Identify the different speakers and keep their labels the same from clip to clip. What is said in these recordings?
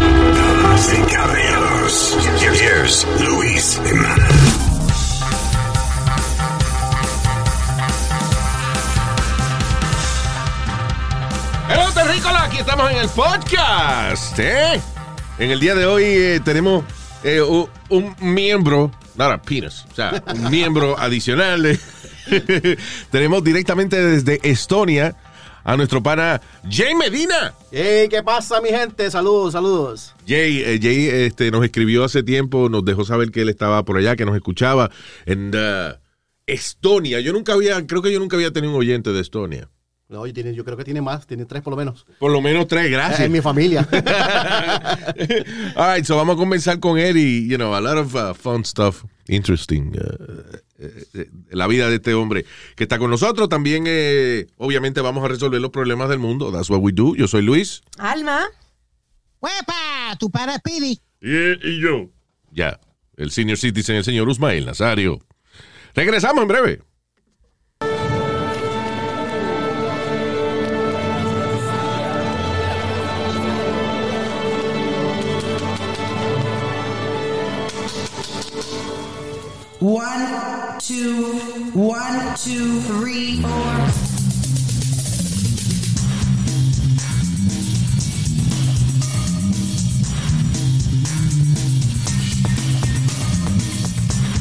Speaker 1: Damas y caballeros, here's Luis Jiménez.
Speaker 2: ¡Hola, Terrícola! Aquí estamos en el podcast. ¿eh? En el día de hoy eh, tenemos eh, u- un, miembro, not a penis, o sea, un miembro adicional. de- tenemos directamente desde Estonia a nuestro pana Jay Medina.
Speaker 3: Hey, ¿qué pasa, mi gente? Saludos, saludos.
Speaker 2: Jay, eh, Jay este, nos escribió hace tiempo, nos dejó saber que él estaba por allá, que nos escuchaba en uh, Estonia. Yo nunca había, creo que yo nunca había tenido un oyente de Estonia.
Speaker 3: No, oye, tiene, yo creo que tiene más, tiene tres por lo menos. Eh,
Speaker 2: Por lo menos tres, gracias.
Speaker 3: En mi familia.
Speaker 2: All right, so vamos a comenzar con él y, you know, a lot of uh, fun stuff, interesting. uh, eh, eh, la vida de este hombre que está con nosotros. También, eh, obviamente, vamos a resolver los problemas del mundo. That's what we do. Yo soy Luis.
Speaker 4: Alma.
Speaker 5: ¡Huepa! Tu para Speedy.
Speaker 2: Y yo. Ya, el senior citizen, el señor Usmael Nazario. Regresamos en breve.
Speaker 6: One, two, one, two, three, four.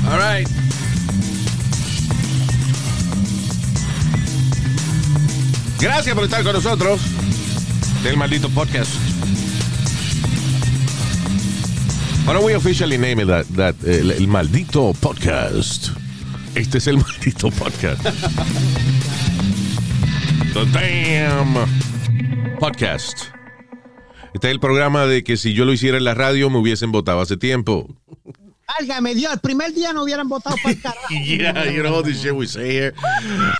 Speaker 2: All right. Gracias por estar con nosotros del maldito podcast. Ahora we officially name it that, that, eh, el, el maldito podcast. Este es el maldito podcast. The damn podcast. Este es el programa de que si yo lo hiciera en la radio me hubiesen votado hace tiempo.
Speaker 5: Válgame Dios, el primer día no hubieran votado para el carajo.
Speaker 2: Yeah, you know all this shit we say here.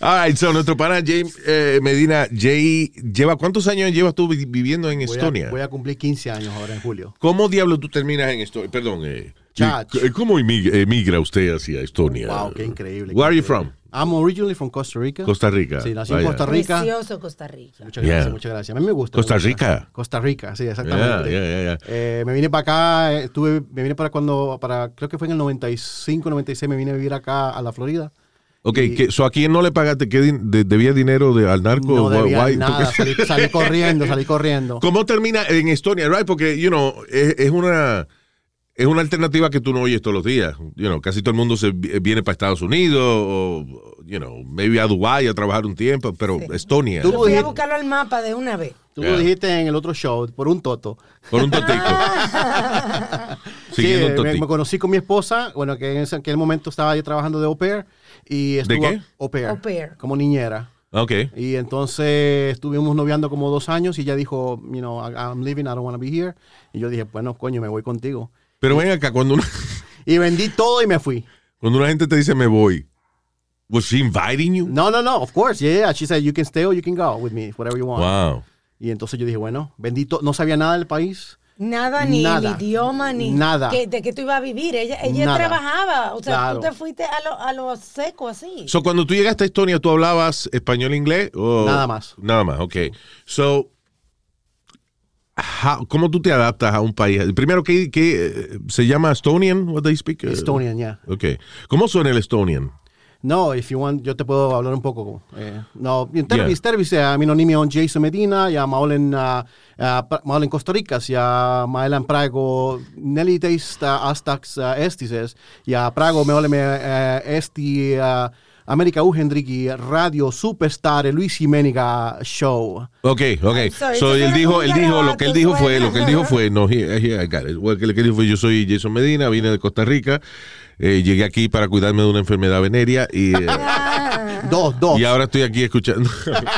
Speaker 2: All right, so nuestro pana Jay eh, Medina, Jay, lleva ¿cuántos años llevas tú vi- viviendo en
Speaker 3: Voy a-
Speaker 2: Estonia?
Speaker 3: Voy a cumplir 15 años ahora en julio.
Speaker 2: ¿Cómo diablo tú terminas en Estonia? Perdón, eh,
Speaker 3: Chach.
Speaker 2: eh, ¿cómo emigra, emigra usted hacia Estonia?
Speaker 3: Wow, qué increíble.
Speaker 2: Where are
Speaker 3: qué
Speaker 2: you
Speaker 3: increíble.
Speaker 2: from?
Speaker 3: I'm originally from Costa Rica.
Speaker 2: Costa Rica.
Speaker 3: Sí, nací
Speaker 2: Vaya.
Speaker 3: en Costa Rica.
Speaker 4: Precioso Costa Rica.
Speaker 3: Muchas gracias,
Speaker 2: Yeah.
Speaker 3: muchas gracias. A mí me gusta.
Speaker 2: Costa
Speaker 3: me gusta.
Speaker 2: Rica.
Speaker 3: Costa Rica, sí,
Speaker 2: Yeah,
Speaker 3: exactamente.
Speaker 2: yeah, yeah, yeah.
Speaker 3: Eh, me vine para acá, eh, estuve, me vine para cuando, para, creo que fue en el 95, 96, me vine a vivir acá a la Florida.
Speaker 2: Ok,
Speaker 3: y-
Speaker 2: que, so, ¿a quién no le pagaste? ¿Qué din- de- ¿Debía dinero de, al narco?
Speaker 3: No debía
Speaker 2: Why-
Speaker 3: nada,
Speaker 2: porque-
Speaker 3: salí, salí corriendo, salí corriendo.
Speaker 2: ¿Cómo termina en Estonia, right? Porque, you know, es, es una es una alternativa que tú no oyes todos los días. You know, casi todo el mundo se vi- eh, viene para Estados Unidos o, you know, maybe a Dubái a trabajar un tiempo, pero Estonia.
Speaker 3: Tú-
Speaker 4: Yo fui a
Speaker 3: dijiste-
Speaker 4: buscarlo al mapa de una vez.
Speaker 3: Tú
Speaker 2: Yeah.
Speaker 3: lo dijiste en el otro show, por un toto.
Speaker 2: Por un totico. Siguiendo un
Speaker 3: sí, me, me
Speaker 2: totico.
Speaker 3: conocí con mi esposa, bueno, que en ese- aquel momento estaba yo trabajando de au pair. Y estuvo,
Speaker 2: qué?
Speaker 3: Au pair,
Speaker 4: Au pair.
Speaker 3: Como niñera.
Speaker 2: Ok.
Speaker 3: Y entonces estuvimos noviando como dos años y ella dijo, you know, I- I'm leaving, I don't want to be here. Y yo dije, bueno, coño, me voy contigo.
Speaker 2: Pero ven acá, cuando una,
Speaker 3: Y vendí todo y me fui.
Speaker 2: cuando una gente te dice me voy, ¿was she inviting you?
Speaker 3: No, no, no, of course, yeah, yeah. She said, you can stay or you can go with me, whatever you want.
Speaker 2: Wow.
Speaker 3: Y entonces yo dije, bueno, vendí todo, no sabía nada del país.
Speaker 4: Nada, ni
Speaker 3: Nada.
Speaker 4: el idioma, ni
Speaker 3: Nada.
Speaker 4: que- de que tú ibas a vivir. Ella, ella
Speaker 3: Nada.
Speaker 4: trabajaba. O sea,
Speaker 3: Claro.
Speaker 4: tú te fuiste a lo, a lo seco así.
Speaker 2: So, cuando tú llegaste a Estonia, ¿tú hablabas español e inglés? o-
Speaker 3: Nada más.
Speaker 2: Nada más, ok. So, how- ¿cómo tú te adaptas a un país? Primero, ¿qué, qué, eh, se llama Estonian? What they speak? Eh,
Speaker 3: Estonian, yeah.
Speaker 2: Ok. ¿Cómo suena el Estonian?
Speaker 3: No, if you want, yo te puedo hablar un poco. Eh, no, in tervis,
Speaker 2: Yeah.
Speaker 3: tervis, eh, minu nimi on Jason Medina ja ma olen, äh, äh, pra- ma olen Costa Ricas ja ma elan praegu neliteist äh, aastaks äh, Eestises ja praegu me oleme äh, Eesti äh, Ameerika Ühendriigi raadio superstaar Luis Imeniga show.
Speaker 2: Ok, ok.
Speaker 4: I'm sorry,
Speaker 2: So,
Speaker 4: yo
Speaker 2: él
Speaker 4: soy
Speaker 2: dijo,
Speaker 4: un
Speaker 2: él dijo, lo que él
Speaker 4: garabato,
Speaker 2: dijo fue,
Speaker 4: suena.
Speaker 2: lo que él dijo fue, no, here- here I got it. Well, que lo que dijo fue, yo soy Jason Medina, vine de Costa Rica, eh, llegué aquí para cuidarme de una enfermedad venérea y... eh,
Speaker 4: Ah,
Speaker 3: Dos, dos.
Speaker 2: Y ahora estoy aquí escuchando.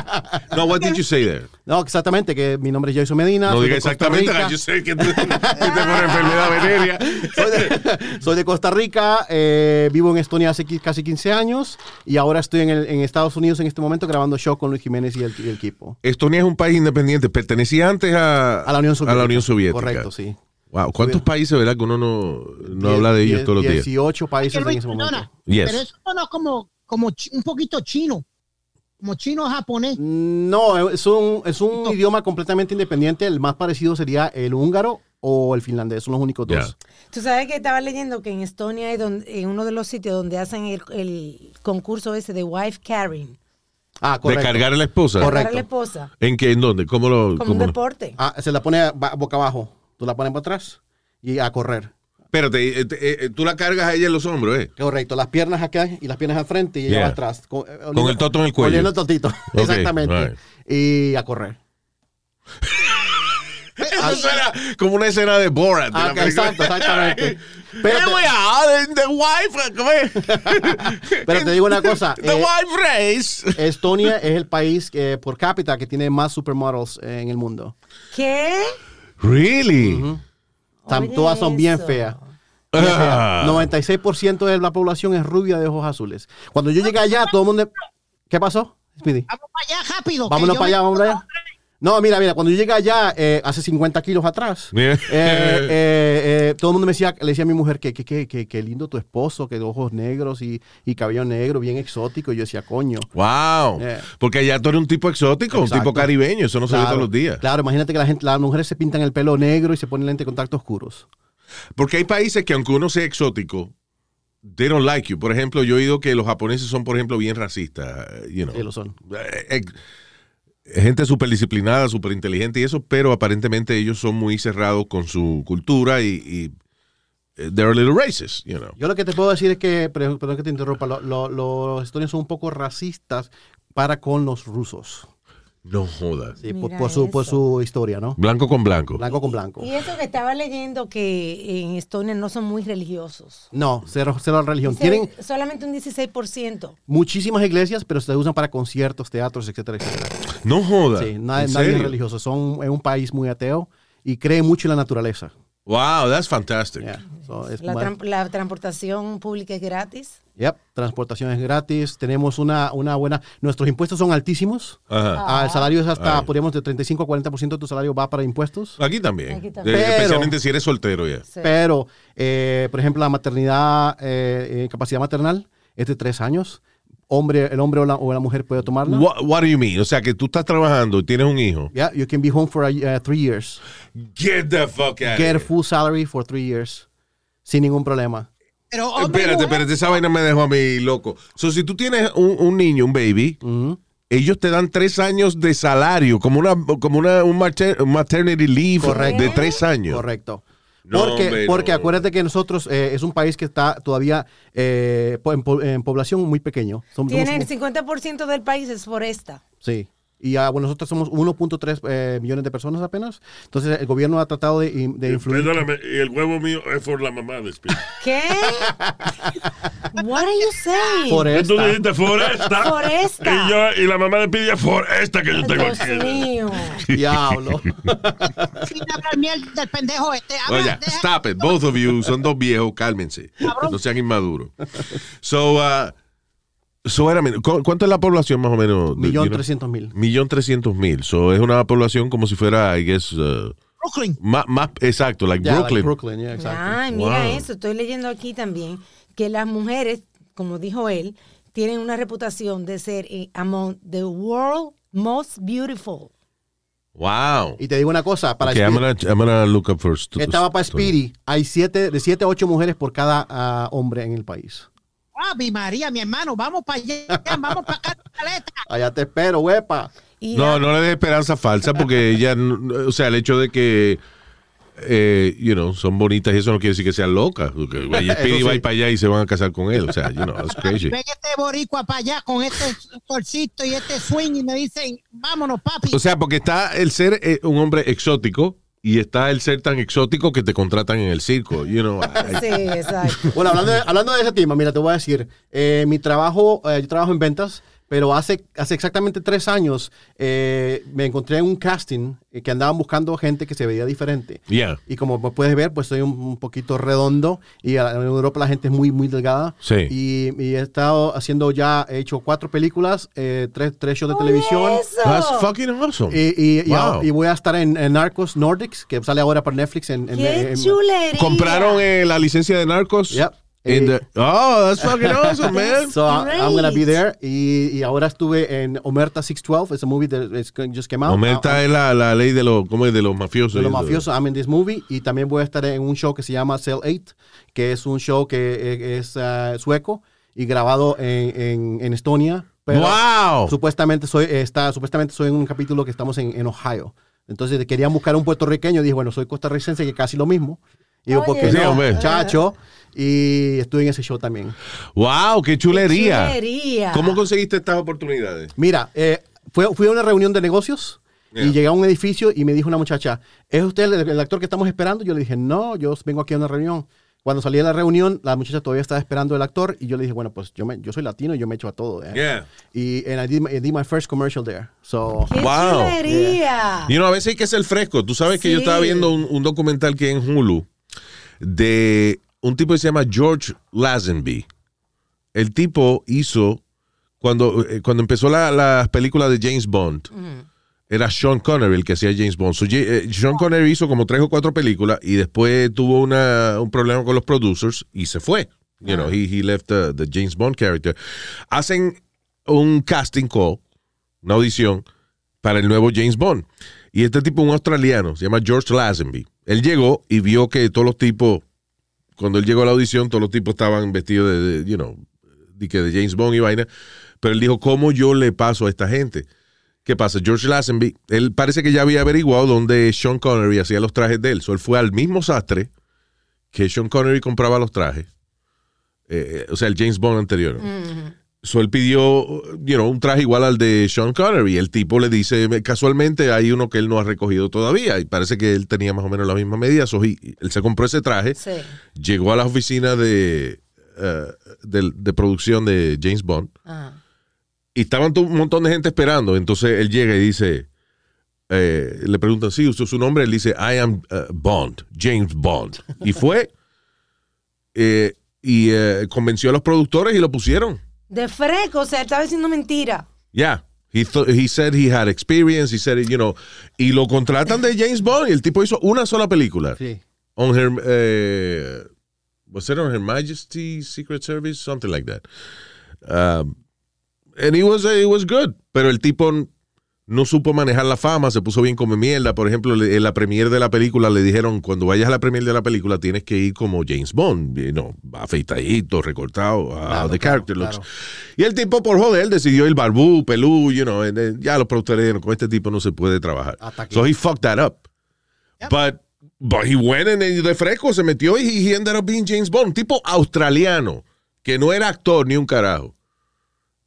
Speaker 2: no, what did you say there?
Speaker 3: No, exactamente, que mi nombre es Jason Medina.
Speaker 2: No
Speaker 3: soy
Speaker 2: diga
Speaker 3: de Costa
Speaker 2: exactamente,
Speaker 3: Rica.
Speaker 2: la- yo sé que tú que te por enfermedad venérea.
Speaker 3: Soy de, soy de Costa Rica, eh, vivo en Estonia hace qui- casi 15 años y ahora estoy en, el- en Estados Unidos en este momento grabando show con Luis Jiménez y el, y el equipo.
Speaker 2: Estonia es un país independiente. Pertenecía antes a,
Speaker 3: A la Unión Soviética.
Speaker 2: a la Unión Soviética.
Speaker 3: Correcto, sí.
Speaker 2: Wow, ¿cuántos países, verdad, que uno no, no
Speaker 3: Diez-
Speaker 2: habla de ellos
Speaker 3: diez-
Speaker 2: todos los días?
Speaker 3: 18 países en
Speaker 5: Luis,
Speaker 3: ese momento.
Speaker 5: perdona,
Speaker 2: Yes.
Speaker 5: Pero eso no es como, como chi- un poquito chino, como chino japonés.
Speaker 3: Mm. No, es un, es un idioma completamente independiente. El más parecido sería el húngaro o el finlandés. Son los únicos
Speaker 2: Ya.
Speaker 3: dos.
Speaker 4: Tú sabes que estaba leyendo que en Estonia es donde, en uno de los sitios donde hacen el, el concurso ese de wife carrying.
Speaker 3: Ah,
Speaker 2: De
Speaker 3: correcto.
Speaker 2: cargar a la esposa.
Speaker 3: Correcto.
Speaker 4: Para la esposa.
Speaker 2: ¿En qué? ¿En dónde? ¿Cómo lo.?
Speaker 4: Como
Speaker 2: cómo
Speaker 4: un
Speaker 2: lo-
Speaker 4: deporte.
Speaker 3: Ah, se la pone a- ba- boca abajo. Tú la pones para atrás y a correr.
Speaker 2: Espérate, eh, te- eh, tú la cargas a ella en los hombros, ¿eh?
Speaker 3: Correcto, las piernas acá y las piernas al frente y ella
Speaker 2: Yeah.
Speaker 3: va atrás. Con, eh,
Speaker 2: Con el toto en el cuello.
Speaker 3: Oliendo el totito,
Speaker 2: Ok,
Speaker 3: exactamente.
Speaker 2: right.
Speaker 3: Y a correr.
Speaker 2: Eso suena como una escena de Borat. de
Speaker 3: Ah,
Speaker 2: la película.
Speaker 3: exacto, exactamente. Pero
Speaker 2: Here
Speaker 3: te-
Speaker 2: we are, in the ah, wife. ¿cómo es?
Speaker 3: Pero te digo una cosa,
Speaker 2: The
Speaker 3: eh,
Speaker 2: wife race.
Speaker 3: Estonia es el país que, por cápita que tiene más supermodels eh, en el mundo.
Speaker 4: ¿Qué?
Speaker 2: Really?
Speaker 3: Tan-
Speaker 4: Oye,
Speaker 3: todas son bien
Speaker 4: eso.
Speaker 3: feas.
Speaker 2: Ah.
Speaker 3: 96% de la población es rubia de ojos azules. Cuando yo llegué allá, todo el mundo... ¿Qué pasó, Speedy?
Speaker 5: Vamos para allá rápido. que
Speaker 3: Vámonos
Speaker 5: yo
Speaker 3: para
Speaker 5: me-
Speaker 3: allá, vamos para allá. No, mira, mira, cuando yo llegué allá, eh, hace 50 kilos atrás,
Speaker 2: Mira.
Speaker 3: eh, eh, eh, todo el mundo me decía, le decía a mi mujer que, que, que, que- que lindo tu esposo, que de ojos negros y, y cabello negro, bien exótico. Y yo decía, coño.
Speaker 2: Wow.
Speaker 3: Yeah.
Speaker 2: Porque allá tú eres un tipo exótico, un
Speaker 3: Exacto.
Speaker 2: tipo caribeño. Eso no se ve todos los días.
Speaker 3: Claro, imagínate que la gente, las mujeres se pintan el pelo negro y se ponen lentes de contacto oscuros.
Speaker 2: Porque hay países que aunque uno sea exótico, they don't like you. Por ejemplo, yo he oído que los japoneses son, por ejemplo, bien racistas. You know.
Speaker 3: Sí, lo son.
Speaker 2: Eh, eh, Gente súper disciplinada, súper inteligente y eso, pero aparentemente ellos son muy cerrados con su cultura y, y, eh, they're a little racist, you know.
Speaker 3: Yo lo que te puedo decir es que, perdón perdón que te interrumpa, lo- lo- los estonios son un poco racistas para con los rusos.
Speaker 2: No jodas.
Speaker 3: Sí, por,
Speaker 4: Mira
Speaker 3: por su, por
Speaker 4: eso.
Speaker 3: su historia, ¿no?
Speaker 2: Blanco con blanco.
Speaker 3: Blanco con blanco.
Speaker 4: Y eso que estaba leyendo que en Estonia no son muy religiosos.
Speaker 3: No, cero, cero religión.
Speaker 4: Dice,
Speaker 3: Tienen,
Speaker 4: solamente un 16%.
Speaker 3: muchísimas iglesias, pero se usan para conciertos, teatros, etcétera, etcétera.
Speaker 2: No jodas.
Speaker 3: Sí,
Speaker 2: ¿En
Speaker 3: nadie, nadie es
Speaker 2: serio?
Speaker 3: religioso. Son, es un país muy ateo y cree mucho en la naturaleza.
Speaker 2: Wow, that's fantastic.
Speaker 3: Yeah. So, es
Speaker 4: La,
Speaker 3: más-
Speaker 4: tran- la transportación pública es gratis.
Speaker 3: yep, Transportación es gratis. Tenemos una, una buena. Nuestros impuestos son altísimos.
Speaker 2: Ajá.
Speaker 3: Ah, el salario es hasta,
Speaker 2: Ay.
Speaker 3: podríamos, de 35 a 40% de tu salario va para impuestos.
Speaker 2: Aquí también.
Speaker 4: Aquí también.
Speaker 2: Eh,
Speaker 3: Pero-
Speaker 2: especialmente si eres soltero ya.
Speaker 4: Sí.
Speaker 3: Pero, eh, por ejemplo, la maternidad, eh, eh, capacidad maternal es de tres años. Hombre, el hombre o la, o la mujer puede tomarla.
Speaker 2: What, what do you mean? O sea, que tú estás trabajando y tienes un hijo.
Speaker 3: Yeah, you can be home for uh, three years.
Speaker 2: Get the fuck out.
Speaker 3: Get full salary for three years. Sin ningún problema.
Speaker 5: Pero
Speaker 4: Oh,
Speaker 5: hombre y
Speaker 2: Espérate,
Speaker 5: mujer,
Speaker 2: espérate, esa vaina me dejó a mí loco. So, si tú tienes un, un niño, un baby, ellos te dan tres años de salario, como una, como una un mater- maternity leave
Speaker 3: Correcto.
Speaker 2: de tres años.
Speaker 3: Correcto.
Speaker 2: No,
Speaker 3: Porque,
Speaker 2: hombre,
Speaker 3: porque
Speaker 2: no.
Speaker 3: acuérdate que nosotros eh, es un país que está todavía eh, po- en, po- en población muy pequeño. Som- somos-
Speaker 4: Tiene el 50% del país es foresta.
Speaker 3: sí. Y ah, bueno, nosotros somos 1.3 eh, millones de personas apenas. Entonces el gobierno ha tratado de, in- de influir.
Speaker 7: Perdóname, y el huevo mío es por la mamá de Speedy.
Speaker 4: ¿Qué? What are you saying?
Speaker 3: Por e-,
Speaker 7: Tú
Speaker 3: esta.
Speaker 7: dijiste foresta.
Speaker 4: Foresta.
Speaker 7: Y, yo, y la mamá de Speedy es foresta que yo tengo
Speaker 4: Dios
Speaker 7: aquí.
Speaker 4: mío.
Speaker 3: Diablo.
Speaker 5: sin hablar miel del pendejo este. Habla,
Speaker 2: Oye,
Speaker 5: deja-
Speaker 2: stop it, both of you, son dos viejos, cálmense. No sean inmaduros. So, uh, so wait a minute, ¿cu- ¿cuánto es la población más o menos?
Speaker 3: Millón
Speaker 2: You know?
Speaker 3: trescientos mil.
Speaker 2: Millón trescientos mil. So, es una población como si fuera, I guess, uh,
Speaker 5: Brooklyn.
Speaker 2: más, más exacto, like
Speaker 3: Ya, like
Speaker 2: Brooklyn.
Speaker 3: Brooklyn, yeah, exacto.
Speaker 4: Ay, mira
Speaker 2: Wow.
Speaker 4: eso. Estoy leyendo aquí también que las mujeres, como dijo él, tienen una reputación de ser eh, among the world most beautiful.
Speaker 2: Wow.
Speaker 3: Y te digo una cosa, para
Speaker 2: Okay, I'm
Speaker 3: Speedy-
Speaker 2: gonna, I'm gonna look up first.
Speaker 3: estaba para Speedy, hay siete, de 7 a 8 mujeres por cada ah, hombre en el país.
Speaker 5: Ave María, mi hermano, vamos para allá, vamos para acá, caleta.
Speaker 3: Allá te espero, huepa.
Speaker 4: Y
Speaker 2: No,
Speaker 4: la-
Speaker 2: no le des esperanza falsa porque ella, n- o sea, el hecho de que, eh, you know, son bonitas y eso no quiere decir que sean locas. Porque güey,
Speaker 3: Eso
Speaker 2: Speedy va
Speaker 3: sí.
Speaker 2: y para allá y se van a casar con él. O sea, you know, that's crazy.
Speaker 5: Ven este boricua para allá con este torcito y este swing y me dicen, vámonos, papi.
Speaker 2: O sea, porque está el ser eh, un hombre exótico y está el ser tan exótico que te contratan en el circo. You know, I-
Speaker 4: Sí, exacto.
Speaker 3: Bueno, hablando de, hablando de ese tema, mira, te voy a decir, eh, mi trabajo, eh, yo trabajo en ventas, pero hace, hace exactamente tres años eh, me encontré en un casting eh, que andaban buscando gente que se veía diferente.
Speaker 2: Yeah.
Speaker 3: Y como puedes ver, pues soy un, un poquito redondo y a- en Europa la gente es muy, muy delgada.
Speaker 2: Sí.
Speaker 3: Y, y he estado haciendo ya, he hecho cuatro películas, eh, tres, tres shows de televisión.
Speaker 4: Eso.
Speaker 2: That's fucking awesome.
Speaker 3: Y, y- y
Speaker 2: Wow.
Speaker 3: ahora- y voy a estar en, en Narcos Nordics, que sale ahora por Netflix. En, en-
Speaker 4: Qué
Speaker 3: en-
Speaker 4: chulería.
Speaker 2: Compraron eh, la licencia de Narcos.
Speaker 3: Yep.
Speaker 2: in
Speaker 3: Eh,
Speaker 2: the- oh, that's fucking awesome, man.
Speaker 3: So I- I'm gonna be there.
Speaker 4: Great.
Speaker 3: Y, y ahora estuve en Omerta 612. It's a movie that is just came out.
Speaker 2: Aumenta
Speaker 3: Ah,
Speaker 2: es la, la ley de los, ¿cómo es? de los mafiosos.
Speaker 3: de los
Speaker 2: Eso.
Speaker 3: mafiosos, I'm in this movie. Y también voy a estar en un show que se llama Cell 8, que es un show que eh, es ah, sueco y grabado en, en- en Estonia. Pero
Speaker 2: Wow.
Speaker 3: Supuestamente soy, eh, está, supuestamente soy en un capítulo que estamos en, en Ohio. Entonces querían buscar un puertorriqueño. Dije, bueno, soy costarricense, que casi lo mismo. Y yo,
Speaker 4: Oye.
Speaker 3: porque
Speaker 2: Sí,
Speaker 3: no,
Speaker 2: hombre.
Speaker 3: chacho. Y estuve en ese show también.
Speaker 2: Wow, qué chulería.
Speaker 4: Chulería.
Speaker 2: ¿Cómo conseguiste estas oportunidades?
Speaker 3: Mira, eh, fue- fui a una reunión de negocios
Speaker 2: Yeah.
Speaker 3: y llegué a un edificio y me dijo una muchacha, ¿es usted el, el actor que estamos esperando? Yo le dije, no, yo vengo aquí a una reunión. Cuando salí de la reunión, la muchacha todavía estaba esperando el actor y yo le dije, bueno, pues yo, me- yo soy latino y yo me echo a todo. eh".
Speaker 2: Yeah.
Speaker 3: Y and I, did, my- I did my first commercial there. So,
Speaker 4: Qué
Speaker 2: Wow.
Speaker 4: chulería.
Speaker 2: You know, a veces hay que ser fresco. Tú sabes que yo
Speaker 4: Ah. Sí.
Speaker 2: estaba viendo un, un documental que hay en Hulu de un tipo que se llama George Lazenby. El tipo hizo, cuando, eh, cuando empezó la, la película de James Bond, era Sean Connery el que hacía James Bond. So, Ye- eh, Sean Connery hizo como tres o cuatro películas y después tuvo una, un problema con los producers y se fue. You know, he, he left the, the James Bond character. Hacen un casting call, una audición, para el nuevo James Bond. Y este tipo, un australiano, se llama George Lazenby. Él llegó y vio que todos los tipos, cuando él llegó a la audición, todos los tipos estaban vestidos de, de, you know, de, que de James Bond y vaina. Pero él dijo, ¿cómo yo le paso a esta gente? ¿Qué pasa? George Lazenby, él parece que ya había averiguado dónde Sean Connery hacía los trajes de él. So, él fue al mismo sastre que Sean Connery compraba los trajes. Eh, eh, o sea, el James Bond anterior. So él pidió, you know, un traje igual al de Sean Connery. El tipo le dice, casualmente hay uno que él no ha recogido todavía. Y parece que él tenía más o menos la misma medida. So he- él se compró ese traje,
Speaker 4: Sí.
Speaker 2: llegó a las oficinas de, eh, del- de producción de James Bond.
Speaker 4: Ajá.
Speaker 2: Y estaban tu- un montón de gente esperando. Entonces él llega y dice, eh, le preguntan, sí, usted su nombre. Él dice, I am eh, Bond, James Bond. Y fue eh, y eh, convenció a los productores y lo pusieron.
Speaker 4: De fresco, o sea, estaba diciendo mentira.
Speaker 2: Yeah. He, th- he said he had experience, he said, you know, y lo contratan de James Bond y el tipo hizo una sola película.
Speaker 3: sí.
Speaker 2: On her, eh, was it on Her Majesty Secret Service? Something like that. Um, and it was, it was good, pero el tipo n- no supo manejar la fama, se puso bien como mierda. Por ejemplo, le- en la premier de la película le dijeron, cuando vayas a la premier de la película tienes que ir como James Bond, you know, afeitadito, recortado, how
Speaker 3: Claro,
Speaker 2: the
Speaker 3: claro,
Speaker 2: character looks.
Speaker 3: claro.
Speaker 2: Y el tipo, por joder, decidió el barbú, pelú, you know, and then, ya los productores dijeron, con este tipo no se puede trabajar.
Speaker 3: Ataque.
Speaker 2: So he fucked that up. But, but he went and de fresco se metió y he ended up being James Bond, un tipo australiano, que no era actor ni un carajo.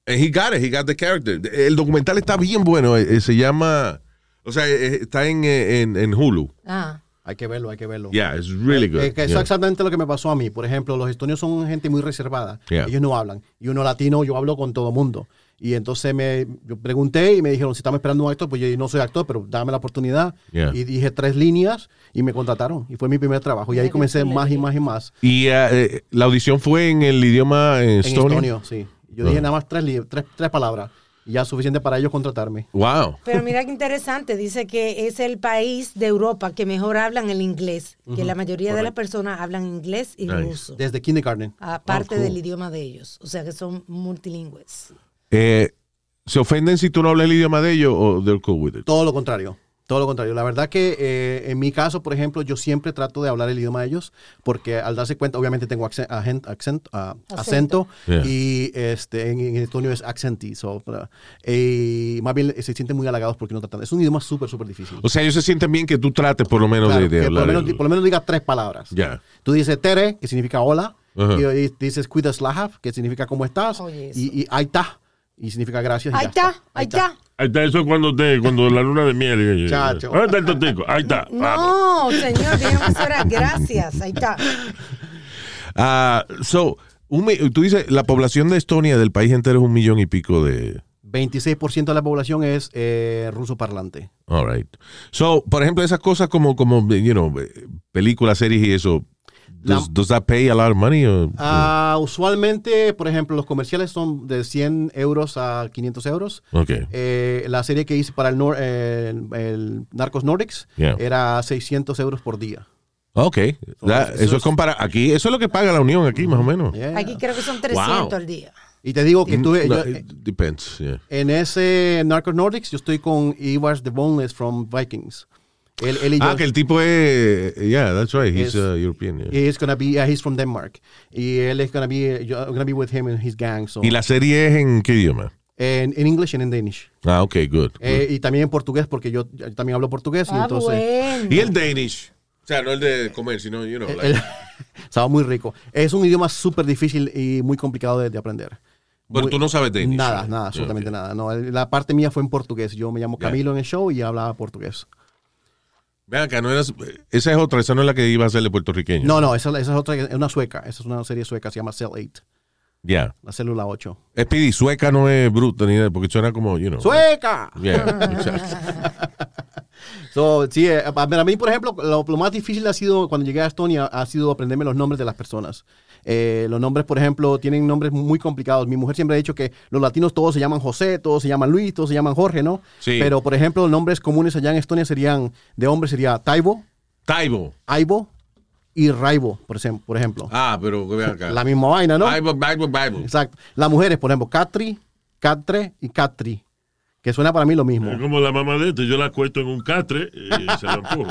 Speaker 2: And he got it, he got the character. El documental está bien bueno, eh, eh, se llama, o sea, eh, está en, eh, en, en Hulu.
Speaker 4: Ah.
Speaker 3: Hay que verlo, hay que verlo.
Speaker 2: Yeah, it's really good.
Speaker 3: Eh, que eso
Speaker 2: Yeah.
Speaker 3: es exactamente lo que me pasó a mí. Por ejemplo, los estonios son gente muy reservada.
Speaker 2: Yeah.
Speaker 3: Ellos no hablan. Y uno latino, yo hablo con todo mundo. Y entonces me yo pregunté y me dijeron, si estamos esperando un actor, pues yo no soy actor, pero dame la oportunidad.
Speaker 2: Yeah.
Speaker 3: Y dije tres líneas y me contrataron. Y fue mi primer trabajo. Y ahí comencé más y más y más.
Speaker 2: Y eh, eh, la audición fue en el idioma eh,
Speaker 3: En
Speaker 2: estonio.
Speaker 3: estonio, sí. Yo dije nada más tres, li- tres, tres palabras. Y ya suficiente para ellos contratarme.
Speaker 2: Wow.
Speaker 4: Pero mira qué interesante, dice que es el país de Europa que mejor hablan el inglés, que la mayoría de las personas hablan inglés y
Speaker 2: Nice.
Speaker 4: ruso,
Speaker 3: Desde kindergarten.
Speaker 4: aparte del idioma de ellos, o sea que son multilingües.
Speaker 2: Eh, ¿Se ofenden si tú no hablas el idioma de ellos o they're cool with it?
Speaker 3: Todo lo contrario. Todo lo contrario. La verdad que eh, en mi caso, por ejemplo, yo siempre trato de hablar el idioma de ellos porque al darse cuenta, obviamente tengo accen- agen- accent- ah, acento,
Speaker 4: Acento.
Speaker 2: Yeah.
Speaker 3: y este, en, en estonio es accenti. so, pero, eh, más bien eh, se sienten muy halagados porque no tratan. Es un idioma súper, súper difícil.
Speaker 2: O sea, ellos se sienten bien que tú trates por lo menos
Speaker 3: Claro,
Speaker 2: de, de
Speaker 3: que por,
Speaker 2: hablar.
Speaker 3: lo menos,
Speaker 2: el-
Speaker 3: por lo menos diga tres palabras.
Speaker 2: Ya.
Speaker 3: Tú dices tere, que significa hola,
Speaker 2: Ajá.
Speaker 3: y, y dices cuidas lahaf, que significa cómo estás,
Speaker 4: Oye, eso.
Speaker 3: y, y aita, y significa gracias. y
Speaker 4: Ahí
Speaker 3: ya
Speaker 4: está, ahí está.
Speaker 7: Ahí está, eso es cuando, te, cuando la luna de miel. eh,
Speaker 3: Chacho.
Speaker 7: ¿Dónde está el totico? Ahí está.
Speaker 4: No,
Speaker 7: vamos.
Speaker 4: señor, tiene que ser gracias. Ahí está.
Speaker 2: Ah, so, un mi- tú dices, la población de Estonia, del país entero, es un millón y pico de...
Speaker 3: 26% de la población es eh, ruso parlante.
Speaker 2: All right. So, por ejemplo, esas cosas como, como you know, eh, películas, series y eso, does,
Speaker 3: La-
Speaker 2: does that pay a lot of money? or-
Speaker 3: Ah,
Speaker 2: Mm.
Speaker 3: usualmente, por ejemplo, los comerciales son de 100 euros a 500 euros.
Speaker 2: okay.
Speaker 3: Eh, la serie que hice para el, nor- eh, el- el Narcos Nordics
Speaker 2: Yeah.
Speaker 3: era 600 euros por día.
Speaker 2: Ok. That-
Speaker 3: eso
Speaker 2: eso es
Speaker 3: es-
Speaker 2: compara aquí. Eso es lo que paga la Unión aquí, más o menos.
Speaker 3: Yeah.
Speaker 4: Aquí creo que son 300
Speaker 2: Wow.
Speaker 4: al día.
Speaker 3: Y te digo que tuve,
Speaker 2: No,
Speaker 3: yo- eh,
Speaker 2: it depends. yeah.
Speaker 3: en ese Narcos Nordics yo estoy con Ivar the Boneless from Vikings. Él, él y yo-
Speaker 2: Ah, que el tipo es. Yeah, that's right. He's
Speaker 3: Es-
Speaker 2: uh, European. yeah.
Speaker 3: He's gonna be, uh, he's from Denmark. Y él es gonna be, yo- I'm gonna be with him and his gang. So.
Speaker 2: ¿Y la serie es en qué idioma?
Speaker 3: En, en English and in Danish.
Speaker 2: Ah, ok, good. good.
Speaker 3: Eh, y también en portugués, porque yo, yo también hablo portugués. y
Speaker 4: Ah,
Speaker 3: entonces,
Speaker 4: bueno.
Speaker 2: y el Danish. O sea, no el de comer, sino, you know.
Speaker 3: el- sabe muy rico. Es un idioma súper difícil y muy complicado de, de aprender.
Speaker 2: Pero
Speaker 3: muy-
Speaker 2: tú no sabes Danish.
Speaker 3: Nada,
Speaker 2: right?
Speaker 3: nada,
Speaker 2: Yeah,
Speaker 3: absolutamente
Speaker 2: okay.
Speaker 3: nada. No, el- la parte mía fue en portugués. Yo me llamo
Speaker 2: Ya.
Speaker 3: Camilo en el show y hablaba portugués.
Speaker 2: Ven acá, no eras, esa es otra, esa no es la que iba a ser de puertorriqueño.
Speaker 3: No, no, esa, esa es otra, es una sueca. Esa es una serie sueca, se llama Cell 8,
Speaker 2: Ya.
Speaker 3: la célula 8.
Speaker 2: Yeah. Speedy, sueca no es bruta ni nada, porque suena como, you know.
Speaker 3: ¡Sueca!
Speaker 2: Yeah, exacto.
Speaker 3: So, sí, eh, a- para mí, por ejemplo, lo, lo más difícil ha sido cuando llegué a Estonia, ha sido aprenderme los nombres de las personas. Eh, los nombres, por ejemplo, tienen nombres muy complicados. Mi mujer siempre ha dicho que los latinos todos se llaman José, todos se llaman Luis, todos se llaman Jorge, ¿no?
Speaker 2: Sí.
Speaker 3: Pero, por ejemplo, los nombres comunes allá en Estonia serían, de hombres sería Taibo,
Speaker 2: Taibo.
Speaker 3: Aibo y Raibo, por, ejem- por ejemplo.
Speaker 2: Ah, pero ven acá.
Speaker 3: La misma vaina, ¿no?
Speaker 2: Bible, Bible, Bible.
Speaker 3: Exacto. Las mujeres, por ejemplo, Katri, Catre y Katri, que suena para mí lo mismo.
Speaker 7: Es como la mamá de este, yo la cuesto en un catre y se la empujo.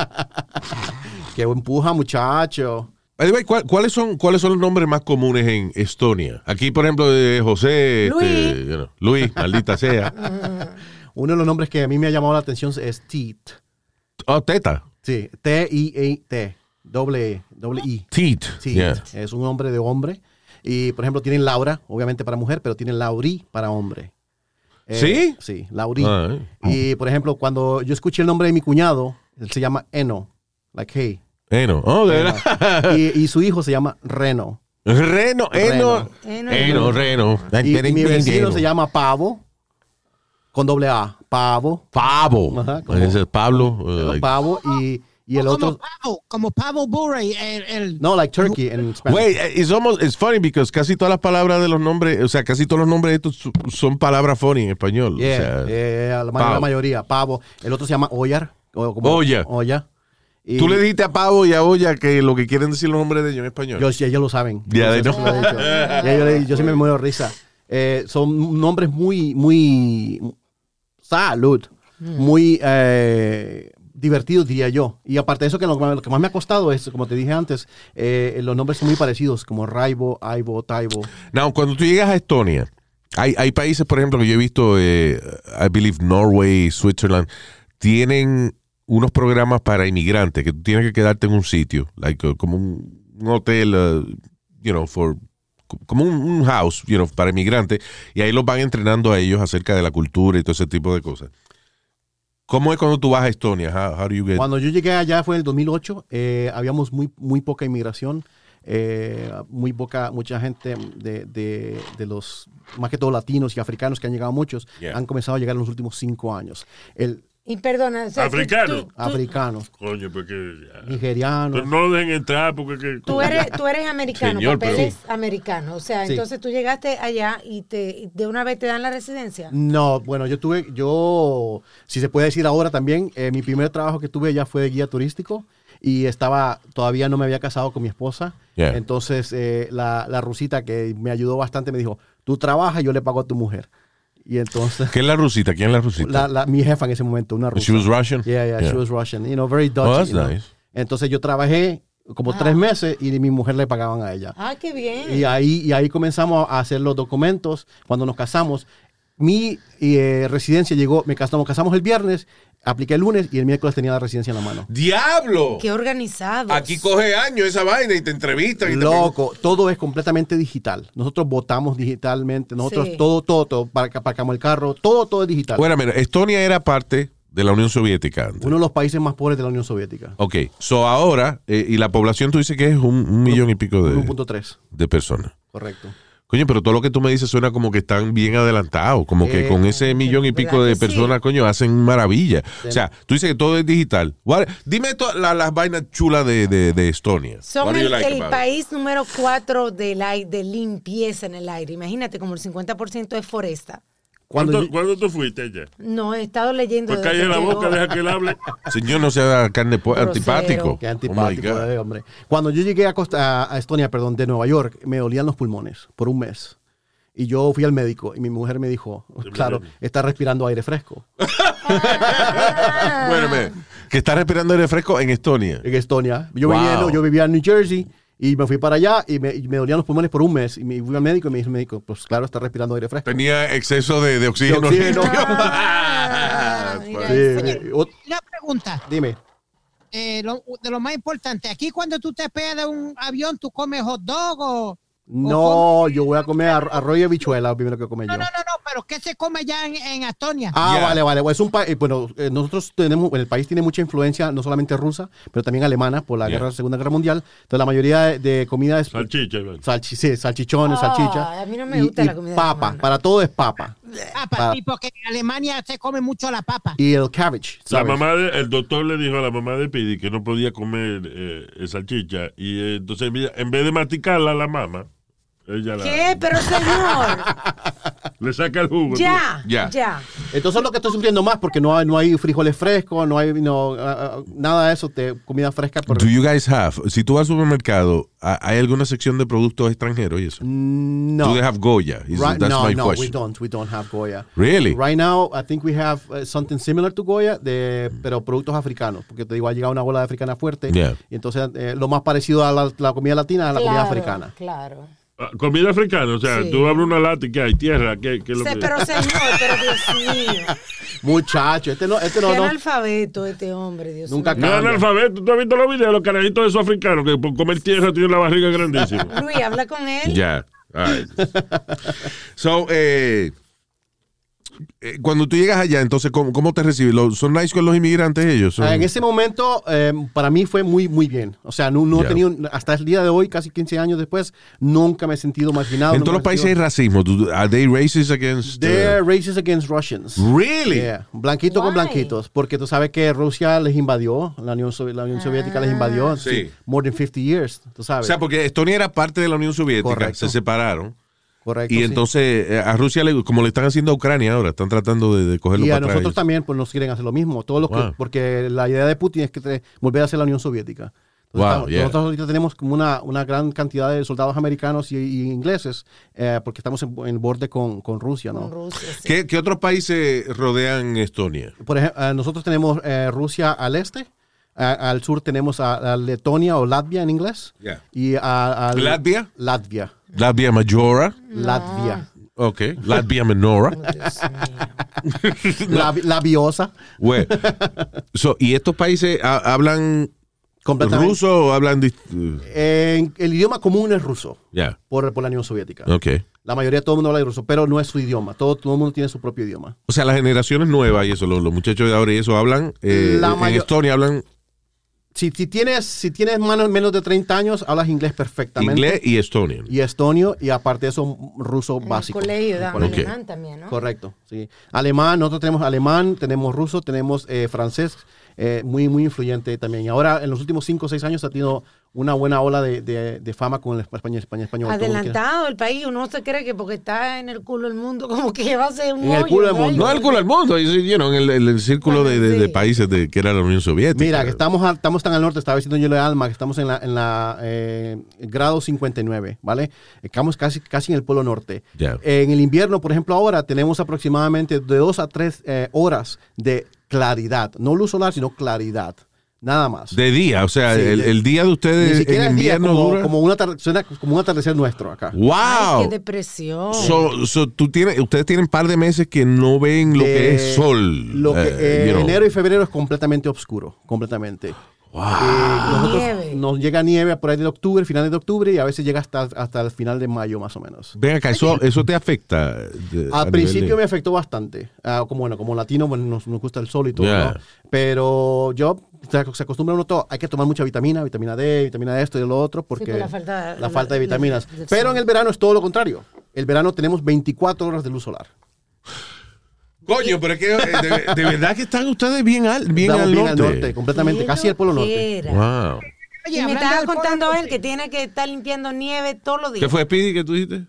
Speaker 3: Que empuja, muchacho.
Speaker 2: By the way, ¿cuál- ¿cuáles, son, ¿cuáles son los nombres más comunes en Estonia? Aquí, por ejemplo, de José, este,
Speaker 4: Luis.
Speaker 2: you know, Luis, maldita sea.
Speaker 3: Uno de los nombres que a mí me ha llamado la atención es Teat.
Speaker 2: Oh, Teta.
Speaker 3: Sí, T-I-E-T. Doble, E, doble I.
Speaker 2: Teat.
Speaker 3: Sí,
Speaker 2: Yeah.
Speaker 3: es un nombre de hombre. Y, por ejemplo, tienen Laura, obviamente para mujer, pero tienen Lauri para hombre. Eh,
Speaker 2: ¿Sí?
Speaker 3: Sí, Lauri.
Speaker 2: Ah,
Speaker 3: Y, por ejemplo, cuando yo escuché el nombre de mi cuñado, él se llama Eno. Like, hey.
Speaker 2: Eno. Oh, de verdad.
Speaker 3: y, y su hijo se llama Reno.
Speaker 2: Reno, Eno.
Speaker 4: Eno.
Speaker 2: Eno, Reno.
Speaker 3: Y, mi vecino
Speaker 2: Eno.
Speaker 3: se llama Pavo, con doble A. Pavo,
Speaker 2: Pavo.
Speaker 3: Ajá, como-
Speaker 2: Ese es Pablo. uh, like-
Speaker 3: Pavo y, y el
Speaker 5: como
Speaker 3: otro...
Speaker 5: Pavo, como Pavo Bure, el, el-
Speaker 3: No, like turkey en español.
Speaker 2: Wait, eh, it's almost it's funny because casi todas las palabras de los nombres, o sea, casi todos los nombres de estos su- son palabras funny en español. o
Speaker 3: Yeah, eh,
Speaker 2: sea,
Speaker 3: yeah, yeah, la, ma-
Speaker 2: pavo.
Speaker 3: la mayoría, pavo. El otro se llama Oyar. o como-
Speaker 2: Olla.
Speaker 3: Olla. Y
Speaker 2: Tú le dijiste a Pavo y a Olla que lo que quieren decir los nombres de ellos en español.
Speaker 3: Yo, sí, ellos lo saben.
Speaker 2: Ya,
Speaker 3: Yo
Speaker 2: they
Speaker 3: sí
Speaker 2: know.
Speaker 3: lo he dicho. Ya, yo, le- yo sí me muero de risa. Eh, son nombres muy, muy. Salud. Muy eh, divertidos, diría yo. Y aparte de eso, que lo, lo que más me ha costado es, como te dije antes, eh, los nombres son muy parecidos, como Raibo, Aibo, Taibo.
Speaker 2: Now, cuando tú llegas a Estonia, hay, hay países, por ejemplo, que yo he visto, eh, I believe Norway, Switzerland, tienen unos programas para inmigrantes que tú tienes que quedarte en un sitio, like, uh, como un, un hotel, uh, you know, for como un, un house, you know, para inmigrantes, y ahí los van entrenando a ellos acerca de la cultura y todo ese tipo de cosas. ¿Cómo es cuando tú vas a Estonia? How, how do you get-
Speaker 3: Cuando yo llegué allá fue en el 2008, eh, habíamos muy, muy poca inmigración, eh, muy poca, mucha gente de, de- de los, más que todo latinos y africanos que han llegado muchos,
Speaker 2: Yeah.
Speaker 3: han comenzado a llegar en los últimos cinco años. El
Speaker 4: Y perdona. o sea, tú-
Speaker 7: Africano.
Speaker 4: tú- tú-
Speaker 3: africano,
Speaker 7: Coño, porque. ya.
Speaker 3: nigeriano.
Speaker 7: Pero no lo dejen entrar porque. que-
Speaker 4: Tú eres, tú eres americano,
Speaker 2: Señor, pero-
Speaker 4: papeles americanos. O sea,
Speaker 3: Sí.
Speaker 4: entonces tú llegaste allá y te y de una vez te dan la residencia.
Speaker 3: No, bueno, yo tuve, yo, si se puede decir ahora también, eh, mi primer trabajo que tuve ya fue de guía turístico y estaba, todavía no me había casado con mi esposa.
Speaker 2: Yeah.
Speaker 3: Entonces, eh, la, la rusita que me ayudó bastante me dijo, tú trabajas, yo le pago a tu mujer. Y entonces,
Speaker 2: ¿Qué es la rusita? ¿Quién es la rusita?
Speaker 3: la, la- mi jefa en ese momento, una rusa.
Speaker 2: She was Russian?
Speaker 3: Yeah, yeah,
Speaker 2: Yeah.
Speaker 3: she was Russian. You know, very Dutch.
Speaker 2: Oh, that's
Speaker 3: you know.
Speaker 2: nice.
Speaker 3: Entonces, yo trabajé como tres meses y mi mujer le pagaban a ella.
Speaker 4: Ah, qué bien.
Speaker 3: Y ahí, y ahí comenzamos a hacer los documentos cuando nos casamos. Mi eh, residencia llegó, me casamos, nos casamos el viernes, apliqué el lunes y el miércoles tenía la residencia en la mano.
Speaker 2: ¡Diablo!
Speaker 4: Qué organizado.
Speaker 2: Aquí coge años esa vaina y te entrevistan. Y te-
Speaker 3: Loco, todo es completamente digital. Nosotros votamos digitalmente, nosotros
Speaker 4: Sí.
Speaker 3: todo, todo, todo, parca- aparcamos el carro, todo, todo es digital.
Speaker 2: Bueno, mira, Estonia era parte de la Unión Soviética antes.
Speaker 3: Uno de los países más pobres de la Unión Soviética.
Speaker 2: Ok, so ahora, eh, y la población tú dices que es un, un millón y pico de,
Speaker 3: 1.3,
Speaker 2: de personas.
Speaker 3: correcto.
Speaker 2: Coño, pero todo lo que tú me dices suena como que están bien adelantados, como que
Speaker 3: Eh,
Speaker 2: con ese millón y pico
Speaker 4: ¿verdad
Speaker 2: de
Speaker 4: que sí?
Speaker 2: personas, coño, hacen maravilla. O sea, tú dices que todo es digital. What- dime to- la- las vainas chulas de, de- de Estonia. What
Speaker 4: Son
Speaker 2: do you
Speaker 4: el,
Speaker 2: like
Speaker 4: el
Speaker 2: about it?
Speaker 4: país número cuatro del ai- de limpieza en el aire. Imagínate, como el 50% es foresta.
Speaker 3: Cuando
Speaker 7: ¿Cuándo,
Speaker 3: yo-
Speaker 7: cuándo tú fuiste allá?
Speaker 4: No, he estado leyendo.
Speaker 7: Pues
Speaker 4: desde
Speaker 7: calle
Speaker 4: que
Speaker 7: la
Speaker 4: llegó.
Speaker 7: boca, deja que él hable.
Speaker 2: Señor, no sea carne po-
Speaker 4: Grosero.
Speaker 2: antipático.
Speaker 3: Qué
Speaker 2: Oh my
Speaker 3: antipático,
Speaker 2: God.
Speaker 3: eh, hombre. Cuando yo llegué a, Costa- a- a Estonia, perdón, de Nueva York, me dolían los pulmones por un mes. Y yo fui al médico y mi mujer me dijo, claro, está respirando aire fresco.
Speaker 2: Bueno, me- que está respirando aire fresco en Estonia.
Speaker 3: En Estonia. Yo,
Speaker 2: Wow.
Speaker 3: vivía, en- yo vivía en New Jersey y me fui para allá y me, y me dolían los pulmones por un mes. Y me fui al médico y me dijo el médico, pues claro, está respirando aire fresco.
Speaker 2: Tenía exceso de, de oxígeno.
Speaker 3: De oxígeno.
Speaker 4: Ah, mira
Speaker 3: Sí,
Speaker 4: eso.
Speaker 3: eh, ot-
Speaker 5: Una pregunta.
Speaker 3: dime.
Speaker 5: eh, lo- de lo más importante, aquí cuando tú te pegas de un avión, tú comes hot dog o...
Speaker 3: No, yo voy a comer ar- arroyo y habichuela, lo primero que come yo.
Speaker 5: No, no, no, no, pero ¿qué se come allá en, en Estonia?
Speaker 3: Ah,
Speaker 2: Ya.
Speaker 3: vale, vale. Es un pa- eh, bueno, eh, nosotros tenemos, el país tiene mucha influencia, no solamente rusa, pero también alemana por la
Speaker 2: Ya.
Speaker 3: guerra, Segunda Guerra Mundial. Entonces la mayoría de, de comida es
Speaker 7: Salchicha, Iván.
Speaker 3: salchi- sí, salchichones,
Speaker 4: Ay,
Speaker 3: salchicha.
Speaker 4: a mí no me gusta la comida
Speaker 3: Papa,
Speaker 4: alemana.
Speaker 3: para todo es papa.
Speaker 5: Papa,
Speaker 3: pa-
Speaker 5: Ah, sí, porque en Alemania se come mucho la papa.
Speaker 3: Y el cabbage.
Speaker 7: La
Speaker 3: ¿sabes?
Speaker 7: mamá de- el doctor le dijo a la mamá de Pidi que no podía comer eh, eh, salchicha. Y eh, entonces, mira, en vez de masticarla, la mamá, ella la-
Speaker 4: ¿Qué? Pero señor,
Speaker 7: le saca el jugo.
Speaker 4: ya,
Speaker 2: Ya.
Speaker 4: ya.
Speaker 3: Entonces lo que estoy sufriendo más porque no hay, no hay frijoles frescos, no hay no, ah, ah, nada de eso, te- comida fresca. por-
Speaker 2: Do you guys have, si tú vas al supermercado, ¿ha- ¿hay alguna sección de productos extranjeros y eso?
Speaker 3: no.
Speaker 2: Do they have Goya? Is-
Speaker 3: Right,
Speaker 2: that's
Speaker 3: no,
Speaker 2: my
Speaker 3: no, we
Speaker 2: question.
Speaker 3: don't. We don't have Goya.
Speaker 2: Really?
Speaker 3: Right now, I think we have uh, something similar to Goya, de, pero productos africanos, porque te digo, ha llegado una bola africana fuerte,
Speaker 2: Yeah.
Speaker 3: y entonces eh, lo más parecido a la, la comida latina es la comida
Speaker 4: Claro,
Speaker 3: africana.
Speaker 4: Claro.
Speaker 7: Ah, Comida africana, o sea,
Speaker 4: Sí.
Speaker 7: tú abres una lata y que hay tierra, ¿qué, qué es lo
Speaker 4: Se-
Speaker 7: que
Speaker 4: pero señor, pero Dios mío.
Speaker 3: Muchacho, este no, este no,
Speaker 4: Qué
Speaker 3: no. alfabeto
Speaker 4: analfabeto este hombre, Dios
Speaker 3: Nunca
Speaker 7: No
Speaker 4: mío.
Speaker 7: es
Speaker 3: cambia.
Speaker 7: analfabeto, tú has visto los videos de los carajitos de esos africanos que por comer tierra tienen la barriga grandísima.
Speaker 4: Luis, habla con él.
Speaker 2: Ya. All right. so, eh, eh, cuando tú llegas allá, entonces, ¿cómo, cómo te reciben? ¿Lo- ¿Son nice con los inmigrantes ellos? Son-
Speaker 3: Ah, En ese momento, eh, para mí fue muy, muy bien. O sea, no, no he
Speaker 2: Ya.
Speaker 3: tenido- hasta el día de hoy, casi 15 años después, nunca me he sentido marginado.
Speaker 2: en
Speaker 3: nunca
Speaker 2: todos los
Speaker 3: me he
Speaker 2: países hay
Speaker 3: sentido-
Speaker 2: racismo. Do- ¿Are they racist against? uh,
Speaker 3: They're racist against Russians.
Speaker 2: really?
Speaker 3: Yeah, Blanquito con
Speaker 4: Why?
Speaker 3: blanquitos, porque tú sabes que Rusia les invadió, la Unión, Sovi- la Unión Soviética les
Speaker 4: Ah.
Speaker 3: invadió,
Speaker 2: Sí.
Speaker 3: more than 50 years, tú
Speaker 2: O
Speaker 3: sabes.
Speaker 2: sea, pues, porque Estonia era parte de la Unión Soviética,
Speaker 3: Correcto.
Speaker 2: se separaron.
Speaker 3: Correcto.
Speaker 2: Y
Speaker 3: sí.
Speaker 2: entonces eh, a Rusia, le- como le están haciendo a Ucrania ahora, están tratando de, de cogerlo
Speaker 3: y
Speaker 2: para
Speaker 3: a nosotros
Speaker 2: atrás.
Speaker 3: también pues nos quieren hacer lo mismo, todos los que-
Speaker 2: Wow.
Speaker 3: porque la idea de Putin es que te- volver a ser la Unión Soviética. Entonces,
Speaker 2: Wow,
Speaker 3: estamos-
Speaker 2: yeah.
Speaker 3: Nosotros ahorita tenemos como una, una gran cantidad de soldados americanos y, y ingleses, eh, porque estamos en, en borde con, con Rusia, ¿no?
Speaker 4: Con Rusia, sí.
Speaker 2: ¿Qué, qué otros países rodean Estonia?
Speaker 3: Por ejemplo, eh, nosotros tenemos eh, Rusia al este, a- al sur tenemos a, a Letonia o Latvia en inglés.
Speaker 2: Yeah.
Speaker 3: Y a, al-
Speaker 2: ¿Latvia?
Speaker 3: Latvia.
Speaker 2: Latvia Majora.
Speaker 3: Latvia.
Speaker 2: Ok. Latvia Menora.
Speaker 4: Dios mío.
Speaker 3: La, labiosa.
Speaker 2: Güey. So, ¿Y estos países ha- hablan
Speaker 3: Completamente.
Speaker 2: ruso o hablan.? dist-
Speaker 3: En- el idioma común es ruso
Speaker 2: Ya.
Speaker 3: por, por la Unión Soviética.
Speaker 2: Ok.
Speaker 3: La mayoría de todo el mundo habla de ruso, pero no es su idioma. Todo, todo el mundo tiene su propio idioma.
Speaker 2: O sea, las generaciones nuevas y eso, los, los muchachos de ahora y eso hablan. eh,
Speaker 3: La
Speaker 2: en
Speaker 3: mayo-
Speaker 2: Estonia hablan
Speaker 3: Si, si tienes, si tienes manos- menos de 30 años, hablas inglés perfectamente.
Speaker 2: inglés y estonio.
Speaker 3: Y estonio, y aparte de eso, ruso
Speaker 4: En
Speaker 3: básico.
Speaker 4: el colegio daban
Speaker 2: Ok.
Speaker 4: alemán también, ¿no?
Speaker 3: Correcto, sí. Alemán, nosotros tenemos alemán, tenemos ruso, tenemos eh, francés, eh, muy, muy influyente también. Y ahora, en los últimos 5 o 6 años, ha tenido una buena ola de, de- de fama con el español, español, español. Todo el mundo quiere-
Speaker 4: Adelantado el país, uno se cree que porque está en el culo del mundo, como que va a ser un
Speaker 3: En el
Speaker 4: hoyo,
Speaker 3: culo del
Speaker 4: un hoyo.
Speaker 3: mundo.
Speaker 2: No al culo del mundo, you know, en el, el- el círculo de, de- de
Speaker 4: Sí.
Speaker 2: países de, que era la Unión Soviética.
Speaker 3: Mira, que estamos, al- estamos tan al norte, estaba diciendo yo de Alma, que estamos en la, en la eh, grado 59, ¿vale? Estamos casi, casi en el polo norte.
Speaker 2: Ya.
Speaker 3: En el invierno, por ejemplo, ahora tenemos eh, aproximadamente de 2 a 3 horas de claridad, no luz solar, sino claridad. Nada más.
Speaker 2: De día, o sea,
Speaker 3: Sí,
Speaker 2: el,
Speaker 3: de-
Speaker 2: el día de
Speaker 3: Ni
Speaker 2: ustedes
Speaker 3: siquiera
Speaker 2: en
Speaker 3: es día,
Speaker 2: invierno
Speaker 3: como,
Speaker 2: dura.
Speaker 3: como, un atarde- suena como un atardecer nuestro acá.
Speaker 2: Uh,
Speaker 4: Ay, qué
Speaker 2: ¡Wow!
Speaker 4: depresión.
Speaker 2: So, so, tú tienes, ustedes tienen un par de meses que no ven lo que
Speaker 3: Eh,
Speaker 2: es sol.
Speaker 3: Lo que,
Speaker 2: eh,
Speaker 3: eh,
Speaker 2: you know.
Speaker 3: enero y febrero es completamente oscuro, completamente. Eh, nosotros
Speaker 4: Nieve.
Speaker 3: Nos llega nieve por ahí de octubre, finales de octubre, y a veces llega hasta, hasta el final de mayo más o menos.
Speaker 2: Ven acá, eso, eso te afecta. de- Eh, a
Speaker 3: Al
Speaker 2: nivel
Speaker 3: principio
Speaker 2: de-
Speaker 3: me afectó bastante. Ah, como bueno, como latino, bueno, nos, nos gusta el sol y todo,
Speaker 2: Yeah.
Speaker 3: ¿no? Pero yo se ac- se acostumbra uno todo. Hay que tomar mucha vitamina, vitamina D, vitamina de esto y de lo otro, porque
Speaker 4: por la falta-
Speaker 3: la falta de
Speaker 4: la-
Speaker 3: vitaminas.
Speaker 4: del
Speaker 3: Pero
Speaker 4: sol.
Speaker 3: en el verano es todo lo contrario. El verano tenemos 24 horas de luz solar.
Speaker 2: Coño, pero es que eh, de, de verdad que están ustedes bien al, bien
Speaker 3: Estamos
Speaker 2: al
Speaker 3: bien
Speaker 2: norte.
Speaker 3: completamente,
Speaker 4: Qué
Speaker 3: casi el polo norte.
Speaker 4: loquera.
Speaker 2: Wow.
Speaker 4: Y me
Speaker 5: hablando
Speaker 4: estaba
Speaker 5: del Polo
Speaker 4: contando
Speaker 5: Norte,
Speaker 4: él que tiene que estar limpiando nieve todos los días.
Speaker 2: ¿Qué fue, Speedy, que tú dijiste?
Speaker 5: no,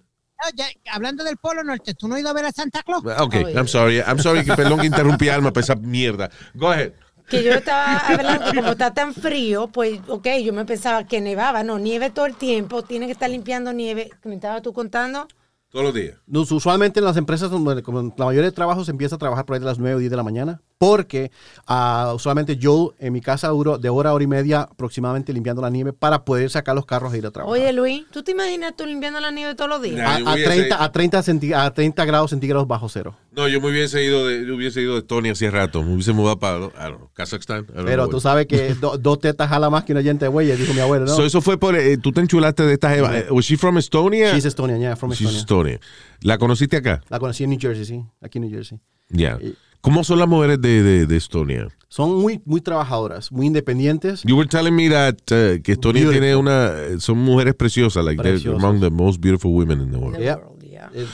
Speaker 5: ya, hablando del Polo Norte, ¿tú no has ido a ver a Santa Claus?
Speaker 2: Ah, Ok, I'm sorry. I'm sorry, que perdón que interrumpí alma para esa mierda. Go ahead.
Speaker 4: Que yo estaba hablando, como está tan frío, pues, ok, yo me pensaba que nevaba. No, nieve todo el tiempo, tiene que estar limpiando nieve. que ¿Me estabas tú contando?
Speaker 2: Todos los días.
Speaker 3: Nos- usualmente en las empresas donde como en la mayoría de trabajos se empieza a trabajar por ahí de las 9 o 10 de la mañana, porque ah, usualmente yo en mi casa duro de hora a hora y media aproximadamente limpiando la nieve para poder sacar los carros e ir a trabajar.
Speaker 4: Oye, Luis, ¿tú te imaginas tú limpiando la nieve todos los días?
Speaker 2: Nah.
Speaker 3: a,
Speaker 2: yo
Speaker 3: a
Speaker 2: voy a
Speaker 3: 30,
Speaker 2: hacer-
Speaker 3: a, 30 centi- a 30 grados centígrados bajo cero.
Speaker 2: No, yo me hubiese ido de, yo hubiese ido de Estonia hace rato. Me hubiese mudado para I don't know, Kazajstán. I don't
Speaker 3: Pero
Speaker 2: know.
Speaker 3: tú sabes que do- dos tetas jala más que un oyente de güeyes, dijo mi abuelo, ¿no?
Speaker 2: So, eso fue por. eh, tú te enchulaste de esta jeva. Eh, ¿Was she from Estonia?
Speaker 3: She's Estonian, yeah, from
Speaker 2: She's
Speaker 3: Estonia.
Speaker 2: Estonia. ¿La conociste acá?
Speaker 3: La conocí en New Jersey, sí, aquí en New Jersey.
Speaker 2: Ya.
Speaker 3: Eh,
Speaker 2: ¿Cómo son las mujeres de, de, de Estonia?
Speaker 3: Son muy, muy trabajadoras, muy independientes.
Speaker 2: You were telling me that uh, que Estonia
Speaker 3: Beautiful.
Speaker 2: tiene una eh, son mujeres preciosas, like they're
Speaker 3: Preciosas.
Speaker 2: among the most beautiful women in the world.
Speaker 4: The
Speaker 3: Ah, Yeah.
Speaker 4: world, yeah.
Speaker 3: Eh,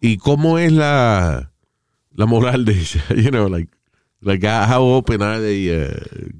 Speaker 2: ¿Y cómo es la la moral de ella? You know, like like how- how open are they? uh,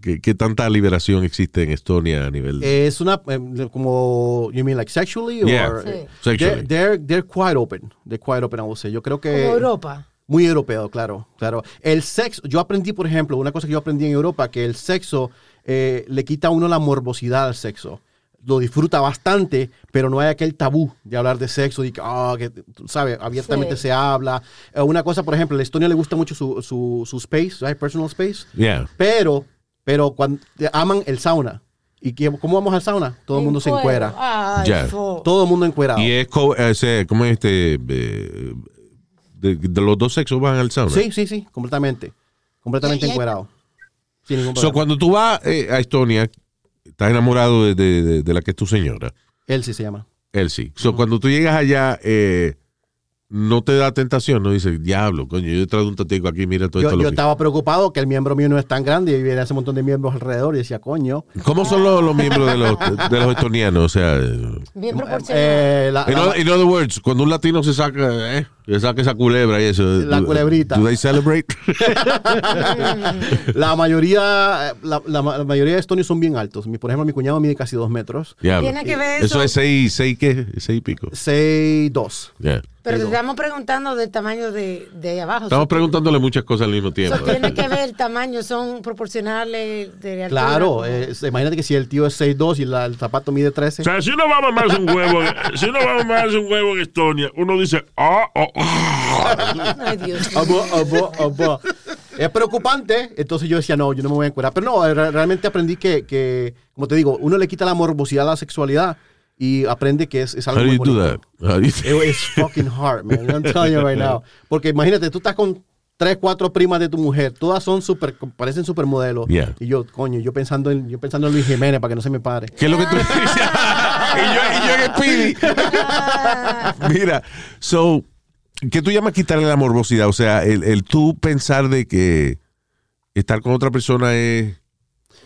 Speaker 2: ¿qué, qué tanta liberación existe en Estonia a nivel de
Speaker 3: Es una eh, como you mean like sexually
Speaker 2: Yeah,
Speaker 3: or
Speaker 4: Sí.
Speaker 2: sexually.
Speaker 3: They're, they're they're quite open. They're quite open, I will say. Yo creo que
Speaker 4: Como Europa.
Speaker 3: muy europeo, claro, claro. El sexo, yo aprendí, por ejemplo, una cosa que yo aprendí en Europa, que el sexo eh, le quita a uno la morbosidad al sexo. Lo disfruta bastante, pero no hay aquel tabú de hablar de sexo, de que, ah, que, tú ¿sabes? Abiertamente
Speaker 4: Sí.
Speaker 3: se habla. Eh, una cosa, por ejemplo, a Estonia le gusta mucho su, su, su space, right? personal space.
Speaker 2: Yeah.
Speaker 3: Pero, pero cuando aman el sauna. ¿Y qué- cómo vamos al sauna? Todo el mundo se
Speaker 4: Encuero.
Speaker 3: encuera.
Speaker 4: Ay,
Speaker 2: Ya.
Speaker 4: fo.
Speaker 3: Todo el mundo encuerado.
Speaker 2: Y es co- eh, ese, ¿cómo es este eh, de, de los dos sexos van al sauna.
Speaker 3: Sí, sí, sí, completamente. Completamente
Speaker 5: Y- y hay-
Speaker 3: encuerado. Sin ningún
Speaker 2: So,
Speaker 3: problema.
Speaker 2: cuando tú vas eh, a Estonia, estás enamorado de, de- de- de la que es tu señora.
Speaker 3: Él sí se llama.
Speaker 2: Él sí. So, Cuando tú llegas allá, eh, no te da tentación, no dices, diablo, coño, yo traigo un tatico aquí, mira todo
Speaker 3: Yo,
Speaker 2: esto.
Speaker 3: yo
Speaker 2: lo que-".
Speaker 3: estaba preocupado que el miembro mío no es tan grande y hubiera ese montón de miembros alrededor y decía, coño.
Speaker 2: ¿Cómo son los, los miembros de los, de los estonianos? O sea, eh,
Speaker 4: Bien proporcionado.
Speaker 3: Eh, la,
Speaker 2: in,
Speaker 3: la-
Speaker 2: other, in other words, cuando un latino se saca, eh, se saca esa culebra y eso.
Speaker 3: La
Speaker 2: do-
Speaker 3: culebrita.
Speaker 2: Do they celebrate?
Speaker 3: la mayoría eh, la, la ma- la mayoría de estonios son bien altos. Mi- por ejemplo, mi cuñado mide casi dos metros.
Speaker 2: Diablo.
Speaker 4: Tiene que ver
Speaker 2: Eso
Speaker 4: eso.
Speaker 2: es seis, seis, ¿qué? Seis y pico.
Speaker 3: Seis, dos.
Speaker 2: Yeah.
Speaker 4: Pero te estamos preguntando del tamaño de, de ahí abajo.
Speaker 2: Estamos preguntándole muchas cosas al mismo tiempo.
Speaker 4: Eso tiene que ver el tamaño, son proporcionales de altura.
Speaker 3: Claro, eh, es- imagínate que si el tío es 6'2 y la- el zapato mide 13.
Speaker 7: O sea, si uno va a mamarse un huevo, en- si uno va a mamarse un huevo en Estonia, uno dice, ah, oh, ah.
Speaker 4: Ay, Dios.
Speaker 3: Abo, abo, abo. Es preocupante, entonces yo decía, no, yo no me voy a encuerar. Pero no, re- realmente aprendí que, que, como te digo, uno le quita la morbosidad a la sexualidad y aprende que es, es
Speaker 2: How
Speaker 3: algo
Speaker 2: do
Speaker 3: muy
Speaker 2: you do
Speaker 3: bonito.
Speaker 2: that? How do you-
Speaker 3: It was fucking hard, man. I'm telling you right now. Porque imagínate, tú estás con tres, cuatro primas de tu mujer, todas son super, parecen supermodelos.
Speaker 2: Yeah.
Speaker 3: Y yo, coño, yo pensando en, yo pensando en Luis Jiménez para que no se me pare.
Speaker 2: ¿Qué es lo que tú
Speaker 4: Ah.
Speaker 2: y yo, y yo en Speedy. Mira, so, ¿qué tú llamas quitarle la morbosidad? O sea, el, el tú pensar de que estar con otra persona es,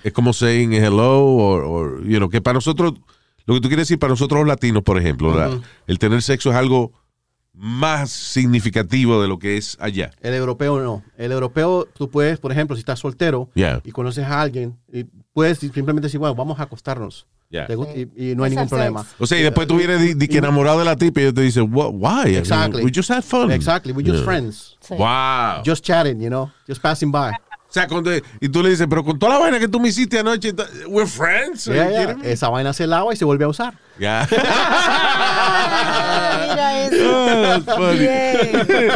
Speaker 2: es como saying hello, o, you know, que para nosotros, lo que tú quieres decir para nosotros los latinos, por ejemplo, la- el tener sexo es algo más significativo de lo que es allá.
Speaker 3: El europeo no. El europeo, tú puedes, por ejemplo, si estás soltero
Speaker 2: Yeah.
Speaker 3: y conoces a alguien, y puedes simplemente decir, bueno, vamos a acostarnos.
Speaker 2: Yeah.
Speaker 3: Te gusta- y, y no hay
Speaker 4: Let's
Speaker 3: ningún
Speaker 4: have
Speaker 3: problema.
Speaker 4: sex.
Speaker 2: O sea, y después tú vienes di- di que enamorado de la tipa y ellos te dicen, "Wha- why? I mean,
Speaker 3: Exactly.
Speaker 2: We just had fun.
Speaker 3: Exactly, we're just
Speaker 2: Yeah.
Speaker 3: friends.
Speaker 4: Sí.
Speaker 2: Wow.
Speaker 3: Just chatting, you know, just passing by.
Speaker 2: O sea, cuando, y tú le dices, pero con toda la vaina que tú me hiciste anoche, ento- we're friends. are
Speaker 3: Yeah,
Speaker 2: you
Speaker 3: yeah.
Speaker 2: kidding me?"
Speaker 3: Esa vaina se lava y se vuelve a usar.
Speaker 2: Ya.
Speaker 4: Ah, mira eso.
Speaker 2: Ah, that's funny.
Speaker 4: Bien.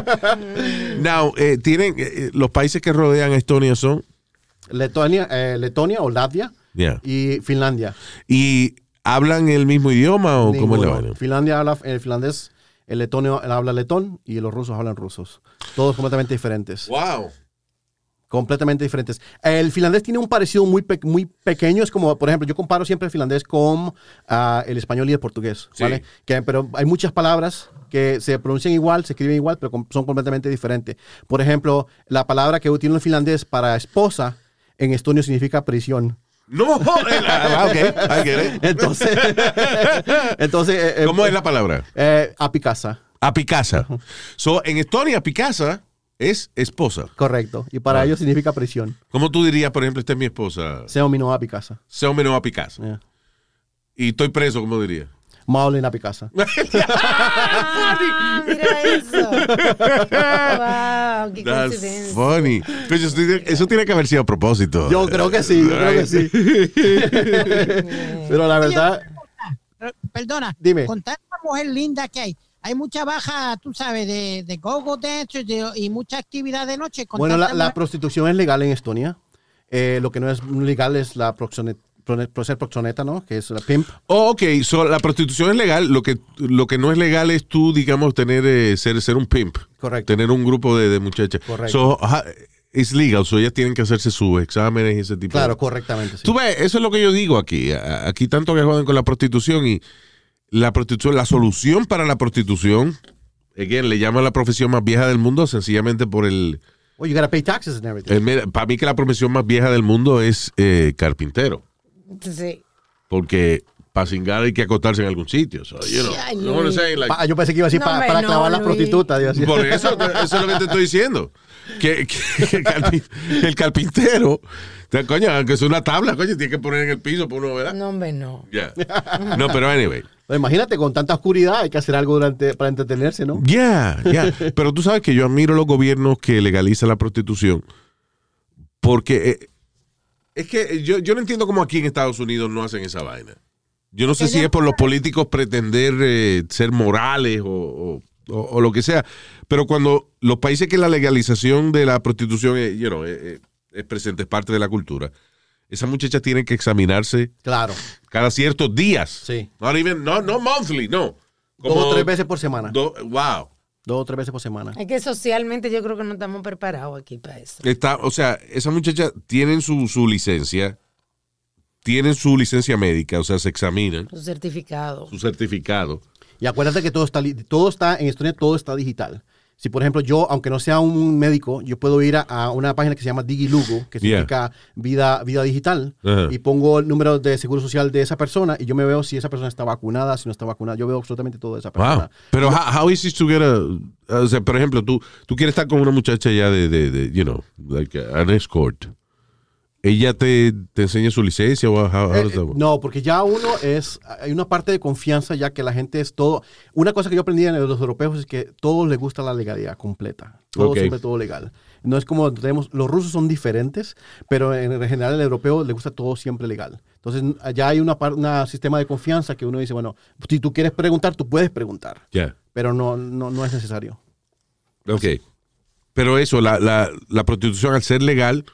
Speaker 2: Now, eh, tienen, eh, eh, los países que rodean a Estonia son
Speaker 3: Letonia, eh, Letonia o Latvia
Speaker 2: Yeah.
Speaker 3: y Finlandia.
Speaker 2: ¿Y hablan el mismo idioma o cómo es la
Speaker 3: Ninguno.
Speaker 2: vaina?
Speaker 3: Finlandia habla el finlandés, el letonio eh, habla letón y los rusos hablan rusos. Todos completamente diferentes.
Speaker 2: Wow.
Speaker 3: Completamente diferentes. El finlandés tiene un parecido muy, pe- muy pequeño. Es como, por ejemplo, yo comparo siempre el finlandés con ah, el español y el portugués.
Speaker 2: Sí.
Speaker 3: ¿vale? Que, pero hay muchas palabras que se pronuncian igual, se escriben igual, pero com- son completamente diferentes. Por ejemplo, la palabra que tiene el finlandés para esposa en estonio significa prisión.
Speaker 2: No, el- ah, ok, I get it.
Speaker 3: Entonces, entonces eh, eh,
Speaker 2: ¿Cómo es la palabra?
Speaker 3: eh, apicasa.
Speaker 2: Apicasa. So, en Estonia, Picasa es esposa.
Speaker 3: Correcto. Y para ellos significa prisión.
Speaker 2: ¿Cómo tú dirías, por ejemplo, esta es mi esposa?
Speaker 3: Se ominó a Picasa.
Speaker 2: Se o a Picasa.
Speaker 3: Yeah.
Speaker 2: Y estoy preso, ¿cómo diría?
Speaker 3: Maulin a Picasa.
Speaker 4: Ah, mira eso. wow, qué
Speaker 2: That's
Speaker 4: coincidencia.
Speaker 2: funny. Pero eso tiene- eso tiene que haber sido a propósito.
Speaker 3: Yo creo que sí, yo creo que sí. Pero la verdad,
Speaker 5: Pero, Perdona,
Speaker 3: Dime.
Speaker 5: con tanta mujer linda que hay, hay mucha baja, tú sabes, de, de go-go dancers de- y mucha actividad de noche. Con
Speaker 3: bueno, la,
Speaker 5: tanta
Speaker 3: la
Speaker 5: mujer-
Speaker 3: prostitución es legal en Estonia. Eh, lo que no es legal es la proxone- prone- pro- ser proxoneta, ¿no? Que es la pimp.
Speaker 2: Oh, ok, so, la prostitución es legal. Lo que, lo que no es legal es tú, digamos, tener eh, ser, ser un pimp.
Speaker 3: Correcto.
Speaker 2: Tener un grupo de, de muchachas.
Speaker 3: Correcto.
Speaker 2: es legal, so ellas tienen que hacerse sus exámenes y ese tipo de
Speaker 3: Claro, correctamente. sí.
Speaker 2: Tú ves, eso es lo que yo digo aquí. A- Aquí tanto que joden con la prostitución y la prostitución, la solución para la prostitución, again, le llaman la profesión más vieja del mundo sencillamente por el...
Speaker 3: Well, you gotta pay taxes and
Speaker 2: Eh,
Speaker 3: everything.
Speaker 2: para mí que la profesión más vieja del mundo es eh, carpintero,
Speaker 4: Sí.
Speaker 2: porque para cingar hay que acotarse en algún sitio. so, you know,
Speaker 4: Ay,
Speaker 2: you know what I'm saying, like,
Speaker 3: Pa- Ah, yo pensé que iba a decir
Speaker 4: No,
Speaker 3: pa-
Speaker 4: hombre,
Speaker 3: para
Speaker 4: no,
Speaker 3: clavar las
Speaker 4: Luis.
Speaker 3: prostitutas. Dios mío.
Speaker 2: Por eso, eso es lo que te estoy diciendo. Que, que- que el, carpi- el carpintero, te- coño, aunque es una tabla, coño, tiene que poner en el piso por uno, ¿verdad?
Speaker 4: No, hombre, no.
Speaker 2: Yeah. No, pero anyway.
Speaker 3: Pero imagínate, con tanta oscuridad hay que hacer algo durante, para entretenerse, ¿no?
Speaker 2: Ya, ya. Pero tú sabes que yo admiro los gobiernos que legalizan la prostitución. Porque eh, es que yo, yo no entiendo cómo aquí en Estados Unidos no hacen esa vaina. Yo no sé si es por los políticos pretender eh, ser morales o, o- o- o lo que sea. Pero cuando los países que la legalización de la prostitución eh, you know, eh, eh, es presente, es parte de la cultura, esas muchachas tienen que examinarse
Speaker 3: Claro.
Speaker 2: cada ciertos días.
Speaker 3: Sí.
Speaker 2: Not even, no, no monthly, no.
Speaker 3: Dos o tres veces por semana.
Speaker 2: do- wow.
Speaker 3: Dos o tres veces por semana.
Speaker 4: Es que socialmente yo creo que no estamos preparados aquí para eso.
Speaker 2: Está, o sea, esas muchachas tienen su, su licencia, tienen su licencia médica, o sea, se examinan,
Speaker 4: Los certificados.
Speaker 2: su certificado.
Speaker 3: Y acuérdate que todo está, li- todo está en Estonia, todo está digital. Si, por ejemplo, yo, aunque no sea un médico, yo puedo ir a, a una página que se llama DigiLugo, que
Speaker 2: Yeah.
Speaker 3: significa vida, vida digital,
Speaker 2: Ajá.
Speaker 3: y pongo el número de seguro social de esa persona y yo me veo si esa persona está vacunada, si no está vacunada. Yo veo absolutamente todo de esa persona.
Speaker 2: Wow. Pero how, how is it to get a- o sea, por ejemplo, tú, tú quieres estar con una muchacha ya de, de, de, you know, like an escort. Ella te, te enseña su licencia o how, how
Speaker 3: Eh,
Speaker 2: does
Speaker 3: eh,
Speaker 2: that work?
Speaker 3: no, porque ya uno es, hay una parte de confianza ya que la gente es todo. Una cosa que yo aprendí en los europeos es que todos les gusta la legalidad completa. Todo
Speaker 2: Ok.
Speaker 3: siempre todo legal. No es como tenemos, los rusos son diferentes, pero en general el europeo le gusta todo siempre legal. Entonces ya hay una par- una sistema de confianza que uno dice, bueno, si tú quieres preguntar, tú puedes preguntar,
Speaker 2: Yeah.
Speaker 3: pero no, no, no es necesario.
Speaker 2: Ok. Pero eso, la, la, la prostitución al ser legal,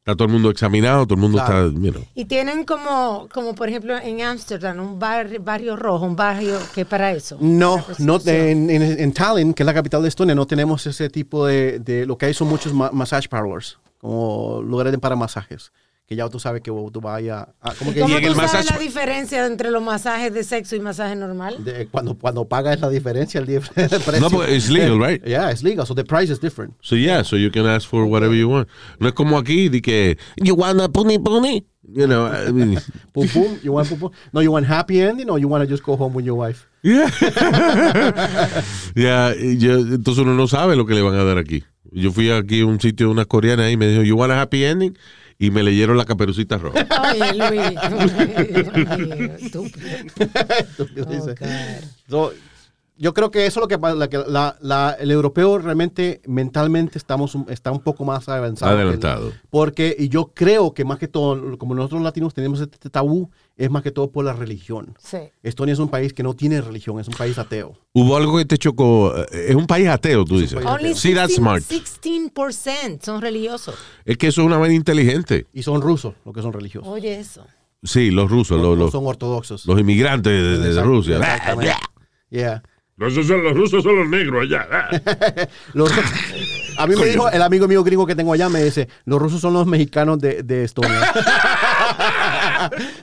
Speaker 2: está todo el mundo examinado, todo el mundo
Speaker 3: Claro.
Speaker 2: está, you know.
Speaker 4: Y tienen como, como por ejemplo en Ámsterdam, un bar- barrio rojo, un barrio que es para eso.
Speaker 3: No,
Speaker 4: Para
Speaker 3: no
Speaker 4: prostitución.
Speaker 3: en, en, en Tallinn, que es la capital de Estonia, no tenemos ese tipo de, de lo que hay son muchos ma- massage parlors, como lugares de- para masajes, que ya tú sabes que vos- tú vayas a, como
Speaker 4: ¿Y
Speaker 3: que
Speaker 4: cómo
Speaker 2: Y en
Speaker 4: tú
Speaker 2: el
Speaker 4: sabes
Speaker 2: masaje-
Speaker 4: la diferencia entre los masajes de sexo y masaje normal?
Speaker 3: de- cuando cuando pagas la diferencia el, dif- el precio. Eh,
Speaker 2: No, but it's legal, right?
Speaker 3: Yeah, it's legal, so the price is different.
Speaker 2: So yeah, so you can ask for whatever you want. No es como aquí de que you want a pony pony. You know, I mean,
Speaker 3: Pum pum, you want pum pum. No, you want happy ending or you want to just go home with your wife.
Speaker 2: yeah. Yeah, y yo- entonces uno no sabe lo que le van a dar aquí. Yo fui aquí a un sitio de unas coreanas y me dijo, "You want a happy ending?" y me leyeron la caperucita roja.
Speaker 4: Oye, Luis. Ay, estúpido.
Speaker 3: Entonces,
Speaker 4: Oh, God.
Speaker 3: so, yo creo que eso es lo que pasa, la, que la- la- el europeo realmente mentalmente estamos un- está un poco más avanzado. que el-
Speaker 2: Adelantado.
Speaker 3: porque y yo creo que más que todo, como nosotros latinos tenemos este tabú, es más que todo por la religión.
Speaker 4: Sí.
Speaker 3: Estonia es un país que no tiene religión, es un país ateo.
Speaker 2: Hubo algo que te chocó. eh, Es un país ateo, tú dices.
Speaker 4: Only
Speaker 2: Sí, that's smart.
Speaker 4: 16% son religiosos.
Speaker 2: Es que eso es una vaina inteligente.
Speaker 3: Y son rusos, los que son religiosos.
Speaker 4: Oye, eso.
Speaker 2: Sí, los rusos,
Speaker 3: No-
Speaker 2: los,
Speaker 3: no
Speaker 2: los,
Speaker 3: son ortodoxos.
Speaker 2: los inmigrantes de, de- de
Speaker 3: Exact-
Speaker 2: Rusia.
Speaker 3: exactamente. Yeah.
Speaker 7: Los, son- los rusos son los negros allá. Ah.
Speaker 3: Los- a mí me dijo el amigo mío gringo que tengo allá, me dice, los rusos son los mexicanos de, de Estonia.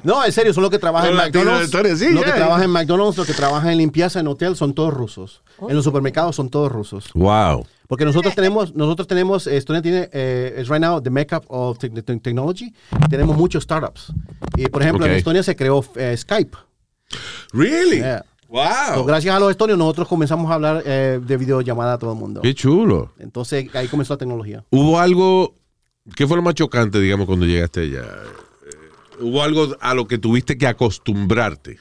Speaker 3: no, en serio, son los que trabajan en
Speaker 2: Los latinos
Speaker 3: McDonald's.
Speaker 2: de Estonia, sí,
Speaker 3: los
Speaker 2: yeah.
Speaker 3: que trabajan en McDonald's, los que trabajan en limpieza, en hotel, son todos rusos. En los supermercados son todos rusos.
Speaker 2: Wow.
Speaker 3: Porque nosotros tenemos, nosotros tenemos, eh, Estonia tiene, eh, es right now the makeup of te- te- technology. Tenemos muchos startups. Y por ejemplo,
Speaker 2: Ok. Oh.
Speaker 3: en Estonia se creó eh, Skype.
Speaker 2: Really?
Speaker 3: Yeah. So,
Speaker 2: Wow.
Speaker 3: gracias a los estonios, nosotros comenzamos a hablar eh, de videollamada a todo el mundo.
Speaker 2: Qué chulo.
Speaker 3: Entonces ahí comenzó la tecnología.
Speaker 2: Hubo algo. ¿Qué fue lo más chocante, digamos, cuando llegaste allá? Eh, Hubo algo a lo que tuviste que acostumbrarte.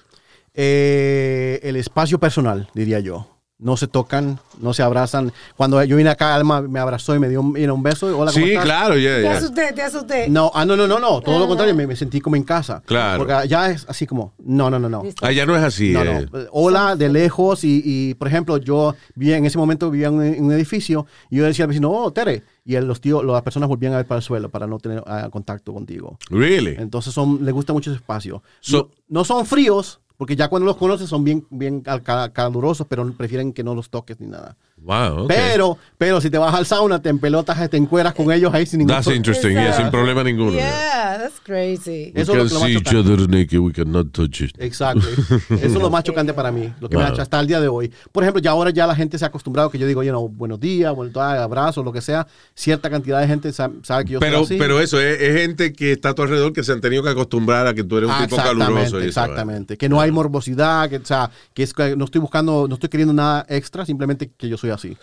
Speaker 3: Eh, el espacio personal, diría yo. No se tocan, no se abrazan. Cuando yo vine acá, Alma me abrazó y me dio un, mira, un beso. Hola, ¿cómo
Speaker 2: Sí,
Speaker 3: estás?
Speaker 2: claro, ya,
Speaker 4: Te
Speaker 2: ya.
Speaker 4: asusté, te asusté.
Speaker 3: No, ah, no, no, no, no. Todo lo contrario, me, me sentí como en casa.
Speaker 2: Claro.
Speaker 3: Porque ya es así como, no, no, no, no.
Speaker 2: Allá no es así.
Speaker 3: No, pues,
Speaker 2: eh.
Speaker 3: no. Hola, de lejos. Y, y, por ejemplo, yo vivía en ese momento vivía en un, en un edificio y yo decía al vecino, oh, Tere. Y el- los tíos, las personas volvían a ver para el suelo para no tener ah, contacto contigo.
Speaker 2: Really?
Speaker 3: Entonces son, les gusta mucho ese espacio.
Speaker 2: So-
Speaker 3: no, no son fríos, porque ya cuando los conoces son bien, bien al- ca- calurosos, pero prefieren que no los toques ni nada.
Speaker 2: Wow. ok.
Speaker 3: Pero, pero si te vas al sauna, te empelotas, te encueras con ellos ahí sin ningún
Speaker 2: That's
Speaker 3: pro-
Speaker 2: interesting, yeah, sin problema ninguno. yeah.
Speaker 4: Yeah, that's crazy.
Speaker 3: Eso es lo que lo más chocante.
Speaker 2: naked, we cannot touch it.
Speaker 3: Exacto. Eso es lo más chocante para mí, lo que me ha hecho hasta el día de hoy. Por ejemplo, ya ahora ya la gente se ha acostumbrado que yo digo, you know, buenos días, buenos días, abrazos, lo que sea. Cierta cantidad de gente sa- sabe que yo
Speaker 2: Pero,
Speaker 3: soy así.
Speaker 2: pero eso, es, es gente que está a tu alrededor que se han tenido que acostumbrar a que tú eres un
Speaker 3: Ah,
Speaker 2: tipo caluroso. y eso, ¿eh?
Speaker 3: exactamente. Que no hay morbosidad, que, o sea, que es que no estoy buscando, no estoy queriendo nada extra, simplemente que yo soy así.
Speaker 2: ¿eh?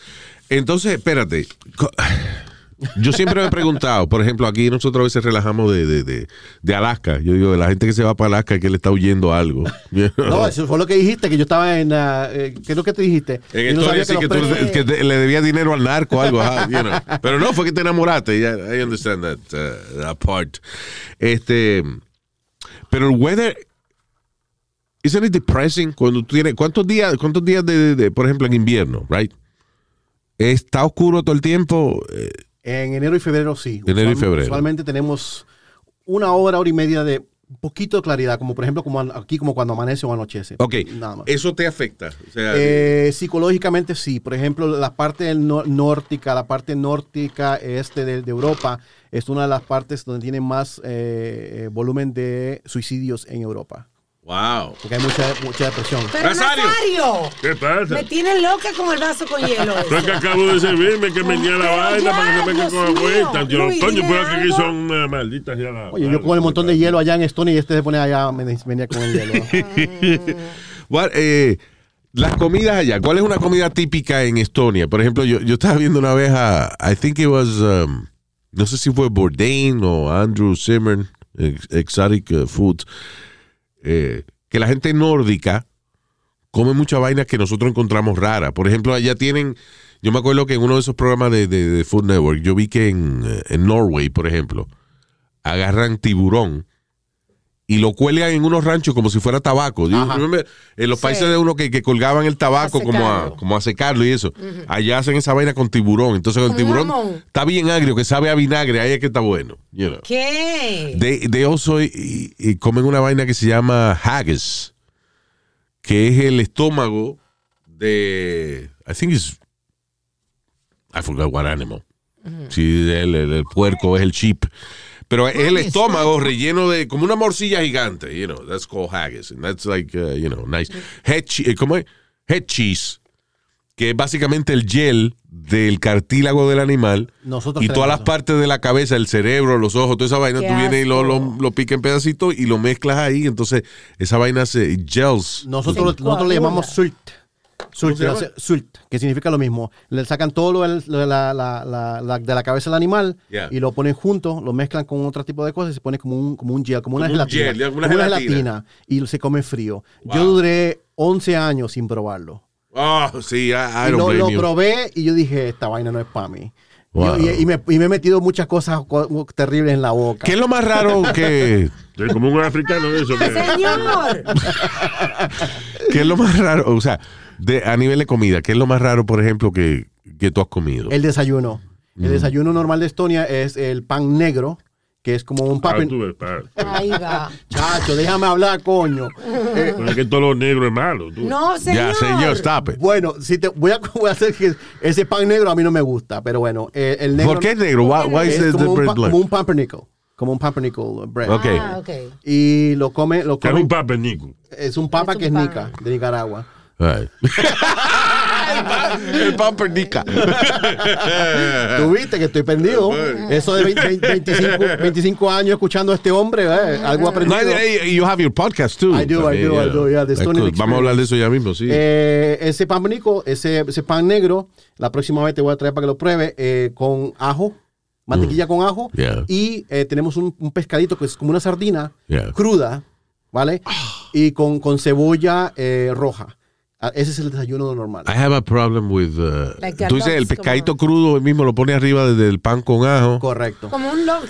Speaker 2: Entonces, espérate. Co- Yo siempre me he preguntado, por ejemplo, aquí nosotros a veces relajamos de, de, de, de Alaska. Yo digo, de la gente que se va para Alaska que le está huyendo a algo.
Speaker 3: No, eso fue lo que dijiste, que yo estaba en. ah, eh, ¿Qué es lo que te dijiste?
Speaker 2: En
Speaker 3: Yo no
Speaker 2: Estonia
Speaker 3: sabía
Speaker 2: sí
Speaker 3: los
Speaker 2: que, tú-
Speaker 3: precios-
Speaker 2: que te- le debía dinero al narco o algo. ajá, you know. Pero no, fue que te enamoraste. yeah, I understand that, uh, that part. Este, pero el weather, isn't it depressing? Cuando tú tienes, ¿cuántos días, cuántos días de, de- de, por ejemplo, en invierno, right? Está oscuro todo el tiempo. eh,
Speaker 3: En enero y febrero sí.
Speaker 2: Enero y febrero.
Speaker 3: Usualmente tenemos una hora, hora y media de un poquito de claridad, como por ejemplo como an- aquí, como cuando amanece o anochece.
Speaker 2: ok, Eh,
Speaker 3: Nada más.
Speaker 2: eso te afecta. o sea,
Speaker 3: Eh, psicológicamente sí, por ejemplo, la parte del nor- nórtica, la parte nórtica este de, de Europa es una de las partes donde tiene más eh, eh, volumen de suicidios en Europa,
Speaker 2: wow.
Speaker 3: porque hay mucha, mucha depresión.
Speaker 4: Pero
Speaker 2: Nazario.
Speaker 4: Nazario,
Speaker 7: ¿Qué pasa?
Speaker 4: me tiene loca con el vaso con hielo.
Speaker 7: Yo es que acabo de servirme que me niega la
Speaker 4: Pero
Speaker 7: vaina
Speaker 4: ya,
Speaker 7: para que se venga
Speaker 4: Dios
Speaker 7: con la
Speaker 4: mío.
Speaker 7: cuenta. Yo,
Speaker 4: Luis,
Speaker 7: coño,
Speaker 4: dile
Speaker 7: pero es que aquí
Speaker 4: algo.
Speaker 7: son eh, malditas ya la.
Speaker 3: Oye, yo con el montón de hielo allá en Estonia y este se pone allá, me des- venía con el hielo.
Speaker 2: What, eh, las comidas allá, ¿cuál es una comida típica en Estonia? Por ejemplo, yo, yo estaba viendo una vez a, I think it was, um, no sé si fue Bourdain o Andrew Zimmern, ex- Exotic eh, Foods, eh, que la gente nórdica come mucha vaina que nosotros encontramos rara. Por ejemplo, allá tienen, yo me acuerdo que en uno de esos programas de, de- de Food Network, yo vi que en, eh, en Norway, por ejemplo, agarran tiburón y lo cuelgan en unos ranchos como si fuera tabaco. You remember, en los países de uno que, que colgaban el tabaco
Speaker 4: A
Speaker 2: como a,
Speaker 4: secarlo.
Speaker 2: como a secarlo y eso. Allá hacen esa vaina con tiburón. Entonces con el
Speaker 4: Con
Speaker 2: tiburón
Speaker 4: jamón.
Speaker 2: está bien agrio, que sabe a vinagre, ahí es que está bueno. you know.
Speaker 4: ¿Qué?
Speaker 2: De, de oso y, y- y comen una vaina que se llama haggis, que es el estómago de. I think it's. I forgot what animal. Sí, el, el- el puerco es el chip. Pero es el
Speaker 5: Haggis.
Speaker 2: estómago relleno de. como una morcilla gigante, you know. That's called haggis. And that's like, uh, you know, nice. Head, che- eh, ¿cómo es? Head cheese, que es básicamente el gel del cartílago del animal.
Speaker 3: Nosotros
Speaker 2: y todas
Speaker 3: tenemos
Speaker 2: las
Speaker 3: eso.
Speaker 2: partes de la cabeza, el cerebro, los ojos, toda esa vaina,
Speaker 4: Qué
Speaker 2: tú vienes y lo, lo,
Speaker 4: asco.
Speaker 2: lo picas en pedacitos y lo mezclas ahí, entonces esa vaina se gels.
Speaker 3: Nosotros,
Speaker 4: Sí.
Speaker 3: nosotros le
Speaker 4: Coagula.
Speaker 3: llamamos sult. Sult,
Speaker 2: se llama?
Speaker 3: sult, que significa lo mismo. Le sacan todo lo, del- lo de, la, la- la- la- de la cabeza del animal
Speaker 2: Yeah.
Speaker 3: y lo ponen junto, lo mezclan con otro tipo de cosas y se pone como un, como un gel, como una
Speaker 2: Como un
Speaker 3: gelatina.
Speaker 2: gel, ya, como una
Speaker 3: como
Speaker 2: gelatina.
Speaker 3: gelatina, Y se come frío.
Speaker 2: Wow.
Speaker 3: Yo duré 11 años sin probarlo.
Speaker 2: Oh, sí, I, I
Speaker 3: Y
Speaker 2: don't
Speaker 3: lo,
Speaker 2: blame
Speaker 3: lo
Speaker 2: you.
Speaker 3: probé y yo dije, esta vaina no es para mí.
Speaker 2: Wow.
Speaker 3: Yo- y, y me, y me he metido muchas cosas co- terribles en la boca.
Speaker 2: ¿Qué es lo más raro que...
Speaker 7: Es como un africano de eso. que-
Speaker 4: Señor,
Speaker 2: ¿Qué es lo más raro? O sea, de, a nivel de comida, ¿qué es lo más raro, por ejemplo, que, que tú has comido?
Speaker 3: El desayuno. El desayuno normal de Estonia es el pan negro, que es como un
Speaker 7: Ah,
Speaker 3: papel.
Speaker 7: tú ves, pa.
Speaker 4: ahí va.
Speaker 3: Chacho, déjame hablar, coño. Eh,
Speaker 7: Pero es que todo lo negro es malo. Tú.
Speaker 4: No,
Speaker 2: ya,
Speaker 4: señor.
Speaker 2: señor, stop it.
Speaker 3: bueno, si te voy a, voy a hacer que ese pan negro a mí no me gusta, pero bueno, eh, el negro
Speaker 2: ¿Por qué es negro? Why, why is
Speaker 3: es
Speaker 2: it
Speaker 3: como, un,
Speaker 2: different
Speaker 3: pa-
Speaker 2: black?
Speaker 3: como un pumpernickel, como un pumpernickel bread.
Speaker 2: Ok.
Speaker 4: Ah, ok.
Speaker 3: Y lo come, lo
Speaker 7: Que
Speaker 3: come
Speaker 7: era un pape, Nico.
Speaker 3: es un papa
Speaker 4: Es un
Speaker 3: que es
Speaker 4: pan.
Speaker 3: nica de Nicaragua.
Speaker 2: All right. el pan pernica.
Speaker 3: Tú viste que estoy perdido. Eso de 20, 20, 25, 25 años escuchando a este hombre, eh, algo
Speaker 2: No,
Speaker 3: aprendido.
Speaker 2: hey, you have your podcast too.
Speaker 3: I do, I do, I do, yeah, the
Speaker 2: That's
Speaker 3: Stone
Speaker 2: good.
Speaker 3: Age
Speaker 2: Vamos a hablar de eso ya mismo, sí.
Speaker 3: Eh, ese pan bonico, ese, ese pan negro, la próxima vez te voy a traer para que lo pruebe eh, con ajo, mantequilla con ajo.
Speaker 2: Mm. Yeah.
Speaker 3: Y eh, tenemos un, un pescadito que es como una sardina
Speaker 2: Yeah. Ah.
Speaker 3: cruda, ¿vale? Y con, con cebolla eh, roja. Ah, Ese es el desayuno normal.
Speaker 2: I have a problem with. uh,
Speaker 4: Like the
Speaker 2: tú dices, el
Speaker 4: lox,
Speaker 2: pescadito
Speaker 4: como-
Speaker 2: crudo, él mismo lo pone arriba del pan con ajo.
Speaker 3: Correcto.
Speaker 4: Como un lox,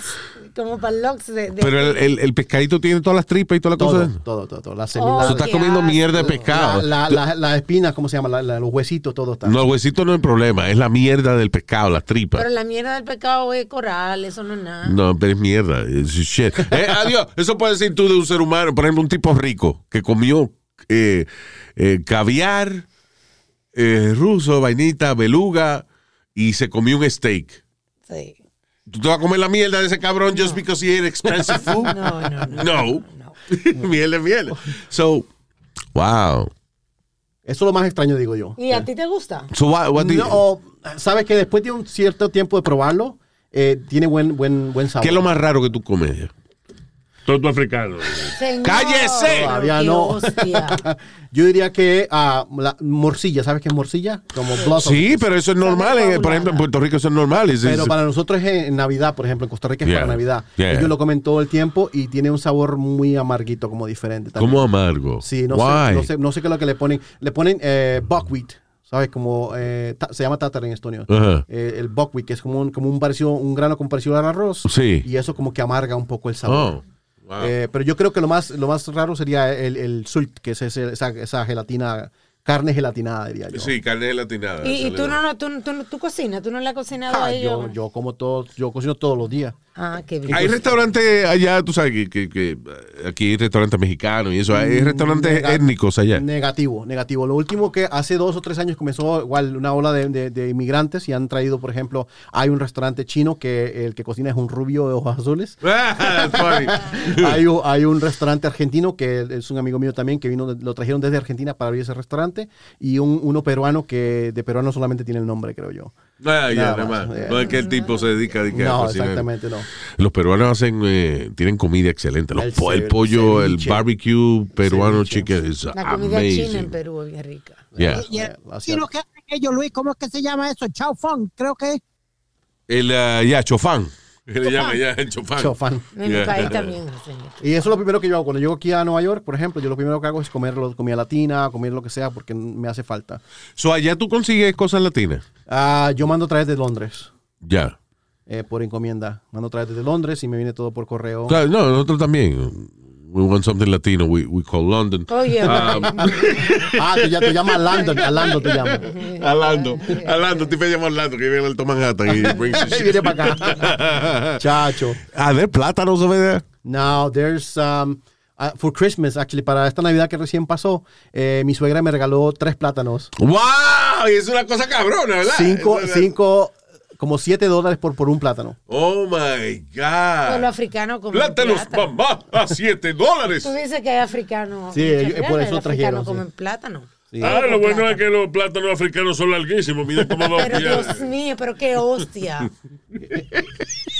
Speaker 4: como para el lox de, de-
Speaker 2: Pero el, el- el pescadito tiene todas las tripas y todas las
Speaker 3: Todo,
Speaker 2: cosas.
Speaker 3: todo, todo, todo. Las
Speaker 4: Oh,
Speaker 3: semillas,
Speaker 2: Tú estás
Speaker 4: qué
Speaker 2: comiendo
Speaker 4: asco.
Speaker 2: mierda de pescado.
Speaker 3: la- la- la- las espinas, ¿cómo se llama? La- la- los huesitos, todo está.
Speaker 2: No, el huesito no es el problema, es la mierda del pescado, las tripas.
Speaker 4: Pero la mierda del pecado es coral, eso no es nada.
Speaker 2: No, pero es mierda. Es shit. Eh, adiós. Eso puede decir tú de un ser humano, por ejemplo, un tipo rico que comió eh, eh, caviar eh, ruso, vainita, beluga y se comió un steak.
Speaker 4: Sí.
Speaker 2: ¿Tú te vas a comer la mierda de ese cabrón just because he ate expensive food?
Speaker 4: No, no, no.
Speaker 2: No. miel es miel. So, wow.
Speaker 3: Eso es lo más extraño, digo yo.
Speaker 4: ¿Y a ti te gusta?
Speaker 2: So, what, what do you-
Speaker 3: No, o, sabes que después de un cierto tiempo de probarlo, eh, tiene buen, buen, buen sabor.
Speaker 2: ¿Qué es lo más raro que tú comes?
Speaker 7: Todo africano.
Speaker 4: Señor,
Speaker 2: ¡Cállese!
Speaker 3: Todavía
Speaker 4: qué
Speaker 3: no.
Speaker 4: hostia.
Speaker 3: Yo diría que ah, la morcilla, ¿sabes qué es morcilla? Como blossom.
Speaker 2: Sí, pero eso es normal. eh, Por ejemplo, en Puerto Rico eso es normal. Es-
Speaker 3: Pero
Speaker 2: es-
Speaker 3: para nosotros es en Navidad, por ejemplo, en Costa Rica es
Speaker 2: Yeah.
Speaker 3: para Navidad.
Speaker 2: Yeah.
Speaker 3: Ellos lo comen todo el tiempo y tiene un sabor muy amarguito, como diferente. también.
Speaker 2: ¿Cómo amargo?
Speaker 3: Sí, no
Speaker 2: Why?
Speaker 3: sé, no, sé, no sé qué es lo que le ponen. Le ponen eh, buckwheat, ¿sabes? Como eh, ta- se llama tatar en Estonia.
Speaker 2: Ajá.
Speaker 3: Eh, el buckwheat, que es como un, como un parecido, un grano con parecido al arroz.
Speaker 2: Sí.
Speaker 3: Y eso como que amarga un poco el sabor.
Speaker 2: Oh. Wow.
Speaker 3: Eh, pero yo creo que lo más, lo más raro sería el, el sult, que es ese- esa, esa gelatina, carne gelatinada, diría yo.
Speaker 2: Sí, carne gelatinada.
Speaker 4: Y, y tú no, no, tú, no- tú, no- tú cocinas, tú no le has cocinado
Speaker 3: Ah,
Speaker 4: a
Speaker 3: yo,
Speaker 4: ellos.
Speaker 3: yo como todo, yo cocino todos los días.
Speaker 4: Ah, qué bien.
Speaker 2: Hay restaurantes allá, tú sabes que, que- que, eh, aquí hay restaurantes mexicanos y eso. Hay restaurantes
Speaker 3: Mm, nega-
Speaker 2: étnicos allá.
Speaker 3: Negativo, negativo. Lo último que hace dos o tres años comenzó igual una ola de, de- de inmigrantes y han traído, por ejemplo, hay un restaurante chino que el que cocina es un rubio de ojos azules.
Speaker 2: Ah, that's funny.
Speaker 3: hay, u- hay un restaurante argentino que es un amigo mío también que vino, de- lo trajeron desde Argentina para abrir ese restaurante y un, uno peruano que de peruano solamente tiene el nombre, creo yo.
Speaker 2: Ah, ya,
Speaker 3: Nada
Speaker 2: nada
Speaker 3: más,
Speaker 2: más.
Speaker 3: yeah.
Speaker 2: No es que el tipo se dedica, dedica a
Speaker 3: No,
Speaker 2: cocinar.
Speaker 3: exactamente no.
Speaker 2: Los peruanos hacen, eh, tienen comida excelente. Los
Speaker 3: El
Speaker 2: po- el,
Speaker 3: ce-
Speaker 2: pollo, el
Speaker 3: ceviche.
Speaker 2: barbecue peruano chicken is
Speaker 4: La comida
Speaker 2: amazing.
Speaker 4: china en Perú es bien rica.
Speaker 2: Yeah.
Speaker 5: Y el
Speaker 3: Eh,
Speaker 5: chino que hacen ellos, Luis, ¿cómo es que se llama eso? Chao Fong, creo que.
Speaker 2: El, ah, ya, chofán. Le llama ya el chofán.
Speaker 3: Chofán.
Speaker 4: En
Speaker 2: Yeah.
Speaker 4: mi país también hacen eso.
Speaker 3: Y eso es lo primero que yo hago. Cuando llego aquí a Nueva York, por ejemplo, yo lo primero que hago es comer lo- comida latina, comer lo que sea, porque me hace falta.
Speaker 2: So, allá tú consigues cosas latinas.
Speaker 3: Ah, yo mando a través de Londres,
Speaker 2: Ya.
Speaker 3: eh, por encomienda. Mando a través de Londres y me viene todo por correo.
Speaker 2: Claro, no, nosotros también. We want something latino. We, we call London.
Speaker 4: Oye,
Speaker 3: Ah, te, ll- te llama a London, a London te llama.
Speaker 2: Alando, Alando, te voy a llamar Alando, que viene al Manhattan y brings the
Speaker 3: Y
Speaker 2: shit. Ah,
Speaker 3: viene para acá. Chacho.
Speaker 2: Are there plátanos over there?
Speaker 3: Now, there's, um, uh, for Christmas, actually, para esta Navidad que recién pasó, eh, mi suegra me regaló tres plátanos.
Speaker 2: ¡Wow! Y es una cosa cabrona, ¿verdad?
Speaker 3: Cinco,
Speaker 2: Ah, Es una-
Speaker 3: cinco, como siete dólares por, por un plátano.
Speaker 2: Oh my
Speaker 4: pues los
Speaker 2: God.
Speaker 4: africanos comen
Speaker 2: Plátanos,
Speaker 4: plátano.
Speaker 2: mamá, a 7 dólares.
Speaker 4: Tú dices que hay africanos.
Speaker 3: Sí,
Speaker 4: muchas
Speaker 3: ellos- por
Speaker 4: gracias,
Speaker 3: eso
Speaker 4: los
Speaker 3: trajeron,
Speaker 4: africanos
Speaker 3: sí.
Speaker 4: comen plátano.
Speaker 7: Ah, lo bueno es que los plátanos africanos son larguísimos. Mira cómo va
Speaker 4: Pero
Speaker 7: a
Speaker 4: Dios mío, pero qué hostia.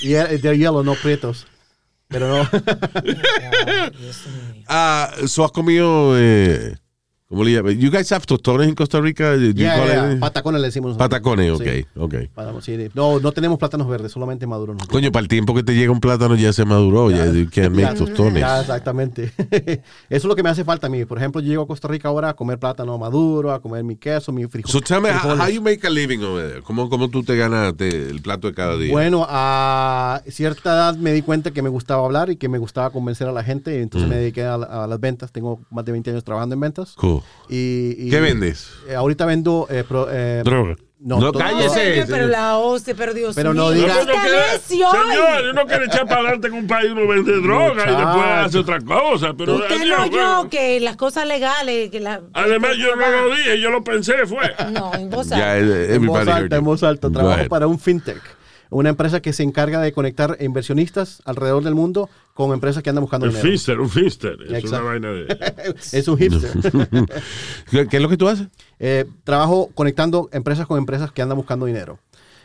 Speaker 3: Y eh, they're yellow, no prietos. Pero no.
Speaker 2: Ah, ¿so has comido eh, ¿Cómo le llaman? You guys have tostones en Costa Rica? Do you
Speaker 3: Yeah,
Speaker 2: call it
Speaker 3: yeah,
Speaker 2: anything?
Speaker 3: Patacones le decimos nosotros.
Speaker 2: Patacones, ok,
Speaker 3: Sí.
Speaker 2: ok.
Speaker 3: Para- sí, de- No, no tenemos plátanos verdes, solamente maduros. nosotros.
Speaker 2: Coño, para el tiempo que te llega un plátano ya se maduró, ya you can't make tostones.
Speaker 3: Ya, exactamente. Eso es lo que me hace falta a mí. Por ejemplo, yo llego a Costa Rica ahora a comer plátano maduro, a comer mi queso, mi frijo- frijoles.
Speaker 2: So tell me, how, how you make a living over there? ¿Cómo, cómo tú te ganas te- el plato de cada día?
Speaker 3: Bueno, a cierta edad me di cuenta que me gustaba hablar y que me gustaba convencer a la gente, y entonces me dediqué a, la- a las ventas. Tengo más de 20 años trabajando en ventas.
Speaker 2: Mm. Cool.
Speaker 3: Y, y-
Speaker 2: ¿Qué vendes?
Speaker 3: eh, ahorita vendo... eh, pro- eh,
Speaker 7: Droga.
Speaker 3: no,
Speaker 2: No,
Speaker 3: to-
Speaker 4: Ay,
Speaker 2: cállese.
Speaker 4: señor, pero la OCE, pero Dios
Speaker 3: Pero no
Speaker 4: mío.
Speaker 3: diga-
Speaker 7: No, pero
Speaker 4: ¡Qué
Speaker 7: quiere-
Speaker 4: necio hoy!
Speaker 7: señor, uno quiere echar para adelante en un país, uno vende droga y después
Speaker 3: Muchacho.
Speaker 7: hace otra cosa. Pero
Speaker 4: Usted
Speaker 7: adiós,
Speaker 4: no oyó
Speaker 7: bueno.
Speaker 4: que las cosas legales, que la...
Speaker 7: Además, yo no lo dije, yo lo pensé, fue.
Speaker 4: No, en voz
Speaker 2: Ya,
Speaker 4: alta.
Speaker 2: eh,
Speaker 3: En
Speaker 2: everybody
Speaker 3: voz
Speaker 2: heard
Speaker 3: alta,
Speaker 2: you.
Speaker 3: en voz alta.
Speaker 2: Go
Speaker 3: Trabajo
Speaker 2: ahead.
Speaker 3: para un fintech, una empresa que se encarga de conectar inversionistas alrededor del mundo con empresas que andan buscando
Speaker 7: Un
Speaker 3: dinero.
Speaker 7: fister, un fister. Es
Speaker 3: Exacto.
Speaker 7: una vaina de.
Speaker 3: Es un hipster.
Speaker 2: ¿Qué, qué es lo que tú haces?
Speaker 3: Eh, trabajo conectando empresas con empresas que andan buscando dinero.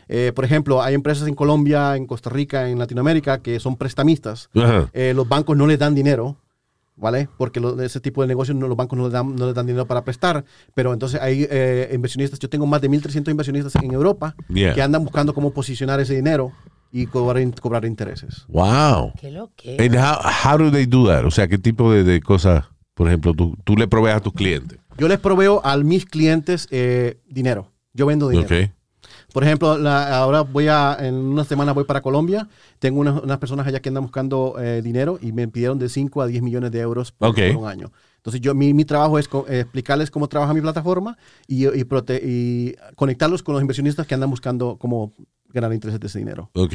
Speaker 3: Eh, por ejemplo, hay empresas en Colombia, en Costa Rica, en Latinoamérica que son prestamistas.
Speaker 2: Ajá.
Speaker 3: Eh, los bancos no les dan dinero, ¿vale? Porque lo- ese tipo de negocios no, los bancos no les, dan, no les dan dinero para prestar. Pero entonces hay eh, inversionistas, yo tengo más de 1.300 inversionistas en Europa
Speaker 2: Yeah.
Speaker 3: que andan buscando cómo posicionar ese dinero y cobrar, in- cobrar intereses.
Speaker 2: Wow.
Speaker 4: ¿Qué lo que?
Speaker 2: And how, how do they do that? O sea, ¿qué tipo de, de cosas, por ejemplo, tú, tú le provees a tus clientes?
Speaker 3: Yo les proveo a mis clientes eh, dinero. Yo vendo dinero.
Speaker 2: Okay.
Speaker 3: Por ejemplo, la- ahora voy a, en unas semanas voy para Colombia. Tengo unas, unas personas allá que andan buscando eh, dinero y me pidieron de 5 a 10 millones de euros por,
Speaker 2: Ok.
Speaker 3: por un año. Entonces, yo, mi, mi trabajo es co- eh, explicarles cómo trabaja mi plataforma y, y prote- y conectarlos con los inversionistas que andan buscando cómo ganar intereses de ese dinero.
Speaker 2: Ok.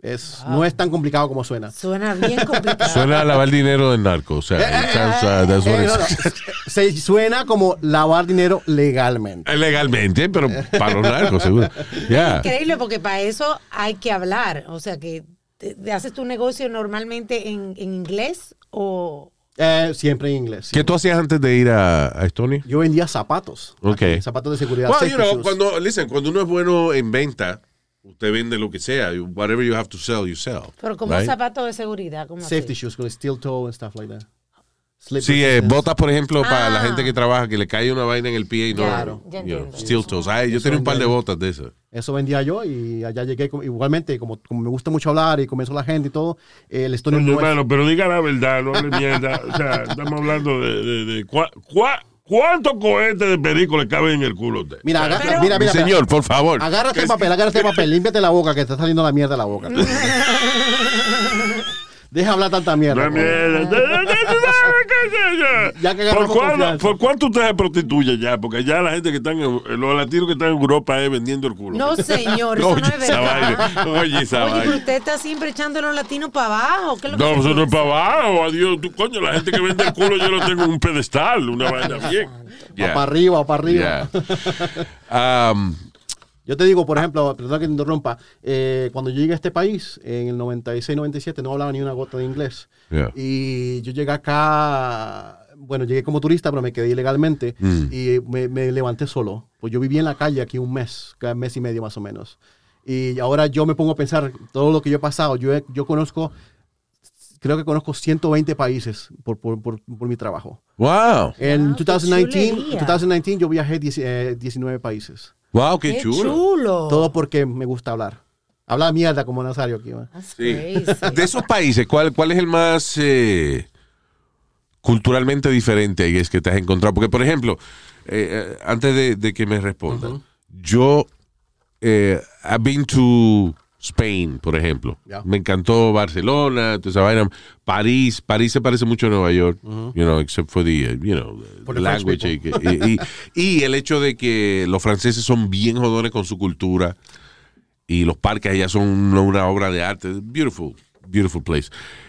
Speaker 3: Es,
Speaker 2: Ah.
Speaker 3: No es tan complicado como suena.
Speaker 4: Suena bien complicado.
Speaker 2: Suena a lavar dinero del narco. O sea, it sounds, uh, that's what
Speaker 3: Eh,
Speaker 2: it
Speaker 3: no, no.
Speaker 2: sounds.
Speaker 3: Se suena como lavar dinero legalmente.
Speaker 2: Legalmente, pero para los narcos, seguro. Yeah.
Speaker 4: Increíble, porque para eso hay que hablar. O sea, que te- te haces tu negocio normalmente en, en inglés o...
Speaker 3: Eh, siempre en inglés.
Speaker 2: ¿Qué tú hacías antes de ir a, a Estonia?
Speaker 3: Yo vendía zapatos.
Speaker 2: Ok.
Speaker 3: Aquí, Zapatos de seguridad.
Speaker 2: Well,
Speaker 3: safety
Speaker 2: you know,
Speaker 3: shoes.
Speaker 2: cuando, listen, cuando uno es bueno en venta, usted vende lo que sea. You- Whatever you have to sell, you sell.
Speaker 4: Pero como
Speaker 2: right?
Speaker 4: zapato de seguridad. Como
Speaker 3: safety
Speaker 4: así.
Speaker 3: shoes con steel toe and stuff like that. Slip
Speaker 2: Sí, eh,
Speaker 3: resistance.
Speaker 2: botas, por ejemplo, para la
Speaker 4: Ah.
Speaker 2: gente que trabaja, que le cae una vaina en el pie y no.
Speaker 4: Claro, ya
Speaker 2: you know,
Speaker 4: entiendo.
Speaker 2: steel toes. Ay, yo tenía un par de botas de esas.
Speaker 3: Eso vendía yo y allá llegué con- igualmente como, como me gusta mucho hablar y comenzó la gente y todo, eh, el estonio no
Speaker 7: Coño,
Speaker 3: es-
Speaker 7: hermano, pero diga la verdad, no hable mierda. O sea, estamos hablando de. de, de cua- cua- ¿Cuántos cohetes de perico le caben en el culo a usted?
Speaker 3: Mira, aga-
Speaker 4: Pero-
Speaker 3: mira,
Speaker 2: Mi
Speaker 3: mira, mira.
Speaker 2: señor, por favor.
Speaker 3: Agárrate el papel, agárrate el papel, límpiate la boca que te está saliendo la mierda de la boca. Deja hablar tanta mierda.
Speaker 7: La
Speaker 3: coño.
Speaker 7: mierda.
Speaker 3: Ya que
Speaker 7: ¿Por,
Speaker 3: agarramos
Speaker 7: cuándo-
Speaker 3: confianza.
Speaker 7: ¿Por cuánto usted se prostituye ya? Porque ya la gente que están, en- los latinos que están en Europa es vendiendo el culo.
Speaker 4: No, señor, eso no
Speaker 2: Oye,
Speaker 4: es
Speaker 2: esa
Speaker 4: verdad.
Speaker 2: vaina. Oye, esa
Speaker 4: Oye, pero
Speaker 2: vaina.
Speaker 4: usted está siempre echando a los latinos para abajo. ¿Qué es lo que
Speaker 7: No,
Speaker 4: se
Speaker 2: pues,
Speaker 7: eso no es
Speaker 4: piensa?
Speaker 7: para abajo. Adiós, tú, coño, la gente que vende el culo yo lo tengo en un pedestal, una vaina bien.
Speaker 3: O para arriba, o para arriba.
Speaker 2: Yeah. Um,
Speaker 3: Yo te digo, por ejemplo, perdón que te interrumpa, eh, cuando yo llegué a este país, en el 96-97, no hablaba ni una gota de inglés.
Speaker 2: Yeah.
Speaker 3: Y yo llegué acá, bueno, llegué como turista, pero me quedé ilegalmente y me, me levanté solo. Pues yo viví en la calle aquí un mes, cada mes y medio más o menos. Y ahora yo me pongo a pensar todo lo que yo he pasado. Yo, he- yo conozco, creo que conozco 120 países por, por, por, por mi trabajo.
Speaker 2: wow.
Speaker 3: En
Speaker 4: Wow, qué
Speaker 3: 2019,
Speaker 4: chulería.
Speaker 3: 2019 yo viajé 10, eh, 19 países.
Speaker 2: Wow, qué,
Speaker 4: Qué
Speaker 2: chulo.
Speaker 4: chulo.
Speaker 3: Todo porque me gusta hablar. Hablar mierda como Nazario aquí. ¿va?
Speaker 4: That's
Speaker 2: Sí.
Speaker 4: crazy.
Speaker 2: De esos países, ¿cuál, cuál es el más eh, culturalmente diferente ahí es que te has encontrado? Porque, por ejemplo, eh, eh, antes de, de que me respondan, yo eh, I've been to Spain, por ejemplo.
Speaker 3: Ya.
Speaker 2: Me encantó Barcelona, toda esa vaina. París, París se parece mucho a Nueva York, you know, except for the, eh, you know, the-
Speaker 3: For
Speaker 2: the
Speaker 3: the French
Speaker 2: language. Y, que- y- y- y el hecho de que los franceses son bien jodones con su cultura y los parques allá son una, una obra de arte. Beautiful, beautiful place.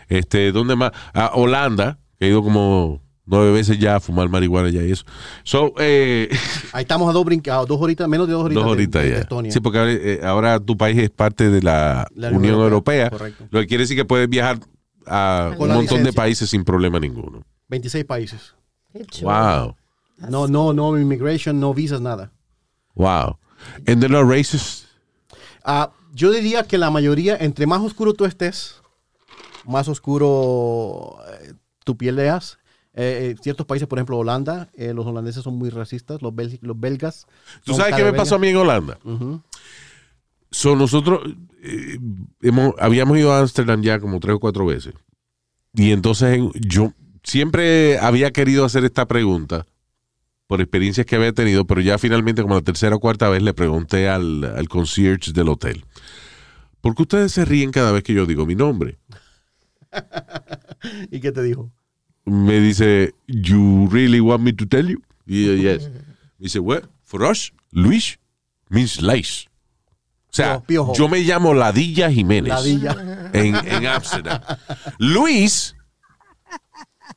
Speaker 2: Este, ¿dónde más? A Holanda, que he ido como nueve veces ya a fumar marihuana ya y eso. So, eh,
Speaker 3: Ahí estamos a dos brincados, dos horitas, menos de dos horitas.
Speaker 2: dos
Speaker 3: de-
Speaker 2: horitas
Speaker 3: de
Speaker 2: ya.
Speaker 3: Estonia.
Speaker 2: Sí, porque ahora, eh, ahora tu país es parte de la,
Speaker 3: La
Speaker 2: Unión Europea.
Speaker 3: correcto.
Speaker 2: Lo que quiere decir que puedes viajar a
Speaker 3: Con
Speaker 2: un
Speaker 3: la
Speaker 2: montón de
Speaker 3: licencia.
Speaker 2: países sin problema ninguno.
Speaker 3: 26 países.
Speaker 4: Qué chulo.
Speaker 2: Wow.
Speaker 3: No, no, no immigration, no visas, nada.
Speaker 2: Wow. And they're not racist.
Speaker 3: Ah, yo diría que la mayoría, entre más oscuro tú estés, más oscuro eh, tu piel leas, eh, eh, ciertos países, por ejemplo Holanda, eh, los holandeses son muy racistas, los, bel- los belgas.
Speaker 2: ¿Tú sabes qué me pasó a mí en Holanda? So, nosotros eh, hemos- habíamos ido a Ámsterdam ya como tres o cuatro veces. Y entonces yo siempre había querido hacer esta pregunta por experiencias que había tenido, pero ya finalmente como la tercera o cuarta vez le pregunté al, al concierge del hotel. ¿Por qué ustedes se ríen cada vez que yo digo mi nombre?
Speaker 3: ¿Y qué te dijo?
Speaker 2: me dice, you really want me to tell you? Y yo, yes. Me dice, well, for us, Luis means lice. O sea,
Speaker 3: Piojo.
Speaker 2: yo me llamo Ladilla Jiménez
Speaker 3: Ladilla.
Speaker 2: en en Ámsterdam. Luis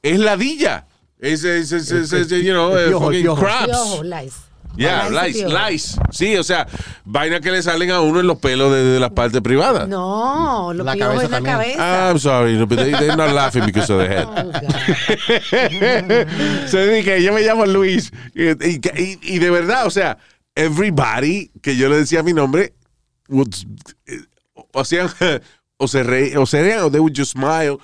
Speaker 2: es Ladilla. Es, es, es, es, es, you know,
Speaker 3: El
Speaker 2: eh,
Speaker 3: piojo, el
Speaker 2: fucking
Speaker 3: piojo.
Speaker 2: crabs.
Speaker 4: Piojo, lice.
Speaker 2: Yeah, lice, lice. Sí, o sea, vaina que le salen a uno en los pelos de, de la parte privada.
Speaker 4: No, lo
Speaker 3: La
Speaker 4: piojo
Speaker 3: cabeza
Speaker 4: es la
Speaker 3: también.
Speaker 4: cabeza.
Speaker 2: I'm sorry, but they, they're not laughing because of the head.
Speaker 4: Oh, God.
Speaker 2: Se dije, yo me llamo Luis. Y, y- y- y de verdad, o sea, everybody que yo le decía mi nombre, would- eh, o, hacían, o se reían, o se reían, o they would just smile,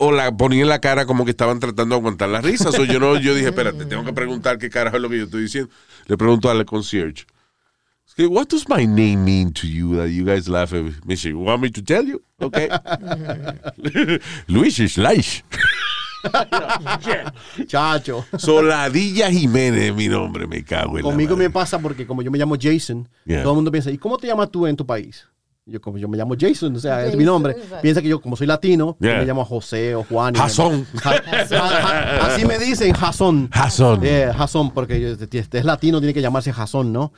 Speaker 2: o la ponían en la cara como que estaban tratando de aguantar las risas. O yo no, yo dije, espérate, tengo que preguntar qué carajo es lo que yo estoy diciendo. Le pregunto al concierge. "Es que, What does my name mean to you that you guys laugh at me? Me dice, "You want me to tell you? Okay. Luis is Luis.
Speaker 3: Chacho.
Speaker 2: Soladilla Jiménez, mi nombre, me cago en la
Speaker 3: Conmigo
Speaker 2: madre.
Speaker 3: me pasa porque como yo me llamo Jason,
Speaker 2: Yeah.
Speaker 3: todo el mundo piensa, ¿y cómo te llamas tú en tu país? Yo como yo me llamo Jason, o sea, es
Speaker 4: Jason,
Speaker 3: mi nombre.
Speaker 4: exacto.
Speaker 3: Piensa que yo como soy latino, yo
Speaker 2: Yeah.
Speaker 3: me llamo José o Juan. y-
Speaker 2: Jason.
Speaker 3: Ja- ja- así me dicen Jason.
Speaker 2: Jason.
Speaker 3: Eh, Jason, porque yo- este- este es latino, tiene que llamarse Jason, ¿no?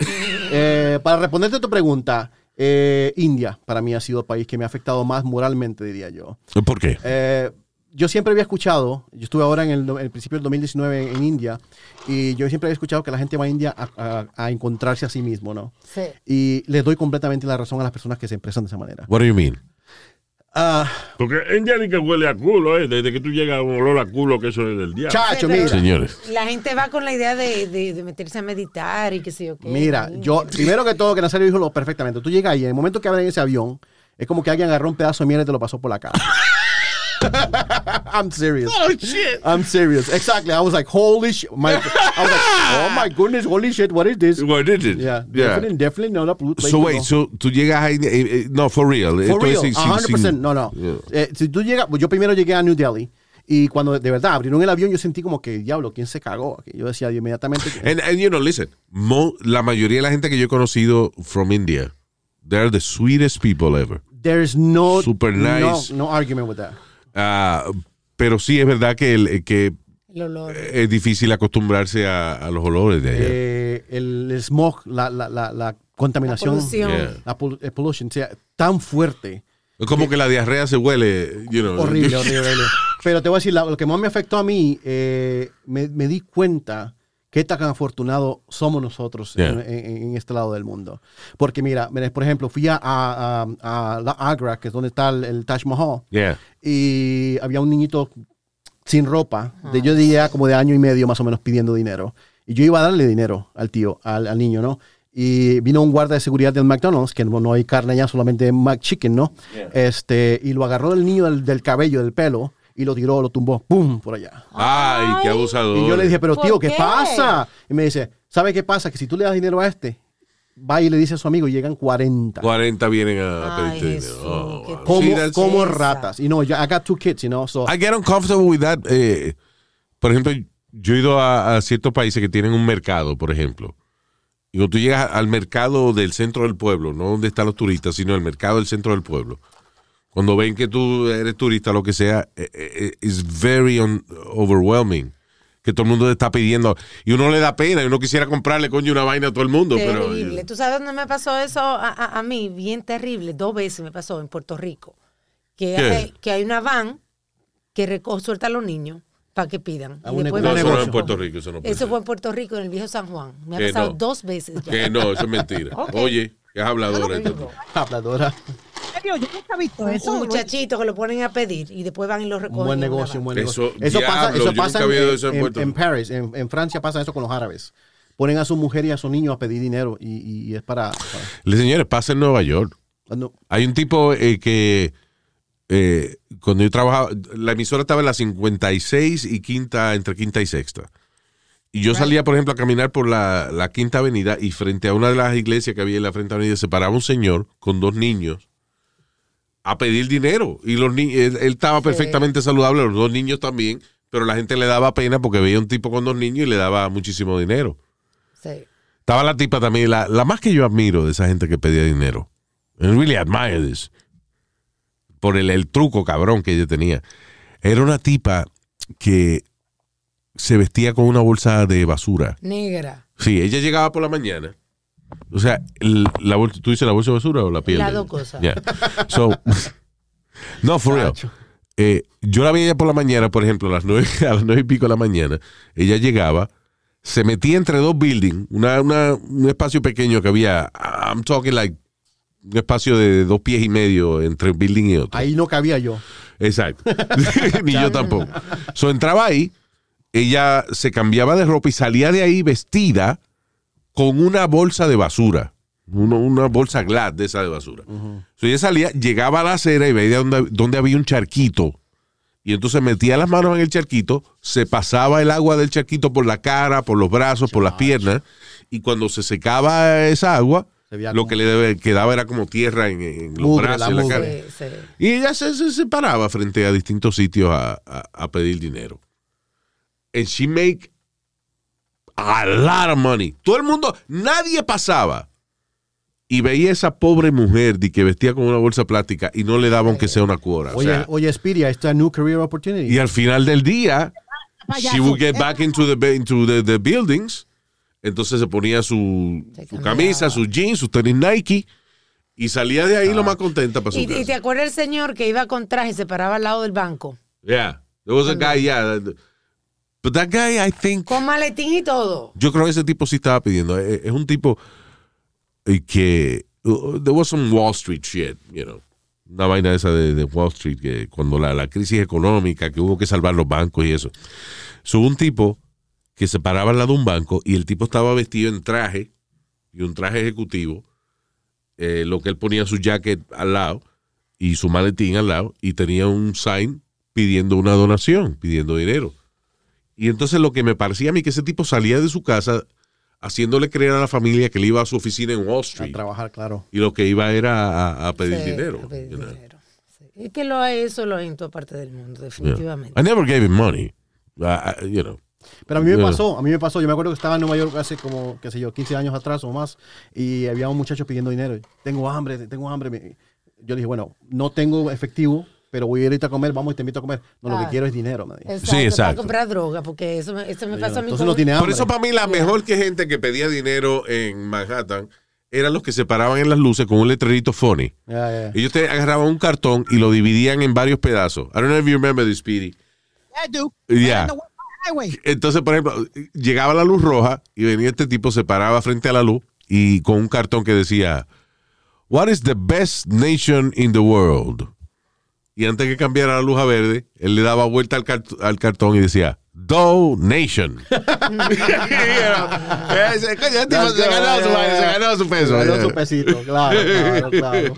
Speaker 3: Eh, para responderte a tu pregunta, eh, India para mí ha sido el país que me ha afectado más moralmente, diría yo.
Speaker 2: ¿Por qué?
Speaker 3: Eh, yo siempre había escuchado, yo estuve ahora en el, en el principio del 2019 en India, y yo siempre había escuchado que la gente va a India a, a- a encontrarse a sí mismo, ¿no?
Speaker 4: Sí.
Speaker 3: Y les doy completamente la razón a las personas que se expresan de esa manera.
Speaker 2: What do you mean?
Speaker 3: Ah,
Speaker 7: Porque en Yanni que huele a culo, ¿eh? Desde que tú llegas a un olor a culo, que eso es del diablo.
Speaker 3: chacho,
Speaker 4: Sí, pero-
Speaker 3: mira.
Speaker 2: Señores.
Speaker 4: La gente va con la idea de, de- de meterse a meditar y qué sé yo qué. Mm,
Speaker 3: Mira, yo, primero que todo, que Nazario dijo lo perfectamente. Tú llegas ahí, en el momento que abren ese avión, es como que alguien agarró un pedazo de miel y te lo pasó por la cara. I'm serious. Oh, shit. I'm serious. Exactly. I was like, holy shit. My, I was like, oh my goodness, holy shit, what is this?
Speaker 2: What is it?
Speaker 3: Yeah,
Speaker 2: Yeah.
Speaker 3: Definitely, definitely not a blue place
Speaker 2: So
Speaker 3: to
Speaker 2: wait,
Speaker 3: go.
Speaker 2: so tú llegas ahí, eh, eh, no, for real. eh,
Speaker 3: For
Speaker 2: tú
Speaker 3: real,
Speaker 2: sin- sin-
Speaker 3: 100%.
Speaker 2: sin-
Speaker 3: no, no.
Speaker 2: Yeah.
Speaker 3: Eh, si tú llegas, pues yo primero llegué a New Delhi y cuando de verdad abrieron el avión, yo sentí como que, diablo, ¿quién se cagó? aquí?" Yo decía inmediatamente. que-
Speaker 2: And, and, you know, listen, mo- la mayoría de la gente que yo he conocido from India, they're the sweetest people ever.
Speaker 3: There is no,
Speaker 2: Super nice.
Speaker 3: no, no argument with that.
Speaker 2: Ah, pero sí es verdad que, el- eh, que eh,
Speaker 4: El olor.
Speaker 2: es difícil acostumbrarse a, a los olores de allá.
Speaker 3: Eh, el smog, la, la, la, la contaminación,
Speaker 4: La polución.
Speaker 2: Yeah.
Speaker 3: la pol- eh, pollution, o sea, tan fuerte.
Speaker 2: Es como que la diarrea se huele, you know.
Speaker 3: eh. Horrible, horrible, horrible. Pero te voy a decir, la- lo que más me afectó a mí, eh, me, me di cuenta qué tan afortunado somos nosotros en-
Speaker 2: Yeah.
Speaker 3: en, en este lado del mundo. Porque mira, mira, por ejemplo, fui a, a- a- a la Agra, que es donde está el, el Taj Mahal,
Speaker 2: Yeah.
Speaker 3: y había un niñito sin ropa, de yo diría como de año y medio más o menos pidiendo dinero. Y yo iba a darle dinero al tío, al, al niño, ¿no? Y vino un guardia de seguridad del McDonald's, que no, no hay carne allá, solamente McChicken, ¿no? Este, y lo agarró del niño del, del cabello, del pelo, y lo tiró, lo tumbó, ¡pum! por allá.
Speaker 2: Ay, qué
Speaker 4: Ay.
Speaker 2: abusador.
Speaker 3: Y yo le dije, pero
Speaker 4: ¿Por
Speaker 3: tío, ¿qué,
Speaker 4: qué?
Speaker 3: pasa? Y me dice, ¿sabe qué pasa? Que si tú le das dinero a este, va y le dice a su amigo, y llegan 40.
Speaker 2: 40 vienen a
Speaker 4: Ay,
Speaker 2: pedirte
Speaker 4: Jesús,
Speaker 2: dinero. Oh,
Speaker 4: qué
Speaker 2: wow.
Speaker 4: triste.
Speaker 2: Sí,
Speaker 3: Como,
Speaker 2: that's-
Speaker 3: como ratas. Y no, yo- I got two kids, you know, so-
Speaker 2: I get uncomfortable with that. eh, por ejemplo, yo he ido a, a ciertos países que tienen un mercado, por ejemplo. Y cuando tú llegas al mercado del centro del pueblo, no donde están los turistas, sino el mercado del centro del pueblo. Cuando ven que tú eres turista, lo que sea, es very un- overwhelming. Que todo el mundo te está pidiendo. Y uno le da pena, y uno quisiera comprarle, coño, una vaina a todo el mundo. Pero,
Speaker 4: terrible. ¿Tú sabes dónde me pasó eso a, a- a mí? Bien terrible. Dos veces me pasó en Puerto Rico. Que,
Speaker 2: ¿Qué?
Speaker 4: hay, que hay una van que reco- suelta a los niños para que pidan.
Speaker 3: A
Speaker 4: Y
Speaker 3: un negocio. No,
Speaker 4: después van
Speaker 3: eso
Speaker 4: y
Speaker 3: no
Speaker 4: recogen.
Speaker 3: en
Speaker 2: Puerto Rico, pues. eso no puede
Speaker 4: Eso
Speaker 2: ser.
Speaker 4: fue en Puerto Rico, en el viejo San Juan. Me ha
Speaker 2: Que
Speaker 4: pasado
Speaker 2: no.
Speaker 4: dos veces ya.
Speaker 2: que no, eso es mentira. Oye, es habladora. entonces.
Speaker 3: Habladora.
Speaker 5: serio, yo nunca he visto eso.
Speaker 4: Un
Speaker 5: güey.
Speaker 4: muchachito que lo ponen a pedir y después van y lo recogen.
Speaker 3: Un buen
Speaker 4: en una
Speaker 3: negocio, un
Speaker 4: van.
Speaker 3: buen
Speaker 2: Eso,
Speaker 3: negocio. Eso pasa,
Speaker 2: diablo,
Speaker 3: eso
Speaker 2: yo
Speaker 3: pasa
Speaker 2: nunca había
Speaker 3: en,
Speaker 2: oído eso en
Speaker 3: en-
Speaker 2: Puerto
Speaker 3: en
Speaker 2: Rico.
Speaker 3: París, en, en Francia pasa eso con los árabes. Ponen a su mujer y a su niño a pedir dinero y, y- y es para... para-
Speaker 2: Le- Señores, pasa en Nueva York.
Speaker 3: no,
Speaker 2: Hay un tipo eh, que eh, cuando yo trabajaba, la emisora estaba en la 56 y quinta, entre quinta y sexta. Y yo salía, por ejemplo, a caminar por la, la quinta avenida y frente a una de las iglesias que había en la frente avenida se paraba un señor con dos niños a pedir dinero. Y los ni- él, él estaba perfectamente saludable, los dos niños también, pero la gente le daba pena porque veía un tipo con dos niños y le daba muchísimo dinero.
Speaker 4: Sí.
Speaker 2: Estaba la tipa también, la, la más que yo admiro de esa gente que pedía dinero. I really admire this. Por el, el truco cabrón que ella tenía. Era una tipa que se vestía con una bolsa de basura.
Speaker 4: Negra.
Speaker 2: Sí, ella llegaba por la mañana. O sea, el- la bolsa, ¿tú dices la bolsa de basura o la piel?
Speaker 4: Las
Speaker 2: de-
Speaker 4: dos cosas.
Speaker 2: Yeah. So, no, for real.
Speaker 3: Chacho.
Speaker 2: Eh, yo la veía por la mañana, por ejemplo, a las nueve, a las nueve y pico de la mañana. Ella llegaba, se metía entre dos buildings, una, una- un espacio pequeño que había. I'm talking like un espacio de dos pies y medio entre un building y otro.
Speaker 3: Ahí no cabía yo.
Speaker 2: Exacto. Ni yo tampoco. So entraba ahí, ella se cambiaba de ropa y salía de ahí vestida con una bolsa de basura. Uno- una bolsa glad de esa de basura. So ella salía, llegaba a la acera y veía donde, donde había un charquito. Y entonces metía las manos en el charquito, se pasaba el agua del charquito por la cara, por los brazos, por las piernas. Y cuando se secaba esa agua,
Speaker 3: Se veía
Speaker 2: lo
Speaker 3: como-
Speaker 2: que le quedaba era como tierra en, en los
Speaker 3: Mugre,
Speaker 2: brazos
Speaker 3: la
Speaker 2: y la
Speaker 3: mugre.
Speaker 2: cara.
Speaker 4: Sí, sí.
Speaker 2: Y ella se, se, se paraba frente a distintos sitios a, a- a pedir dinero. And she make a lot of money. Todo el mundo, nadie pasaba. Y veía esa pobre mujer de que vestía con una bolsa plástica y no le daban que sea una cuora. O
Speaker 3: Oye,
Speaker 2: sea,
Speaker 3: oye Spiria, esta new career opportunity.
Speaker 2: y al final del día,
Speaker 5: Payaso. Eh,
Speaker 2: she would get back into the, ba- into the, the buildings. Entonces se ponía su,
Speaker 4: Se
Speaker 2: su
Speaker 4: cambiaba.
Speaker 2: camisa, sus jeans, sus tenis Nike y salía de ahí
Speaker 3: Ah.
Speaker 2: lo más contenta para su
Speaker 4: ¿Y, y
Speaker 2: casa.
Speaker 4: te acuerdas el señor que iba con traje y se paraba al lado del banco?
Speaker 2: Yeah. There was a guy, yeah. that- But that guy, I think.
Speaker 4: Con maletín y todo.
Speaker 2: Yo creo que ese tipo sí estaba pidiendo. Eh, Es un tipo eh, que. uh, There was some Wall Street shit, you know. Una vaina esa de, de Wall Street, que cuando la, la crisis económica, que hubo que salvar los bancos y eso. So, un tipo que se paraba al lado de un banco y el tipo estaba vestido en traje, y un traje ejecutivo, eh, lo que él ponía su jacket al lado y su maletín al lado, y tenía un sign pidiendo una donación, pidiendo dinero. Y entonces lo que me parecía a mí que ese tipo salía de su casa haciéndole creer a la familia que él iba a su oficina en Wall
Speaker 3: A
Speaker 2: Street
Speaker 3: trabajar, claro.
Speaker 2: y lo que iba era a, a pedir
Speaker 4: Sí,
Speaker 2: dinero.
Speaker 4: a pedir
Speaker 2: you know.
Speaker 4: dinero. Sí. Es que lo hay, eso lo hay en toda parte del mundo,
Speaker 2: Yeah.
Speaker 4: definitivamente.
Speaker 2: I never gave him money. I- I- you know.
Speaker 3: Pero a mí me
Speaker 2: Yeah.
Speaker 3: pasó, a mí me pasó. Yo me acuerdo que estaba en Nueva York hace como, qué sé yo, 15 años atrás o más, y había un muchacho pidiendo dinero. Tengo hambre, tengo hambre. Me- Yo le dije, bueno, no tengo efectivo, pero voy a ir ahorita a comer, vamos y te invito a comer. No, lo
Speaker 4: Ah.
Speaker 3: que quiero es dinero, me dijo.
Speaker 4: Exacto, Para
Speaker 2: exacto.
Speaker 4: comprar droga, porque eso, me- eso me pasó a mí.
Speaker 3: Entonces
Speaker 4: con-
Speaker 3: no tiene hambre.
Speaker 2: Por eso para mí la mejor que gente que pedía dinero en Manhattan eran los que se paraban en las luces con un letrerito funny.
Speaker 3: Ya, ya, ya.
Speaker 2: Ellos te agarraban un cartón y lo dividían en varios pedazos. I don't know if you remember this, Speedy.
Speaker 5: I do.
Speaker 2: Yeah.
Speaker 5: eh, On the highway.
Speaker 2: Entonces, por ejemplo, llegaba la luz roja y venía este tipo, se paraba frente a la luz y con un cartón que decía, What is the best nation in the world? Y antes que cambiara la luz a verde, él le daba vuelta al, cart- al cartón y decía, Donation. Era- ese- coño, este tipo se ganaba su vaina, se ganaba su peso.
Speaker 3: Se ganó su pesito, claro, claro, claro.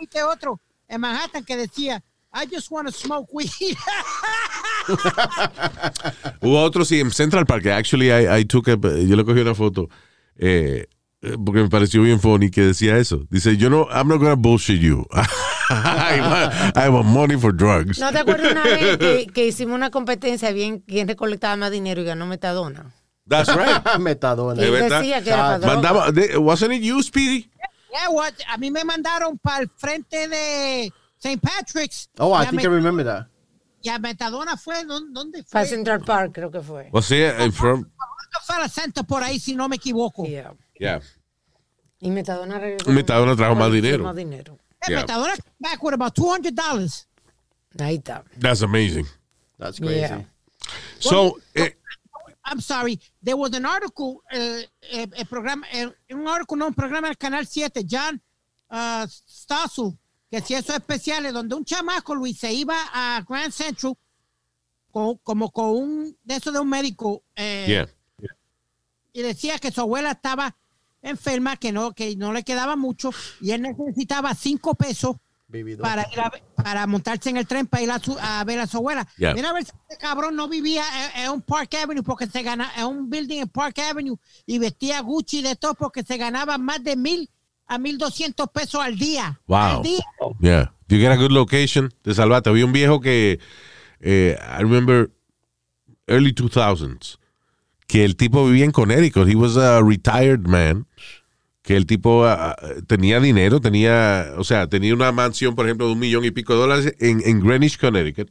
Speaker 5: Viste otro en Manhattan que decía, I just want to smoke weed.
Speaker 2: Hubo otro, sí, en Central Park. que Actually, I, I took a- yo le cogí una foto eh, eh, porque me pareció bien funny que decía eso. Dice, yo no, I'm not gonna bullshit you. I, want, I want money for drugs.
Speaker 4: ¿No te acuerdas una vez que, que hicimos una competencia bien quién recolectaba más dinero y ganó Metadona?
Speaker 2: That's right.
Speaker 3: Ah, Metadona.
Speaker 2: De
Speaker 4: Él
Speaker 2: verdad.
Speaker 4: decía que era para droga.
Speaker 2: Mandaba, de- wasn't it you, Speedy?
Speaker 5: Yeah, what? A mí me mandaron para el frente de St. Patrick's.
Speaker 3: Oh, I
Speaker 5: Ya
Speaker 3: think I
Speaker 5: me-
Speaker 3: remember that.
Speaker 5: Y a Metadona fue, ¿dó- ¿dónde
Speaker 4: Para
Speaker 5: fue?
Speaker 4: Central Park, creo que fue.
Speaker 2: Was it in front?
Speaker 5: Rockefeller Center por ahí, si no me equivoco.
Speaker 4: Yeah.
Speaker 2: Yeah.
Speaker 4: Y Metadona regresó.
Speaker 2: Metadona trajo más
Speaker 4: con
Speaker 2: dinero.
Speaker 4: Más dinero.
Speaker 5: Eh,
Speaker 2: Yeah.
Speaker 5: Metadona came back with about $200.
Speaker 4: Ahí está.
Speaker 2: That's amazing.
Speaker 3: That's crazy.
Speaker 4: Yeah.
Speaker 2: So, eh,
Speaker 5: I'm sorry, there was an article, eh, eh, el programa, eh, un artículo, no, un programa del Canal 7, John uh, Stossel, que hacía esos especiales, donde un chamaco, Luis, se iba a Grand Central con- como con un, de eso de un médico, eh,
Speaker 2: yeah.
Speaker 5: y decía que su abuela estaba enferma, que no, que no le quedaba mucho, y él necesitaba cinco pesos
Speaker 3: Vividor.
Speaker 5: para ir a, ve- para montarse en el tren para ir a, su- a ver a su abuela.
Speaker 2: Yeah.
Speaker 5: Mira a ver si este cabrón no vivía en, en un Park Avenue porque se ganaba en un building en Park Avenue y vestía Gucci de todo porque se ganaba más de mil a mil doscientos pesos al día.
Speaker 2: Wow.
Speaker 5: Al día.
Speaker 2: Yeah. You get a good location, te salvaste. Había un viejo que, eh, I remember early 2000s, que el tipo vivía en Connecticut. He was a retired man. Que el tipo ah, ah, tenía dinero, tenía, o sea, tenía una mansión, por ejemplo, de un millón y pico de dólares en, en Greenwich, Connecticut.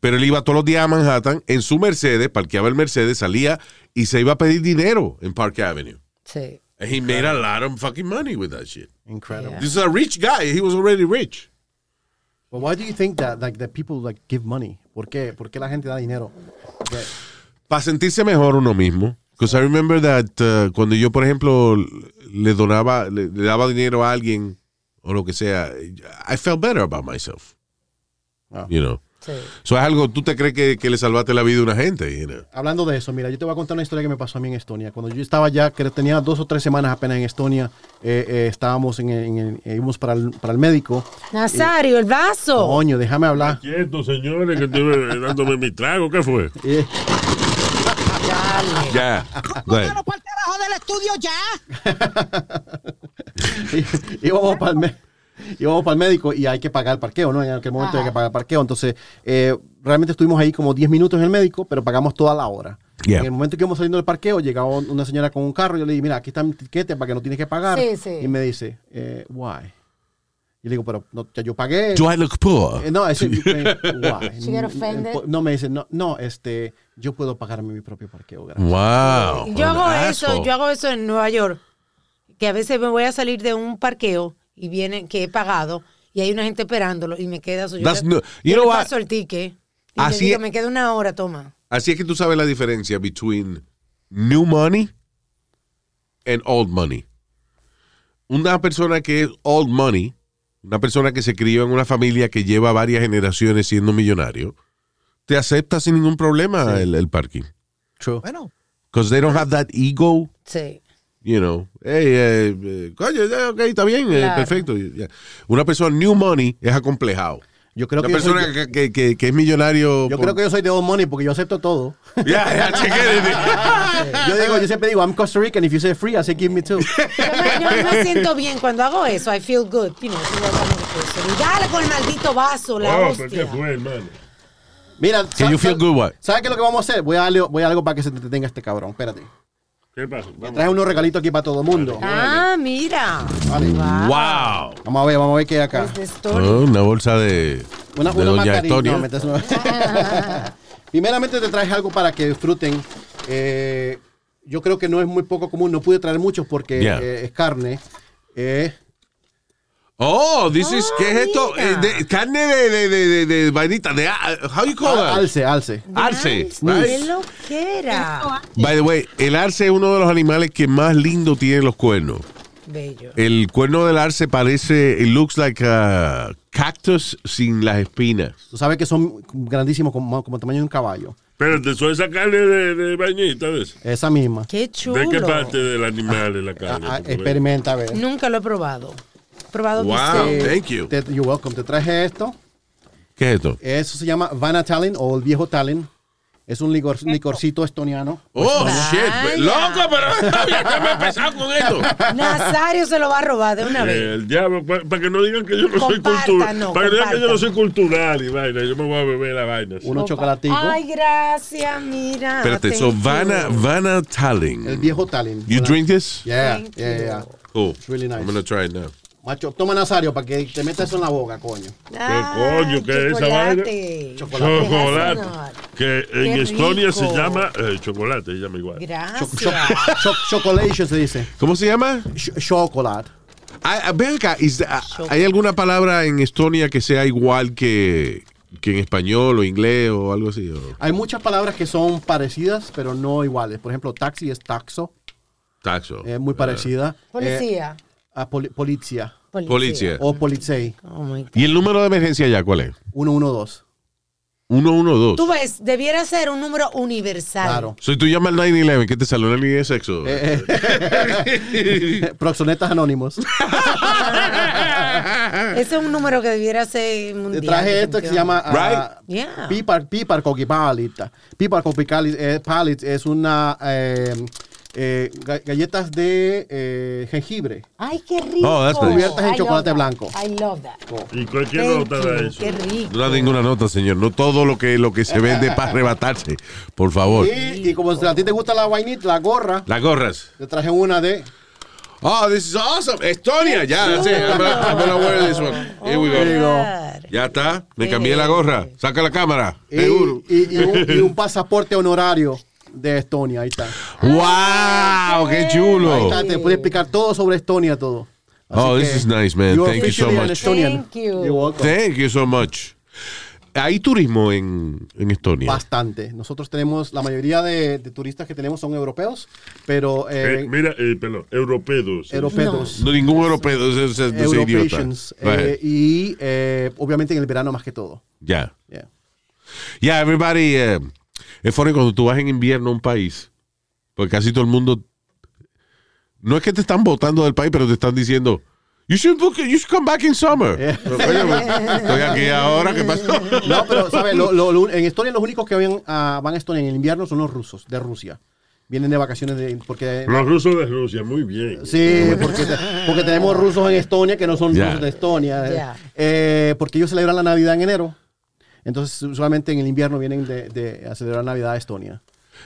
Speaker 2: Pero él iba todos los días a Manhattan en su Mercedes, parqueaba el Mercedes, salía y se iba a pedir dinero en Park Avenue.
Speaker 8: Sí.
Speaker 2: And he made a lot of fucking money with that shit.
Speaker 3: Incredible.
Speaker 8: Yeah.
Speaker 2: This is a rich guy. He was already rich.
Speaker 3: But why do you think that like that people like give money? ¿Por qué? ¿Por qué la gente da dinero? Porque-
Speaker 2: para sentirse mejor uno mismo. Because I remember that uh, cuando yo, por ejemplo, le donaba, le, le daba dinero a alguien o lo que sea, I felt better about myself.
Speaker 3: Ah.
Speaker 2: You know.
Speaker 8: Sí.
Speaker 2: So es algo, tú te crees que, que le salvaste la vida a una gente, you know.
Speaker 3: Hablando de eso, mira, yo te voy a contar una historia que me pasó a mí en Estonia. Cuando yo estaba ya, que tenía dos o tres semanas apenas en Estonia, eh, eh, estábamos en, en- en- eh, íbamos para el, para el médico.
Speaker 4: Nazario, el
Speaker 5: Oh.
Speaker 4: vaso.
Speaker 3: Coño, déjame hablar.
Speaker 7: Quieto, señores, que estoy dándome mi trago. ¿Qué fue?
Speaker 3: Eh,
Speaker 8: Dale.
Speaker 2: Ya.
Speaker 5: Póngalo para el trabajo del estudio ya.
Speaker 3: y- íbamos para el mé- íbamos para el médico y hay que pagar el parqueo, ¿no? En aquel momento hay que pagar el parqueo. Entonces, eh, realmente estuvimos ahí como 10 minutos en el médico, pero pagamos toda la hora.
Speaker 2: Yeah.
Speaker 3: En el momento que íbamos saliendo del parqueo, llegaba una señora con un carro y yo le dije, mira, aquí está mi tiquete para que no tienes que pagar.
Speaker 8: Sí, sí.
Speaker 3: Y me dice, eh, why? Y le digo, pero no, ya yo pagué.
Speaker 2: Do I look poor?
Speaker 3: Eh, No, ese, eh, guay.
Speaker 8: She got offended.
Speaker 3: Eh, No, me dice, no, no, este, yo puedo pagarme mi propio parqueo, gracias.
Speaker 2: Wow.
Speaker 4: Yo
Speaker 2: an
Speaker 4: hago eso,
Speaker 2: asshole.
Speaker 4: yo hago eso en Nueva York. Que a veces me voy a salir de un parqueo y viene que he pagado y hay una gente esperándolo y me queda eso. Yo
Speaker 2: That's
Speaker 4: le-
Speaker 2: no-
Speaker 4: yo
Speaker 2: you
Speaker 4: le
Speaker 2: know what?
Speaker 4: paso el ticket y
Speaker 2: Así
Speaker 4: le digo,
Speaker 2: es.
Speaker 4: me queda una hora, toma.
Speaker 2: Así es que tú sabes la diferencia between new money and old money. Una persona que es old money, una persona que se crió en una familia que lleva varias generaciones siendo millonario, te acepta sin ningún problema el, el parking.
Speaker 3: True.
Speaker 5: Bueno,
Speaker 2: Because they don't have that ego,
Speaker 8: Sí.
Speaker 2: you know. Hey, eh, eh, coño, eh, ok, está bien, eh,
Speaker 8: Claro.
Speaker 2: perfecto. ya. Una persona new money es acomplejado.
Speaker 3: Yo creo
Speaker 2: una
Speaker 3: que yo soy-
Speaker 2: persona que, que- que- que es millonario.
Speaker 3: Yo creo que yo soy de old money porque yo acepto todo.
Speaker 2: Ya, ya, chequé.
Speaker 3: Yo digo, yo siempre digo, I'm Costa Rican, if you say free, I say give me two.
Speaker 4: Yo me, yo me siento bien cuando hago eso. I feel good. you know, si yo hago eso. Y dale con el maldito vaso, la
Speaker 7: Oh, pero ¿qué
Speaker 4: hostia.
Speaker 7: fue, hermano?
Speaker 3: Mira,
Speaker 2: Can you feel good, what?
Speaker 3: ¿sabes qué es lo que vamos a hacer? Voy a darle voy a algo para que se te detenga este cabrón, espérate.
Speaker 7: ¿Qué pasó? Vamos.
Speaker 3: Traje unos regalitos aquí para todo el mundo.
Speaker 4: Ah, mira.
Speaker 3: Vale.
Speaker 2: Wow.
Speaker 3: Vamos a ver, vamos a ver qué hay acá.
Speaker 4: It's the story.
Speaker 2: Oh, una bolsa de,
Speaker 3: Una,
Speaker 2: de
Speaker 3: una
Speaker 2: Doña
Speaker 3: mascarilla.
Speaker 2: Antonia.
Speaker 3: No, me estás- no. Primeramente te traje algo para que disfruten. Eh, yo creo que no es muy poco común. No pude traer muchos porque
Speaker 2: Yeah.
Speaker 3: eh, es carne. Eh,
Speaker 2: oh, this is,
Speaker 4: Ah,
Speaker 2: ¿qué es esto?
Speaker 4: mira.
Speaker 2: Eh, de- carne de, de, de, de, de vainita, de, a- how you call
Speaker 3: al-
Speaker 2: that?
Speaker 3: alce, alce.
Speaker 2: Arce.
Speaker 4: Qué
Speaker 2: right?
Speaker 4: lo que era.
Speaker 2: By the way, el arce es uno de los animales que más lindo tiene los cuernos.
Speaker 4: Bello.
Speaker 2: El cuerno del arce parece, it looks like a cactus sin las espinas.
Speaker 3: Tú sabes que son grandísimos como, como el tamaño de un caballo.
Speaker 7: Espérate, soy esa carne de, de bañita, de esa?
Speaker 3: Esa misma.
Speaker 4: Qué
Speaker 7: ¿De
Speaker 4: chulo.
Speaker 7: qué parte del animal es la carne?
Speaker 3: Ah, ah,
Speaker 7: Porque-
Speaker 3: experimenta a ver.
Speaker 4: Nunca lo he probado. He
Speaker 3: Ah,
Speaker 4: probado
Speaker 2: Wow.
Speaker 4: bistec.
Speaker 2: Thank you.
Speaker 3: Te, you're welcome. Te traje esto.
Speaker 2: ¿Qué es esto?
Speaker 3: Eso se llama Vanna Tallinn o el viejo Tallinn. Es un licor- licorcito estoniano.
Speaker 2: Oh,
Speaker 4: Vaya.
Speaker 2: shit. Loco, pero está bien, ya me he pesado con esto.
Speaker 4: Nazario se lo va a robar de una vez.
Speaker 7: Eh, El diablo, para que no digan que yo no soy cultural.
Speaker 4: Compártanos,
Speaker 7: para que digan que yo no soy
Speaker 4: compártanos.
Speaker 7: cultural y vaina. Yo me voy a beber la vaina. sí.
Speaker 3: Unos chocolaticos.
Speaker 4: Ay, gracias, mira.
Speaker 2: Espérate,
Speaker 4: Thank
Speaker 2: so
Speaker 4: you.
Speaker 2: Vanna, Vanna
Speaker 3: El
Speaker 2: Tallinn.
Speaker 3: viejo Tallinn.
Speaker 2: You drink this?
Speaker 3: Yeah,
Speaker 4: Thank
Speaker 3: yeah,
Speaker 4: you.
Speaker 3: yeah.
Speaker 2: Cool.
Speaker 3: It's really nice.
Speaker 2: I'm gonna try it now.
Speaker 3: Macho, toma Nazario para que te metas eso en la boca, coño.
Speaker 4: Ay,
Speaker 7: coño, qué es esa
Speaker 4: Ah, chocolate.
Speaker 3: Chocolate.
Speaker 7: Chocolate.
Speaker 4: Gracias.
Speaker 7: Que en
Speaker 4: Qué
Speaker 7: Estonia se
Speaker 4: rico.
Speaker 7: llama eh, chocolate, se llama igual.
Speaker 4: Gracias.
Speaker 3: Cho- chocolation se dice.
Speaker 2: ¿Cómo se llama?
Speaker 3: Ch- chocolate.
Speaker 2: Ah, ah, ven acá, is- ah, ¿hay alguna palabra en Estonia que sea igual que, que en español o inglés o algo así? o?
Speaker 3: Hay muchas palabras que son parecidas, pero no iguales. Por ejemplo, taxi es taxo,
Speaker 2: Taxo.
Speaker 3: es muy parecida. Eh,
Speaker 4: Policía.
Speaker 3: a poli- policía
Speaker 7: eh,
Speaker 2: Policía.
Speaker 3: o policía
Speaker 4: Oh my God.
Speaker 2: ¿Y el número de emergencia ya cuál es?
Speaker 3: 112.
Speaker 4: Tú
Speaker 2: 112.
Speaker 4: ves, debiera ser un número universal.
Speaker 3: Claro.
Speaker 2: Soy tú llamas al 911, que te salió la línea de sexo.
Speaker 3: Eh, Proxonetas anónimos.
Speaker 7: Ah.
Speaker 4: Ese es un número que debiera ser mundial.
Speaker 3: Traje esto que se llama ah,
Speaker 4: Right? Yeah.
Speaker 3: Pipar Piparcoquipalit. Piparcoquipalit eh, palit es una eh, eh, ga- galletas de eh, jengibre.
Speaker 4: Ay, qué rico.
Speaker 2: Oh,
Speaker 7: este
Speaker 2: that's nice.
Speaker 3: Cubiertas en
Speaker 4: I
Speaker 3: chocolate
Speaker 4: love that.
Speaker 3: blanco.
Speaker 4: I love that.
Speaker 7: Y cualquier
Speaker 4: Thank
Speaker 7: nota de
Speaker 4: you.
Speaker 7: eso.
Speaker 4: Qué rico.
Speaker 2: No da ninguna nota, señor. No todo lo que, lo que se vende para arrebatarse. Por favor.
Speaker 3: Y, y como a ti te gusta la vainita, la gorra,
Speaker 2: Las gorras.
Speaker 3: te traje una de
Speaker 2: Oh, this is awesome. Estonia. Ya, that's it. I'm gonna, I'm gonna wear this one. Here we
Speaker 4: Oh, my
Speaker 2: go.
Speaker 4: God.
Speaker 2: Ya está. Me cambié la gorra. Saca la cámara.
Speaker 3: y,
Speaker 2: Seguro.
Speaker 3: y- y un, y un pasaporte honorario de Estonia. Ahí está.
Speaker 2: ¡Wow! ¡Qué
Speaker 3: Ahí
Speaker 2: chulo!
Speaker 3: está, te puede explicar todo sobre Estonia, todo.
Speaker 2: Oh, this
Speaker 3: que-
Speaker 2: is nice, man.
Speaker 3: You're
Speaker 2: Thank you so
Speaker 3: officially an
Speaker 2: much.
Speaker 3: Estonian.
Speaker 4: Thank you.
Speaker 3: You're welcome.
Speaker 2: Thank you so much. Hay turismo en, en Estonia.
Speaker 3: Bastante. Nosotros tenemos, la mayoría de, de turistas que tenemos son europeos, pero eh,
Speaker 7: Eh, mira, eh, perdón, europeos.
Speaker 3: europeos.
Speaker 2: No, ningún europeo. Es, es, es idiota.
Speaker 3: Europeans.
Speaker 2: Go ahead.
Speaker 3: eh, y eh, obviamente en el verano más que todo.
Speaker 2: Ya.
Speaker 3: Yeah.
Speaker 2: Ya, everybody. eh, es funny cuando tú vas en invierno a un país. Porque casi todo el mundo. No es que te están votando del país, pero te están diciendo. You should, book- you should come back in summer. Pero, oye, Estoy aquí ahora, ¿qué pasó?
Speaker 3: No, pero, ¿sabes? Lo- lo- lo- en Estonia los únicos que van, a- van a Estonia en el invierno son los rusos, de Rusia. Vienen de vacaciones de, porque...
Speaker 7: Los rusos de Rusia, muy bien.
Speaker 3: Sí, porque, porque tenemos rusos en Estonia que no son
Speaker 2: Ya.
Speaker 3: rusos de Estonia.
Speaker 4: Ya.
Speaker 3: Eh, porque ellos celebran la Navidad en enero. Entonces, solamente en el invierno vienen de, de a celebrar Navidad a Estonia.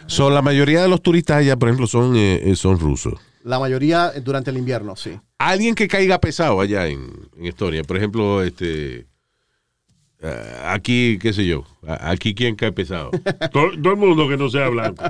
Speaker 2: So, la mayoría de los turistas allá, por ejemplo, son, eh, eh, son rusos.
Speaker 3: La mayoría eh, durante el invierno, sí.
Speaker 2: Alguien que caiga pesado allá en, en Estonia. Por ejemplo, este. eh, aquí, qué sé yo. a- Aquí, ¿quién cae pesado?
Speaker 7: Todo, todo el mundo que no sea blanco.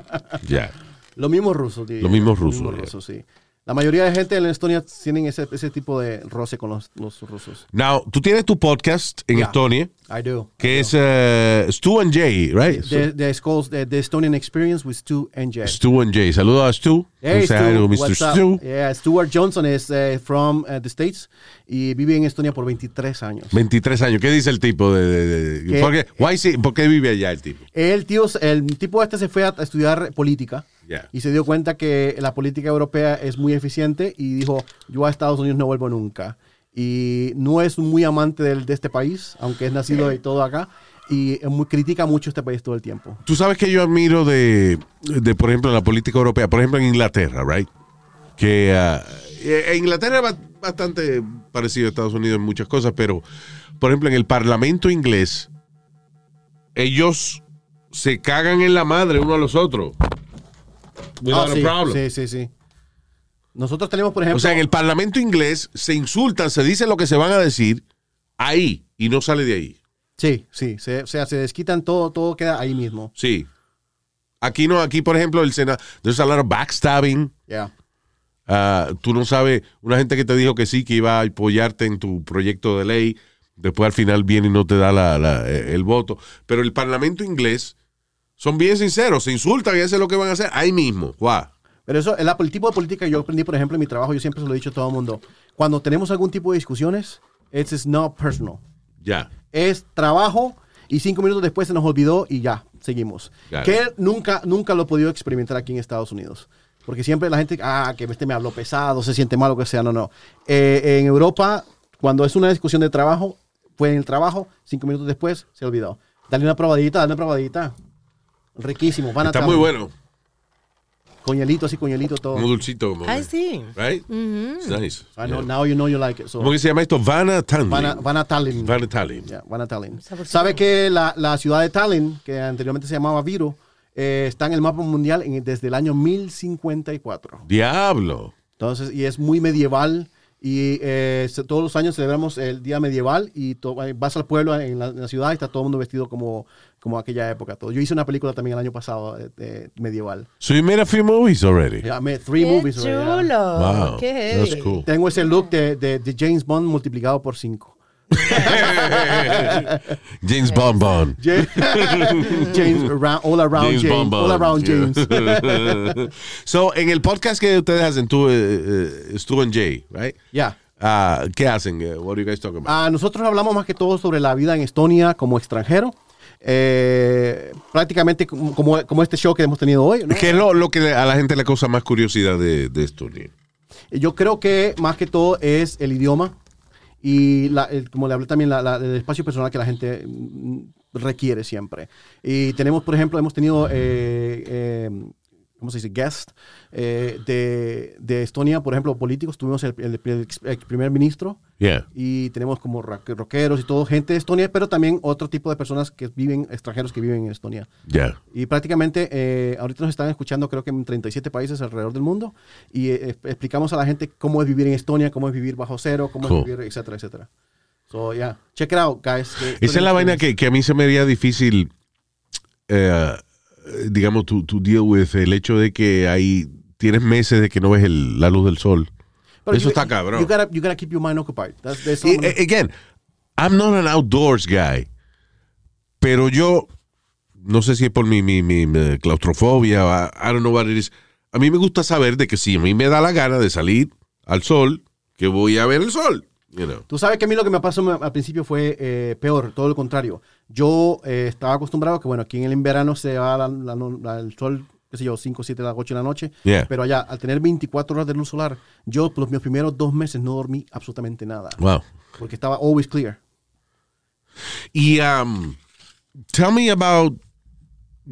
Speaker 2: ya.
Speaker 3: Los mismos rusos. diría.
Speaker 2: Los mismos rusos, ya.
Speaker 3: sí. La mayoría de gente en Estonia tienen ese, ese tipo de roce con los, los rusos.
Speaker 2: Now, tú tienes tu podcast en
Speaker 3: Ya.
Speaker 2: Estonia,
Speaker 3: I do.
Speaker 2: que es eh, Stu and Jay, right?
Speaker 3: The, the, Skulls- the- the Estonian Experience with Stu and Jay.
Speaker 2: Stu and Jay. Saludos a Stu.
Speaker 3: Hey,
Speaker 2: And say hi
Speaker 3: Stu,
Speaker 2: to Mr.
Speaker 3: what's up?
Speaker 2: Stu.
Speaker 3: Yeah, Stuart Johnson is eh, from eh, the States y vive en Estonia por 23 años.
Speaker 2: 23 años. ¿Qué dice el tipo? De, de- de-
Speaker 3: ¿Qué?
Speaker 2: ¿por, qué, Why is he- ¿Por qué vive allá el tipo?
Speaker 3: El tío, el tipo este se fue a estudiar política
Speaker 2: Ya.
Speaker 3: y se dio cuenta que la política europea es muy eficiente y dijo, yo a Estados Unidos no vuelvo nunca. Y no es muy amante del- de este país, aunque es nacido y todo acá, y es muy, critica mucho este país todo el tiempo.
Speaker 2: Tú sabes que yo admiro de, de, por ejemplo, la política europea, por ejemplo, en Inglaterra, right? Que ah, eh, eh, Inglaterra es ba- bastante parecido a Estados Unidos en muchas cosas, pero, por ejemplo, en el Parlamento inglés, ellos se cagan en la madre uno a los otros. Without
Speaker 3: Ah,
Speaker 2: a
Speaker 3: sí,
Speaker 2: problem.
Speaker 3: sí, sí, sí. Nosotros tenemos, por ejemplo,
Speaker 2: O sea, en el Parlamento inglés se insultan, se dicen lo que se van a decir ahí y no sale de ahí.
Speaker 3: sí, sí, se, o sea, se desquitan todo, todo queda ahí mismo.
Speaker 2: Sí. Aquí no, aquí por ejemplo el Senado, there's a lot of backstabbing.
Speaker 3: Yeah.
Speaker 2: Ah, tú no sabes, una gente que te dijo que sí, que iba a apoyarte en tu proyecto de ley, después al final viene y no te da la- la- eh, el voto. Pero el Parlamento inglés son bien sinceros, se insultan y hacen lo que van a hacer ahí mismo. Guau.
Speaker 3: Pero eso, el, el tipo de política que yo aprendí, por ejemplo, en mi trabajo, yo siempre se lo he dicho a todo el mundo. Cuando tenemos algún tipo de discusiones, it's not personal.
Speaker 2: Ya.
Speaker 3: Es trabajo y cinco minutos después se nos olvidó y ya, seguimos.
Speaker 2: Claro.
Speaker 3: Que nunca, nunca lo he podido experimentar aquí en Estados Unidos. Porque siempre la gente, ah, que este me habló pesado, se siente mal, lo que sea. No, no. Eh, en Europa, cuando es una discusión de trabajo, fue en el trabajo, cinco minutos después se olvidó. Dale una probadita, dale una probadita. Riquísimo, van a
Speaker 2: Está muy bueno,
Speaker 3: Coñelito, así, coñelito, todo.
Speaker 2: muy dulcito. como-
Speaker 4: Ay, sí.
Speaker 2: Right? It's nice.
Speaker 3: I know, now you know you like it. So.
Speaker 2: ¿Cómo que se llama esto? Vanna Tallinn.
Speaker 3: Van Van a Tallinn.
Speaker 2: Vanna Tallinn.
Speaker 3: Yeah, Van a Tallinn.
Speaker 4: Saborcito.
Speaker 3: ¿Sabe que la, la ciudad de Tallinn, que anteriormente se llamaba Viro, eh, está en el mapa mundial en- desde el año 1054?
Speaker 2: Diablo.
Speaker 3: Entonces, y es muy medieval. Y eh, se- todos los años celebramos el Día Medieval y to- eh, vas al pueblo en la, en la ciudad y está todo el mundo vestido como, como aquella época. Todo. Yo hice una película también el año pasado eh, eh, medieval.
Speaker 2: So you made a few movies already.
Speaker 3: Yeah, I made three
Speaker 4: Qué
Speaker 3: movies
Speaker 4: chulo.
Speaker 3: already, yeah.
Speaker 2: Wow.
Speaker 4: Qué heavy.
Speaker 2: That's cool.
Speaker 3: Tengo ese look de, de- de James Bond multiplicado por cinco.
Speaker 2: James Bond Bond.
Speaker 3: James, James around, all around James,
Speaker 2: Bond Bond.
Speaker 3: all around
Speaker 2: Yeah.
Speaker 3: James.
Speaker 2: so, en el podcast que ustedes hacen, tú, eh, eh, Stu and Jay, right?
Speaker 3: Yeah.
Speaker 2: Ah, ¿Qué hacen? Eh, What are you guys talking about?
Speaker 3: Ah, nosotros hablamos más que todo sobre la vida en Estonia como extranjero. eh, prácticamente como, como- como este show que hemos tenido hoy. ¿no?
Speaker 2: ¿Qué es lo, lo que a la gente le causa más curiosidad de, de esto? Lin?
Speaker 3: Yo creo que más que todo es el idioma y la- el- como le hablé también, la- la- el espacio personal que la gente mm, requiere siempre. Y tenemos, por ejemplo, hemos tenido, eh, eh, ¿cómo se dice? Guest eh, de, de Estonia, por ejemplo, políticos. Tuvimos el, el- el ex- el primer ministro
Speaker 2: Yeah.
Speaker 3: y tenemos como rock- rockeros y todo, gente de Estonia, pero también otro tipo de personas que viven, extranjeros que viven en Estonia.
Speaker 2: Yeah.
Speaker 3: Y prácticamente eh, ahorita nos están escuchando creo que en 37 países alrededor del mundo y eh, eh, explicamos a la gente cómo es vivir en Estonia, cómo es vivir bajo cero, cómo
Speaker 2: Cool.
Speaker 3: es vivir, etcétera, etcétera. So, yeah, check it out, guys.
Speaker 2: Esa es la vaina que, que a mí se me haría difícil, eh, digamos, to, to deal with el hecho de que ahí tienes meses de que no ves el- la luz del sol.
Speaker 3: Pero
Speaker 2: Eso
Speaker 3: you-
Speaker 2: está cabrón.
Speaker 3: You gotta, you gotta keep your mind occupied. That's, that's
Speaker 2: Y,
Speaker 3: all I'm-
Speaker 2: eh, again, I'm not an outdoors guy, pero yo, no sé si es por mi, mi, mi- mi claustrofobia, o I I don't know what it is. A mí me gusta saber de que si a mí me da la gana de salir al sol, que voy a ver el sol. You know.
Speaker 3: Tú sabes que a mí lo que me pasó me- al principio fue eh, peor, todo lo contrario. Yo eh, estaba acostumbrado que, bueno, aquí en el verano se va la- la- la- el sol, qué sé yo, 5, 7, 8 de la noche.
Speaker 2: Yeah.
Speaker 3: Pero allá, al tener 24 horas de luz solar, yo por los mis primeros dos meses no dormí absolutamente nada.
Speaker 2: Wow.
Speaker 3: Porque estaba always clear.
Speaker 2: Y um, tell me about,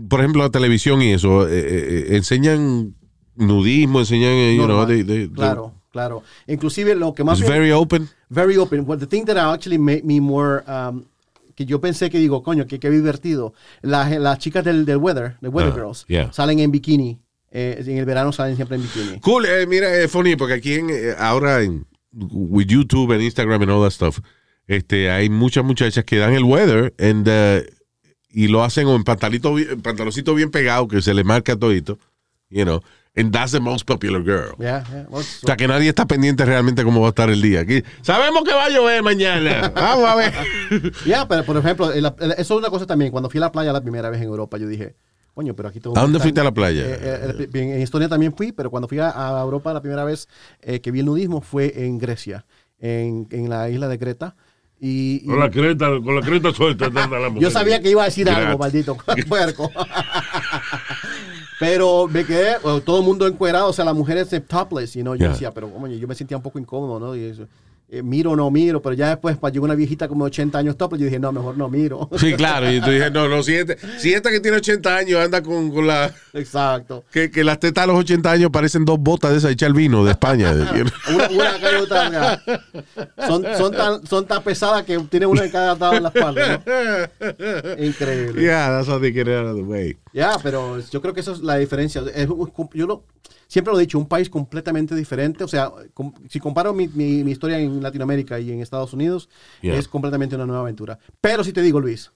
Speaker 2: por ejemplo, la televisión y eso. Eh, eh, eh, enseñan nudismo, enseñan, eh, you know,
Speaker 3: Normal.
Speaker 2: they- they- they-
Speaker 3: claro, claro. Inclusive lo que más...
Speaker 2: It's
Speaker 3: me-
Speaker 2: very open.
Speaker 3: very open. Well, the thing that actually made me more... um, que yo pensé que digo, coño, que qué divertido. Las, las chicas del, del weather, de weather
Speaker 2: Ah,
Speaker 3: girls,
Speaker 2: yeah.
Speaker 3: salen en bikini. Eh, en el verano salen siempre en bikini.
Speaker 2: Cool, eh, mira, es funny porque aquí en, eh, ahora en with YouTube and Instagram and all that stuff, este, hay muchas muchachas que dan el weather and, uh, y lo hacen o en pantalito, bi- en pantaloncito bien pegado que se le marca todito, you know, and that's the most popular girl.
Speaker 3: Yeah, yeah. Well, so-
Speaker 2: O sea, que nadie está pendiente realmente cómo va a estar el día. Aquí, sabemos que va a llover mañana. Vamos a ver.
Speaker 3: Yeah, pero por ejemplo, el- el- eso es una cosa también. Cuando fui a la playa la primera vez en Europa, yo dije, coño, pero aquí todo.
Speaker 2: ¿A dónde fuiste a la playa?
Speaker 3: Eh, eh, en Estonia también fui, pero cuando fui a, a Europa la primera vez eh, que vi el nudismo fue en Grecia, en, en la isla de Creta. Y, y
Speaker 7: Con la creta, con la creta suelta te anda la mujer.
Speaker 3: yo sabía que iba a decir
Speaker 2: Gratis.
Speaker 3: algo, maldito puerco. pero me quedé, bueno, todo el mundo encuerado, o sea, las mujeres de topless, y no
Speaker 2: Yeah.
Speaker 3: yo decía, pero coño, yo me sentía un poco incómodo, ¿no? Y eso, eh, miro o no miro, pero ya después pa, llegó una viejita como de 80 años topless, yo dije, no, mejor no miro.
Speaker 2: Sí, claro. Y tú dije, no, no, si esta, si esta que tiene 80 años anda con, con la.
Speaker 3: Exacto.
Speaker 2: Que, que las tetas a los 80 años parecen dos botas de esa hecha al vino de España. you know.
Speaker 3: Una, una acá y otra acá. Son, son, tan, son tan pesadas que tienen una en cada lado en la espalda. ¿no? Increíble. Ya,
Speaker 2: Yeah, that's how they get it out of the way.
Speaker 3: pero yo creo que eso es la diferencia. Es un- yo lo, siempre lo he dicho, un país completamente diferente. O sea, com- si comparo mi, mi- mi historia en Latinoamérica y en Estados Unidos,
Speaker 2: Yeah.
Speaker 3: es completamente una nueva aventura. Pero si te digo, Luis,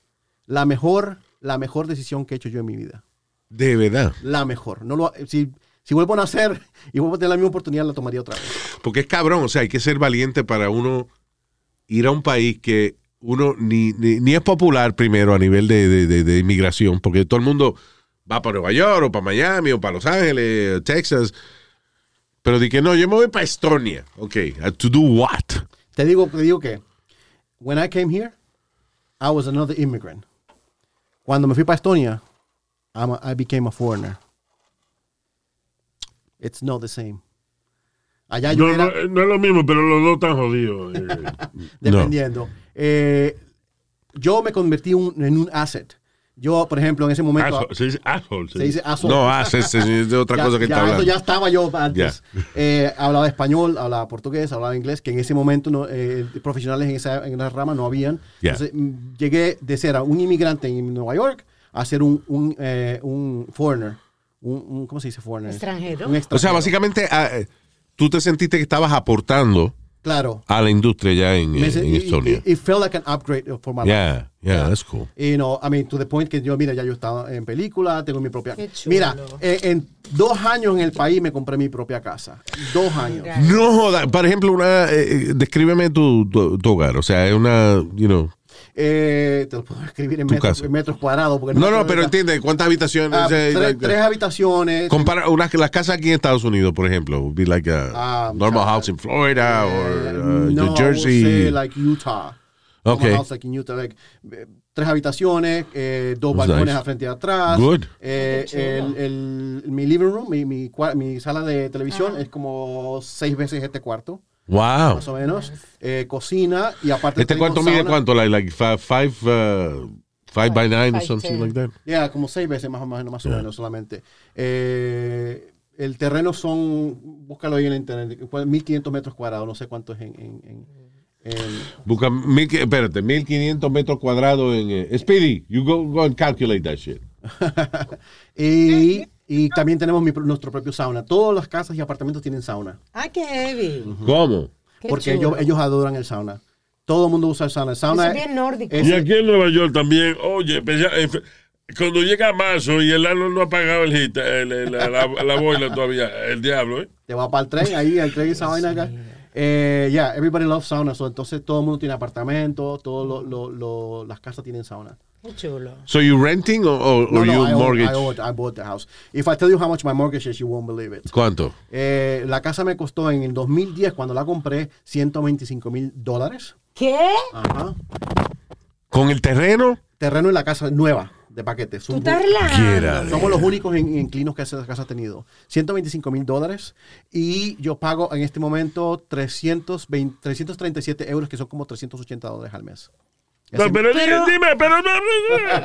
Speaker 3: la mejor, la mejor decisión que he hecho yo en mi vida.
Speaker 2: De verdad.
Speaker 3: La mejor. No lo, si, si vuelvo a nacer y vuelvo a tener la misma oportunidad, la tomaría otra vez.
Speaker 2: Porque es cabrón. O sea, hay que ser valiente para uno ir a un país que uno ni, ni, ni es popular primero a nivel de, de- de- de inmigración. Porque todo el mundo va para Nueva York o para Miami o para Los Ángeles, Texas. Pero di que no, yo me voy para Estonia. Ok, to do what?
Speaker 3: Te digo, te digo que when I came here, I was another immigrant. Cuando me fui para Estonia, I'm a- I became a foreigner. It's not the same. Allá yo
Speaker 7: No,
Speaker 3: era
Speaker 7: no, eh, no es lo mismo, pero los dos están jodidos. eh.
Speaker 3: dependiendo. Eh, yo me convertí un- en un asset. Yo, por ejemplo, en ese momento
Speaker 7: Asshole, se dice asshole.
Speaker 3: se dice asset.
Speaker 2: No haces es es de otra
Speaker 3: Ya-
Speaker 2: cosa que
Speaker 3: ya
Speaker 2: está
Speaker 3: eso
Speaker 2: hablando.
Speaker 3: ya estaba yo antes. Eh, hablaba español, hablaba portugués, hablaba inglés, que en ese momento no, eh, profesionales en esa, en esa rama no habían.
Speaker 2: Ya.
Speaker 3: Entonces, mm, llegué de ser a un inmigrante en Nueva York a ser un, un, eh, un foreigner. Un, un- ¿Cómo se dice foreigner?
Speaker 4: Extranjero.
Speaker 2: O
Speaker 3: Un
Speaker 2: sea,
Speaker 3: extranjero.
Speaker 2: básicamente ah, eh, tú te sentiste que estabas aportando
Speaker 3: Claro.
Speaker 2: a la industria ya en,
Speaker 3: Me
Speaker 2: Eh, en
Speaker 3: se- it-
Speaker 2: Estonia.
Speaker 3: It, it felt like an upgrade for my life.
Speaker 2: yeah, yeah, that's cool.
Speaker 3: Y no, I mean, to the point que yo, mira, ya yo estaba en película, tengo mi propia.
Speaker 4: Qué chulo.
Speaker 3: Mira, eh, en dos años en el país me compré mi propia casa. Dos años.
Speaker 2: No joda, por ejemplo, una, eh, eh, descríbeme tu, tu- tu hogar, o sea, es una, you know.
Speaker 3: Eh, te lo puedo escribir en,
Speaker 2: Tu
Speaker 3: metros-
Speaker 2: casa.
Speaker 3: en metros cuadrados. Porque
Speaker 2: No,
Speaker 3: me
Speaker 2: no,
Speaker 3: acuerdo
Speaker 2: pero
Speaker 3: ahorita.
Speaker 2: entiende, ¿cuántas habitaciones?
Speaker 3: Ah,
Speaker 2: eh,
Speaker 3: tres,
Speaker 2: like,
Speaker 3: tres habitaciones.
Speaker 2: compara unas las casas aquí en Estados Unidos, por ejemplo, would be like a
Speaker 3: Ah,
Speaker 2: normal
Speaker 3: muchas
Speaker 2: house in Florida
Speaker 3: eh,
Speaker 2: or uh,
Speaker 3: no, I
Speaker 2: New
Speaker 3: would
Speaker 2: Jersey.
Speaker 3: say like Utah.
Speaker 2: Ok.
Speaker 3: Como house aquí en Utah, like, eh, tres habitaciones, eh, dos
Speaker 2: That's
Speaker 3: balcones
Speaker 2: nice.
Speaker 3: a frente y atrás.
Speaker 2: Good.
Speaker 3: Eh, el, el- mi living room, mi, mi, cua- mi sala de televisión es como seis veces este cuarto,
Speaker 2: Wow.
Speaker 3: más o menos. Eh, cocina y aparte...
Speaker 2: Este
Speaker 3: tengo
Speaker 2: cuarto mide
Speaker 3: sauna.
Speaker 2: cuánto? Like, like fi- five, uh, five by nine or something like that.
Speaker 3: Ya, como seis veces más o menos, más o menos solamente. Eh, el terreno son, búscalo ahí en internet, cua- 1500 metros cuadrados, no sé cuánto es en... en- en- en-
Speaker 2: Busca mil, qui- espérate, 1500 metros cuadrados en. eh, Speedy, you go, go and calculate that shit.
Speaker 3: y, y también tenemos mi pro- nuestro propio sauna. Todas las casas y apartamentos tienen sauna,
Speaker 4: Ay, Ah, qué heavy.
Speaker 2: ¿Cómo?
Speaker 4: Qué
Speaker 3: porque
Speaker 4: chulo.
Speaker 3: ellos, ellos adoran el sauna. Todo el mundo usa el sauna. El sauna
Speaker 4: Eso es bien nórdico.
Speaker 3: es-
Speaker 7: Y aquí en Nueva York también, oye, especial- eh, cuando llega marzo y el ano no ha pagado el hit, el- el- la, la- la boila todavía, el diablo, ¿eh?
Speaker 3: te va para el tren, ahí el tren y esa vaina acá. Eh, yeah, everybody loves sauna. so, entonces todo el mundo tiene apartamentos, todas las casas tienen sauna.
Speaker 4: Qué chulo.
Speaker 2: So you renting or, or,
Speaker 3: No,
Speaker 2: or
Speaker 3: no,
Speaker 2: you
Speaker 3: I own-
Speaker 2: mortgage?
Speaker 3: I own- I bought the house. If I tell you how much my mortgage is, you won't believe it.
Speaker 2: ¿Cuánto?
Speaker 3: Eh, la casa me costó en el 2010, cuando la compré, 125 mil dólares.
Speaker 4: ¿Qué?
Speaker 3: Ajá.
Speaker 2: ¿Con el terreno?
Speaker 3: Terreno en la casa nueva, de paquete. Es
Speaker 4: Tú
Speaker 3: un
Speaker 4: estás
Speaker 3: bu-
Speaker 2: Quiera
Speaker 4: relajando.
Speaker 3: Somos los únicos en- inquilinos que esa casa ha tenido. 125 mil dólares y yo pago en este momento 320, 337 euros, que son como 380 dólares al mes.
Speaker 7: No,
Speaker 3: Ese-
Speaker 7: pero, dime, dime, pero no, no, no.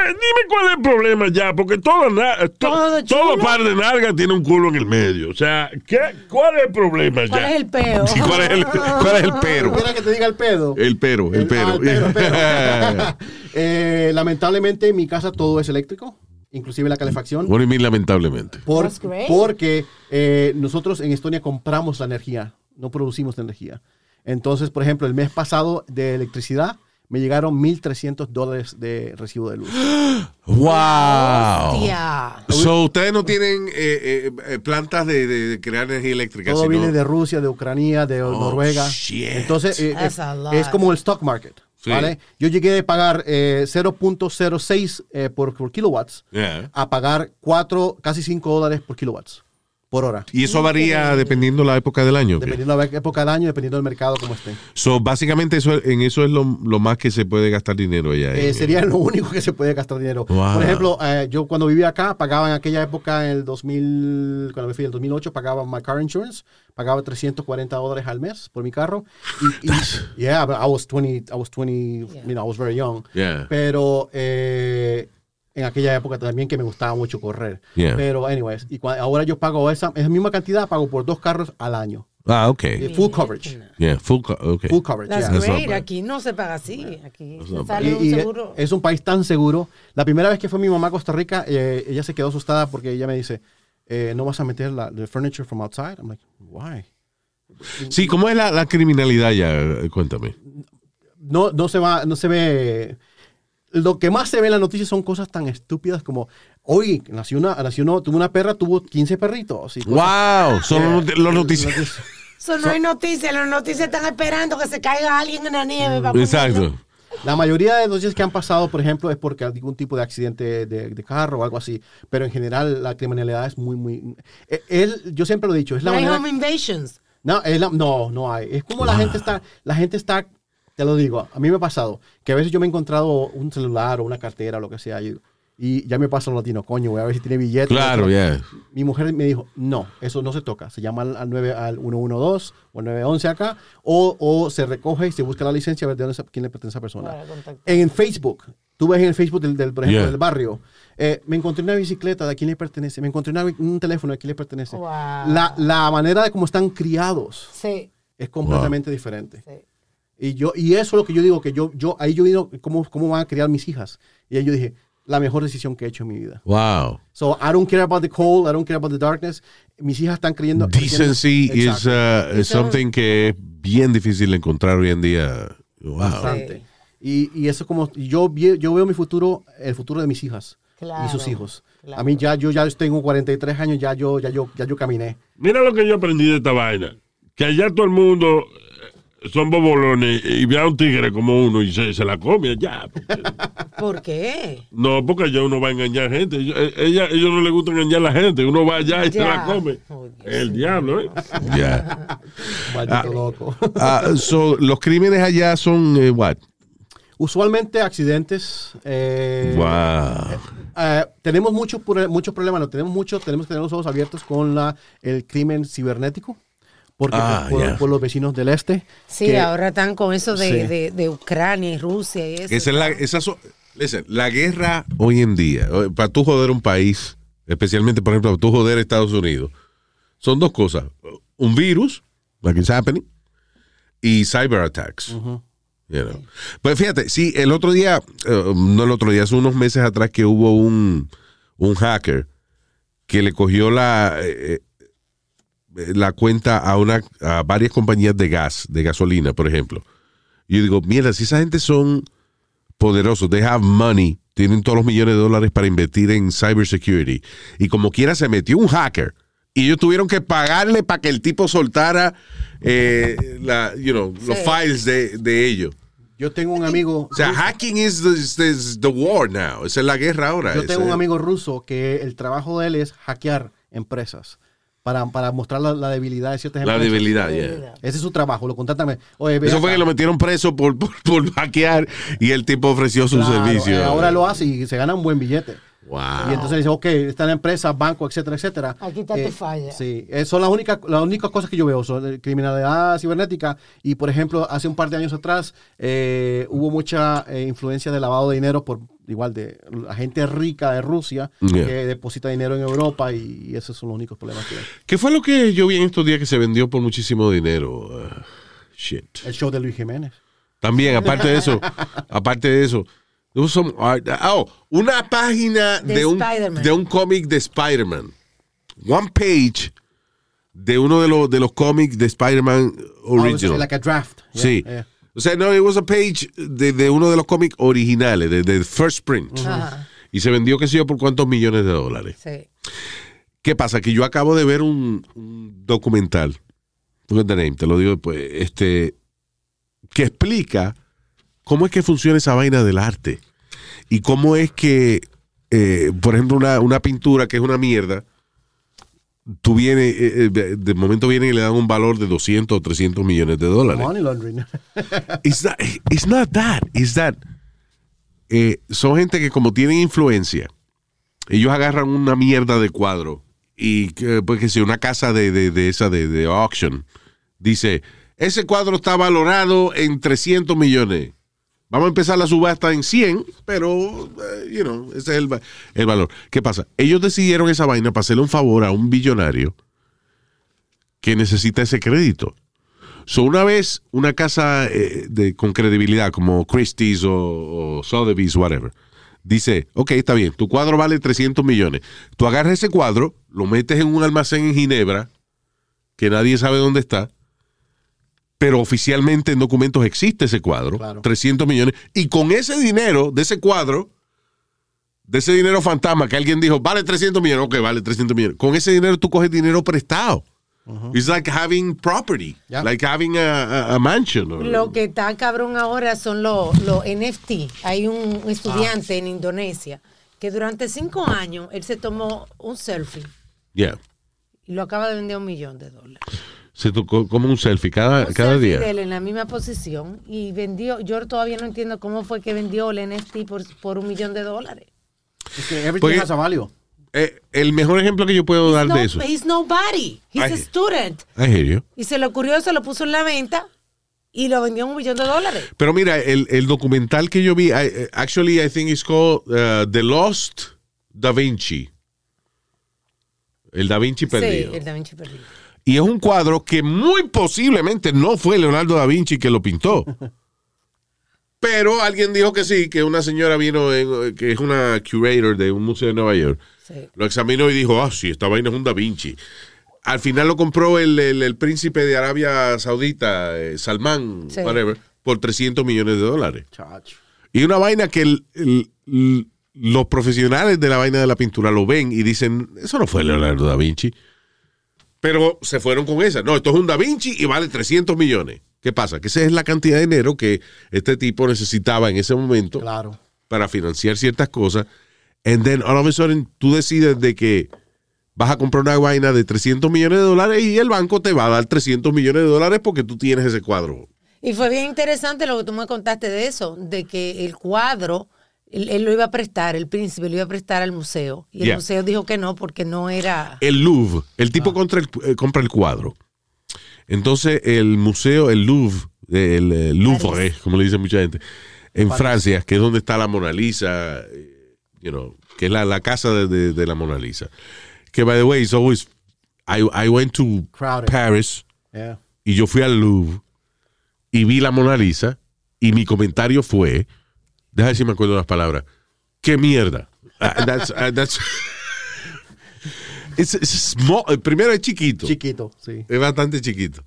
Speaker 7: dime, dime cuál es el problema ya, porque todo, na- to-
Speaker 4: Todo
Speaker 7: todo,
Speaker 4: chulo.
Speaker 7: par de nalgas tiene un culo en el medio. O sea, ¿qué, ¿cuál es el problema
Speaker 4: ¿Cuál
Speaker 7: ya?
Speaker 4: es el peo?
Speaker 2: Sí, ¿cuál, es el, ¿Cuál es el pero?
Speaker 3: ¿Quieres que te diga el pedo?
Speaker 2: El pero, el
Speaker 3: ah,
Speaker 2: pero.
Speaker 3: el pero, el pero. Eh, lamentablemente en mi casa todo es eléctrico, inclusive la calefacción.
Speaker 2: What do you mean, lamentablemente?
Speaker 3: Por-
Speaker 4: That's great.
Speaker 3: porque eh, nosotros en Estonia compramos la energía, no producimos la energía. Entonces, por ejemplo, el mes pasado de electricidad me llegaron 1.300 dólares de recibo de luz.
Speaker 2: ¡Wow!
Speaker 4: Hostia.
Speaker 2: So, ustedes no tienen eh, eh, eh, plantas de, de- de crear energía eléctrica.
Speaker 3: Todo
Speaker 2: sino-
Speaker 3: viene de Rusia, de Ucrania, de Noruega.
Speaker 2: Oh, shit.
Speaker 3: Entonces, eh,
Speaker 4: That's
Speaker 3: es,
Speaker 4: a lot.
Speaker 3: es como el stock market.
Speaker 2: Sí.
Speaker 3: ¿vale? Yo llegué a pagar eh, 0.06 eh, por, por kilowatts
Speaker 2: Yeah.
Speaker 3: a pagar 4, casi 5 dólares por kilowatts por hora.
Speaker 2: Y eso varía dependiendo la época del año. ¿ok?
Speaker 3: Dependiendo de la época del año, dependiendo del mercado como esté.
Speaker 2: So, básicamente eso, en eso es lo, lo más que se puede gastar dinero allá.
Speaker 3: Eh,
Speaker 2: eh.
Speaker 3: sería lo único que se puede gastar dinero.
Speaker 2: Wow.
Speaker 3: Por ejemplo, eh, yo cuando vivía acá, pagaba en aquella época, en el 2000, cuando me fui en el 2008, pagaba my car insurance, pagaba 340 dólares al mes por mi carro. Y, y- yeah, but I was 20, I was 20, you know, I was very young.
Speaker 2: Yeah.
Speaker 3: Pero eh, en aquella época también que me gustaba mucho correr.
Speaker 2: Yeah.
Speaker 3: Pero, anyways, y cua- ahora yo pago esa, esa misma cantidad, pago por dos carros al año.
Speaker 2: Ah, ok.
Speaker 3: Eh, Full coverage.
Speaker 2: Yeah, full co- okay.
Speaker 3: Full coverage,
Speaker 4: That's
Speaker 3: yeah.
Speaker 2: That's not
Speaker 4: great.
Speaker 2: bad.
Speaker 4: Aquí no se paga así. Aquí
Speaker 2: not
Speaker 3: Y-
Speaker 4: sale
Speaker 3: y e eh,
Speaker 4: un seguro.
Speaker 3: es un país tan seguro. La primera vez que fue mi mamá a Costa Rica, eh, ella se quedó asustada porque ella me dice, eh, ¿no vas a meter la the furniture from outside? I'm like, why?
Speaker 2: Sí, ¿cómo es la, la criminalidad ya? Cuéntame.
Speaker 3: No, no se va, no se ve. Lo que más se ve en las noticias son cosas tan estúpidas como, hoy nació una, nació uno, tuvo una perra, tuvo 15 perritos. y cosas-
Speaker 2: ¡Wow! Son los, los noticias.
Speaker 3: Noticias.
Speaker 4: Eso no hay noticias. Las noticias están esperando que se caiga alguien en la nieve. para
Speaker 2: Exacto.
Speaker 3: La mayoría de noticias que han pasado, por ejemplo, es porque algún tipo de accidente de, de carro o algo así. Pero en general, la criminalidad es muy, muy. eh, él, yo siempre lo he dicho, es la
Speaker 4: ponerlo. No hay
Speaker 3: manera-
Speaker 4: home invasions.
Speaker 3: No, es la- no, no hay. Es como la gente está, la gente está, te lo digo, a mí me ha pasado que a veces yo me he encontrado un celular o una cartera o lo que sea y, y ya me pasa lo latino, coño, voy a ver si tiene billetes.
Speaker 2: Claro, yeah.
Speaker 3: Mi mujer me dijo, no, eso no se toca. Se llama al, al 9, al 112 o al 911 acá, o, o se recoge y se busca la licencia a ver de dónde, se- quién le pertenece a esa persona.
Speaker 4: Para contactar.
Speaker 3: En Facebook, tú ves en el Facebook del, del, por ejemplo,
Speaker 2: Yeah.
Speaker 3: del barrio, eh, me encontré una bicicleta, ¿de a quién le pertenece? Me encontré una- un teléfono, ¿de quién le pertenece?
Speaker 4: Wow.
Speaker 3: La, la manera de cómo están criados
Speaker 4: Sí.
Speaker 3: es completamente diferente.
Speaker 4: Sí.
Speaker 3: Y yo y eso es lo que yo digo, que yo, yo ahí yo digo cómo, cómo van a criar mis hijas. Y ahí yo dije, la mejor decisión que he hecho en mi vida.
Speaker 2: Wow.
Speaker 3: So, I don't care about the cold, I don't care about the darkness. Mis hijas están creyendo.
Speaker 2: Decency
Speaker 3: creyendo-
Speaker 2: is uh, is something que es bien difícil encontrar hoy en día. Wow.
Speaker 3: Bastante. Y, y eso como, y yo, vi- yo veo mi futuro, el futuro de mis hijas
Speaker 4: Claro,
Speaker 3: y sus hijos.
Speaker 4: claro.
Speaker 3: A mí ya, yo ya tengo 43 años, ya yo, ya yo, ya yo caminé.
Speaker 7: Mira lo que yo aprendí de esta vaina. Que allá todo el mundo eh, son bobolones y ve a un tigre como uno y se, se la come ya. porque-
Speaker 4: ¿Por qué?
Speaker 7: No, porque ya uno va a engañar gente. Yo- eh, Ella, ellos no les gusta engañar a la gente. Uno va allá y se
Speaker 4: Ya.
Speaker 7: la come.
Speaker 4: Oh, Dios
Speaker 7: El diablo, ¿eh?
Speaker 2: Yeah.
Speaker 3: Maldito loco.
Speaker 2: Ah, so, los crímenes allá son, eh, what?
Speaker 3: Usualmente accidentes. eh,
Speaker 2: Wow.
Speaker 3: eh, tenemos muchos pro- muchos problemas, no tenemos muchos, tenemos que tener los ojos abiertos con la, el crimen cibernético, porque
Speaker 2: Ah,
Speaker 3: por,
Speaker 2: ya.
Speaker 3: por los vecinos del este.
Speaker 4: Sí,
Speaker 3: que-
Speaker 4: ahora están con eso de,
Speaker 3: Sí.
Speaker 4: de, de Ucrania y Rusia y eso.
Speaker 2: Esa es la, esa so- listen, la guerra hoy en día, o- para tú joder un país, especialmente, por ejemplo, para tú joder Estados Unidos, son dos cosas. Un virus, like it's happening, y cyber attacks. you know. Pero fíjate, sí, el otro día, eh, no el otro día, hace unos meses atrás que hubo un, un hacker que le cogió la, eh, eh, la cuenta a, una, a varias compañías de gas, de gasolina, por ejemplo. Yo digo, mierda, si esa gente son poderosos, they have money, tienen todos los millones de dólares para invertir en cybersecurity. Y como quiera se metió un hacker. Y ellos tuvieron que pagarle para que el tipo soltara eh, la, you know, los
Speaker 4: Sí.
Speaker 2: files de, de ellos.
Speaker 3: Yo tengo un amigo.
Speaker 2: O sea, hacking is the, is- is the war now. Esa es la guerra ahora.
Speaker 3: Yo
Speaker 2: Esa
Speaker 3: tengo un
Speaker 2: es-
Speaker 3: amigo ruso que el trabajo de él es hackear empresas para, para mostrar la, la debilidad de ciertas
Speaker 2: La
Speaker 3: empresas.
Speaker 2: debilidad, yeah.
Speaker 3: Ese es su trabajo, lo contáctame. Oye, ve
Speaker 2: Eso fue
Speaker 3: acá.
Speaker 2: que lo metieron preso por, por, por hackear y el tipo ofreció su
Speaker 3: Claro,
Speaker 2: servicio.
Speaker 3: eh, Ahora lo hace y se gana un buen billete.
Speaker 2: Wow.
Speaker 3: Y entonces dice, ok, está la empresa, banco, etcétera, etcétera.
Speaker 4: Aquí está tu falla.
Speaker 3: Sí, eh, son las únicas, las únicas cosas que yo veo, son eh, criminalidad cibernética. Y por ejemplo, hace un par de años atrás eh, hubo mucha eh, influencia de lavado de dinero por igual de la gente rica de Rusia
Speaker 2: Yeah.
Speaker 3: que deposita dinero en Europa y, y esos son los únicos problemas que hay.
Speaker 2: ¿Qué fue lo que yo vi en estos días que se vendió por muchísimo dinero? Ah, shit.
Speaker 3: El show de Luis Jiménez. Ah,
Speaker 2: También, aparte de eso, aparte de eso, there was some art- ah, oh, una página
Speaker 4: De
Speaker 2: de, un,
Speaker 4: Spider-Man.
Speaker 2: de un cómic de Spider-Man. One page de uno de los, de los cómics de Spider-Man original.
Speaker 3: Oh, like a draft. Yeah,
Speaker 2: sí.
Speaker 3: yeah.
Speaker 2: O sea, no, it was a page de, de uno de los cómics originales, de, de first print.
Speaker 4: Ajá.
Speaker 2: Y se vendió, qué sé yo, por cuántos millones de dólares.
Speaker 4: Sí.
Speaker 2: ¿Qué pasa? Que yo acabo de ver un, un documental, look at the name, te lo digo después, este, que explica cómo es que funciona esa vaina del arte y cómo es que, eh, por ejemplo, una, una pintura que es una mierda, tú vienes, eh, eh, de de momento vienen y le dan un valor de 200 o 300 millones de dólares.
Speaker 3: Money laundering.
Speaker 2: It's not, it's not that. It's that. eh, son gente que como tienen influencia, ellos agarran una mierda de cuadro y que, pues que si una casa de, de- de esa de, de auction dice, ese cuadro está valorado en 300 millones. Vamos a empezar la subasta en 100, pero, eh, you know, ese es el, va- el valor. ¿Qué pasa? Ellos decidieron esa vaina para hacerle un favor a un billonario que necesita ese crédito. So, una vez una casa eh, de, con credibilidad como Christie's o, o Sotheby's, whatever, dice, ok, está bien, tu cuadro vale 300 millones. Tú agarras ese cuadro, lo metes en un almacén en Ginebra, que nadie sabe dónde está, pero oficialmente en documentos existe ese cuadro,
Speaker 3: Claro.
Speaker 2: 300 millones, y con ese dinero de ese cuadro, de ese dinero fantasma que alguien dijo, vale 300 millones, ok, vale 300 millones, con ese dinero tú coges dinero prestado. It's like having property,
Speaker 3: Yeah.
Speaker 2: like having a, a- a mansion. or-
Speaker 4: Lo que está cabrón ahora son los los NFT. Hay un
Speaker 2: Ah.
Speaker 4: estudiante en Indonesia que durante cinco años él se tomó un selfie
Speaker 2: Yeah.
Speaker 4: y lo acaba de vender a un millón de dólares.
Speaker 2: Se tocó como un selfie cada,
Speaker 4: Un
Speaker 2: cada
Speaker 4: selfie
Speaker 2: día.
Speaker 4: de él en la misma posición y vendió. Yo todavía no entiendo cómo fue que vendió el NFT por, por un millón de dólares.
Speaker 3: Es que everything
Speaker 2: Porque-
Speaker 3: has a value.
Speaker 2: Eh, el mejor ejemplo que yo puedo dar
Speaker 4: No,
Speaker 2: de eso.
Speaker 4: he's nobody. He's
Speaker 2: Ay.
Speaker 4: a student.
Speaker 2: I hear you.
Speaker 4: Y se le ocurrió, se lo puso en la venta y lo vendió a un millón de dólares.
Speaker 2: Pero mira, el, el documental que yo vi, I- eh, actually I think it's called uh, The Lost Da Vinci. El Da Vinci perdido.
Speaker 4: Sí, el Da Vinci perdido.
Speaker 2: Y es un cuadro que muy posiblemente no fue Leonardo da Vinci que lo pintó. Pero alguien dijo que sí, que una señora vino, en- que es una curator de un museo de Nueva York,
Speaker 4: Sí.
Speaker 2: lo examinó y dijo, ah, sí, esta vaina es un da Vinci. Al final lo compró el, el- el príncipe de Arabia Saudita, eh, Salmán,
Speaker 4: Sí.
Speaker 2: whatever, por 300 millones de dólares.
Speaker 3: Chacho.
Speaker 2: Y una vaina que el- el- l- los profesionales de la vaina de la pintura lo ven y dicen, eso no fue Leonardo da Vinci. Pero se fueron con esa. No, esto es un da Vinci y vale 300 millones. ¿Qué pasa? Que esa es la cantidad de dinero que este tipo necesitaba en ese momento
Speaker 3: Claro.
Speaker 2: para financiar ciertas cosas. And then all of a sudden tú decides de que vas a comprar una vaina de 300 millones de dólares y el banco te va a dar 300 millones de dólares porque tú tienes ese cuadro.
Speaker 4: Y fue bien interesante lo que tú me contaste de eso, de que el cuadro, él, él lo iba a prestar, el príncipe lo iba a prestar al museo. Y el
Speaker 2: Yeah.
Speaker 4: museo dijo que no, porque no era...
Speaker 2: El Louvre, el tipo contra el- eh, compra el cuadro. Entonces el museo, el Louvre, eh, el eh, Louvre, eh, como le dice mucha gente, en Francia, que es donde está la Mona Lisa, eh, you know, que es la, la casa de, de- de la Mona Lisa. Que by the way, it's always I, I went to
Speaker 3: Crowded.
Speaker 2: Paris
Speaker 3: Yeah.
Speaker 2: y yo fui al Louvre y vi la Mona Lisa y mi comentario fue, deja ver si me acuerdo las palabras, qué mierda. Ah, that's- ah, that's- It's- it's small. El primero es chiquito,
Speaker 3: Chiquito, sí.
Speaker 2: es bastante chiquito.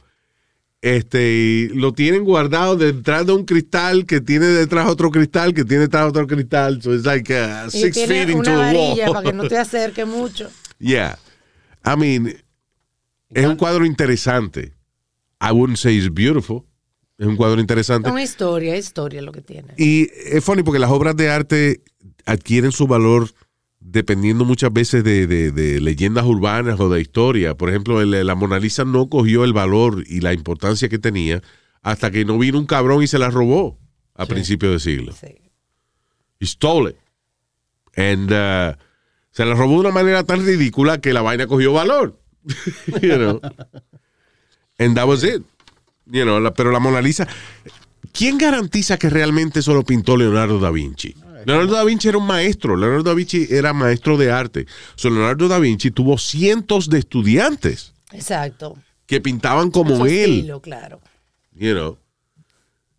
Speaker 2: Este, y lo tienen guardado detrás de un cristal que tiene detrás otro cristal que tiene detrás otro cristal. So it's like uh,
Speaker 4: Y
Speaker 2: six feet
Speaker 4: tiene
Speaker 2: into
Speaker 4: una
Speaker 2: the
Speaker 4: varilla para que
Speaker 2: wall.
Speaker 4: no te acerque mucho.
Speaker 2: Yeah. I mean, es un cuadro interesante. I wouldn't say it's beautiful. Es un cuadro interesante.
Speaker 4: Es una historia, es historia lo que tiene.
Speaker 2: Y es funny porque las obras de arte adquieren su valor dependiendo muchas veces de, de- de leyendas urbanas o de historia. Por ejemplo, el- la Mona Lisa no cogió el valor y la importancia que tenía hasta que no vino un cabrón y se la robó a principios de siglo.
Speaker 4: Sí.
Speaker 2: He stole it. And, uh, se la robó de una manera tan ridícula que la vaina cogió valor. you know. And that was it. You know, la- pero la Mona Lisa. ¿Quién garantiza que realmente eso lo pintó Leonardo da Vinci? Leonardo da Vinci era un maestro. Leonardo da Vinci era maestro de arte. So, Leonardo da Vinci tuvo cientos de estudiantes
Speaker 4: Exacto.
Speaker 2: que pintaban como
Speaker 4: Su
Speaker 2: él
Speaker 4: estilo, claro.
Speaker 2: you know.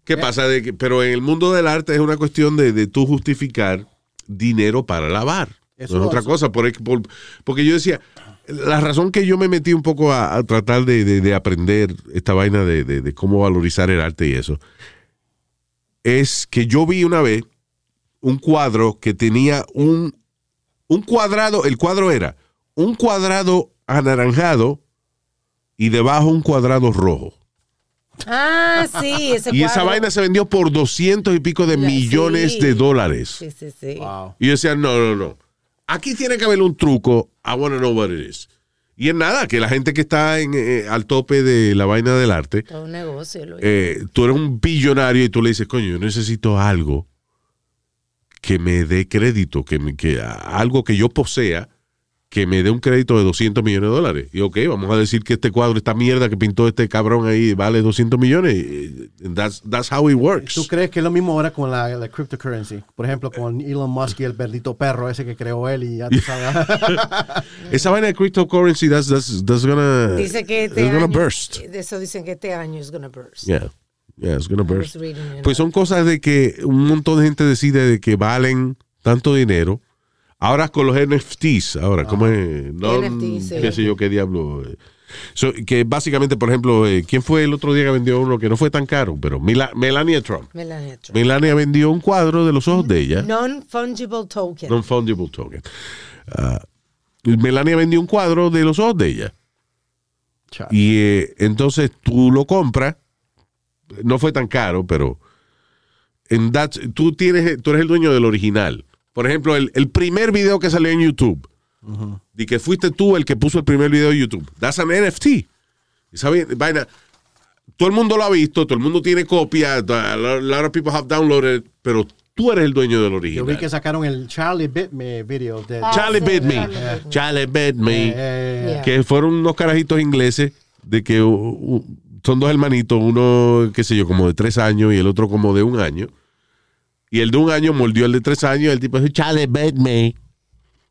Speaker 2: ¿Qué pasa? De que, pero en el mundo del arte es una cuestión de, de tú justificar dinero para lavar.
Speaker 3: Eso
Speaker 2: no es
Speaker 3: lo
Speaker 2: otra
Speaker 3: hace.
Speaker 2: cosa. Por, por- porque yo decía, la razón que yo me metí un poco a, a tratar de, de- de aprender esta vaina de, de- de cómo valorizar el arte y eso, es que yo vi una vez un cuadro que tenía un, un cuadrado, el cuadro era un cuadrado anaranjado y debajo un cuadrado rojo.
Speaker 4: Ah, sí, ese
Speaker 2: Y esa
Speaker 4: cuadro.
Speaker 2: vaina se vendió por 200 y pico de
Speaker 4: La-
Speaker 2: millones
Speaker 4: sí.
Speaker 2: de dólares.
Speaker 4: Sí, sí, sí.
Speaker 3: Wow.
Speaker 2: Y yo decía, no, no, no. Aquí tiene que haber un truco. I want to know what it is. Y es nada, que la gente que está en, eh, al tope de la vaina del arte,
Speaker 4: Todo un negocio. Luis.
Speaker 2: eh, tú eres un billonario y tú le dices, coño, yo necesito algo que me dé crédito, que, me- que a- algo que yo posea, que me dé un crédito de 200 millones de dólares. Y ok, vamos a decir que este cuadro, esta mierda que pintó este cabrón ahí, vale 200 millones. Eh, That's, that's how it works.
Speaker 3: ¿Tú crees que es lo mismo ahora con la, la cryptocurrency? Por ejemplo, con Elon Musk y el perrito perro ese que creó él y ya tú sabes.
Speaker 2: Esa vaina de cryptocurrency, that's, that's, that's gonna,
Speaker 4: Dice que
Speaker 2: it's
Speaker 4: este
Speaker 2: gonna
Speaker 4: año.
Speaker 2: burst.
Speaker 4: De eso dicen que este año es gonna burst.
Speaker 2: Yeah, yeah, it's gonna burst.
Speaker 4: was reading it
Speaker 2: Pues son cosas de que un montón de gente decide de que valen tanto dinero. Ahora con los NFTs, ahora, ¿cómo es? No,
Speaker 4: NFTs, sí.
Speaker 2: qué sé yo, qué diablo. eh. So, que básicamente, por ejemplo, eh, ¿quién fue el otro día que vendió uno que no fue tan caro? Pero Mila- Melania Trump.
Speaker 4: Me la han hecho.
Speaker 2: Melania vendió un cuadro de los ojos de ella.
Speaker 4: Non-fungible token.
Speaker 2: Non-fungible token. Ah, Melania vendió un cuadro de los ojos de ella.
Speaker 3: Chao.
Speaker 2: Y eh, entonces tú lo compras. No fue tan caro, pero en that- tú, tienes, tú eres el dueño del original. Por ejemplo, el, el primer video que salió en YouTube. Y que fuiste tú el que puso el primer video de YouTube. That's an NFT. Esa vai- vaina. Todo el mundo lo ha visto, todo el mundo tiene copia, a lot- lot of people have downloaded, pero tú eres el dueño del
Speaker 3: Yo
Speaker 2: original.
Speaker 3: vi que sacaron el Charlie Bit Me video de...
Speaker 2: Charlie
Speaker 4: sí,
Speaker 2: bit me.
Speaker 4: Charlie
Speaker 2: Charlie bit me.
Speaker 3: Eh,
Speaker 4: Yeah.
Speaker 2: Que fueron unos carajitos ingleses de que uh, uh, son dos hermanitos, uno, qué sé yo, como de tres años y el otro como de un año. Y el de un año mordió el de tres años y el tipo dice, Charlie bit me.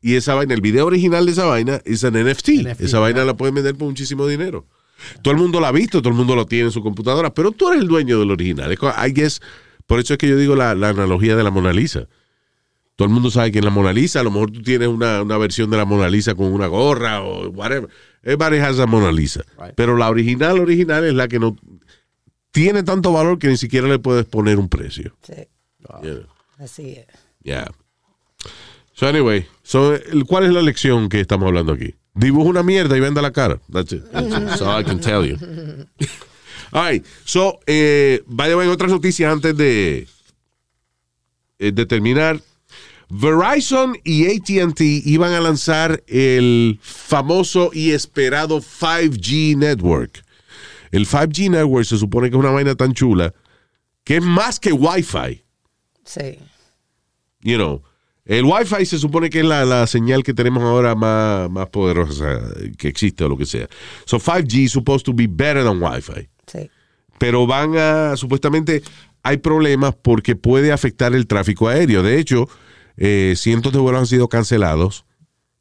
Speaker 2: Y esa vaina, el video original de esa vaina es un NFT.
Speaker 3: NFT,
Speaker 2: Esa vaina la pueden vender por muchísimo dinero. Todo el mundo la ha visto, todo el mundo lo tiene en su computadora, pero tú eres el dueño del original. Es co- I guess, por eso es que yo digo la, la analogía de la Mona Lisa. Todo el mundo sabe que en la Mona Lisa, a lo mejor tú tienes una, una versión de la Mona Lisa con una gorra o whatever. Everybody has a Mona Lisa.
Speaker 3: Right.
Speaker 2: Pero la original, original es la que no tiene tanto valor que ni siquiera le puedes poner un precio.
Speaker 4: Sí,
Speaker 2: Yeah.
Speaker 4: así es.
Speaker 2: Yeah. So anyway, so, el- ¿cuál es la lección que estamos hablando aquí? Dibuja una mierda y venda la cara. That's it. That's all I can tell you. All right. So, eh, by the way, otras noticias antes de eh, determinar. Verizon y ATT iban a lanzar el famoso y esperado 5G Network. El 5G Network se supone que es una vaina tan chula que es más que Wi-Fi.
Speaker 4: Sí.
Speaker 2: you know, el Wi-Fi se supone que es la, la señal que tenemos ahora más, más poderosa que existe o lo que sea. So 5G is supposed to be better than Wi-Fi.
Speaker 4: Sí.
Speaker 2: Pero van a, supuestamente, hay problemas porque puede afectar el tráfico aéreo. De hecho, eh, cientos de vuelos han sido cancelados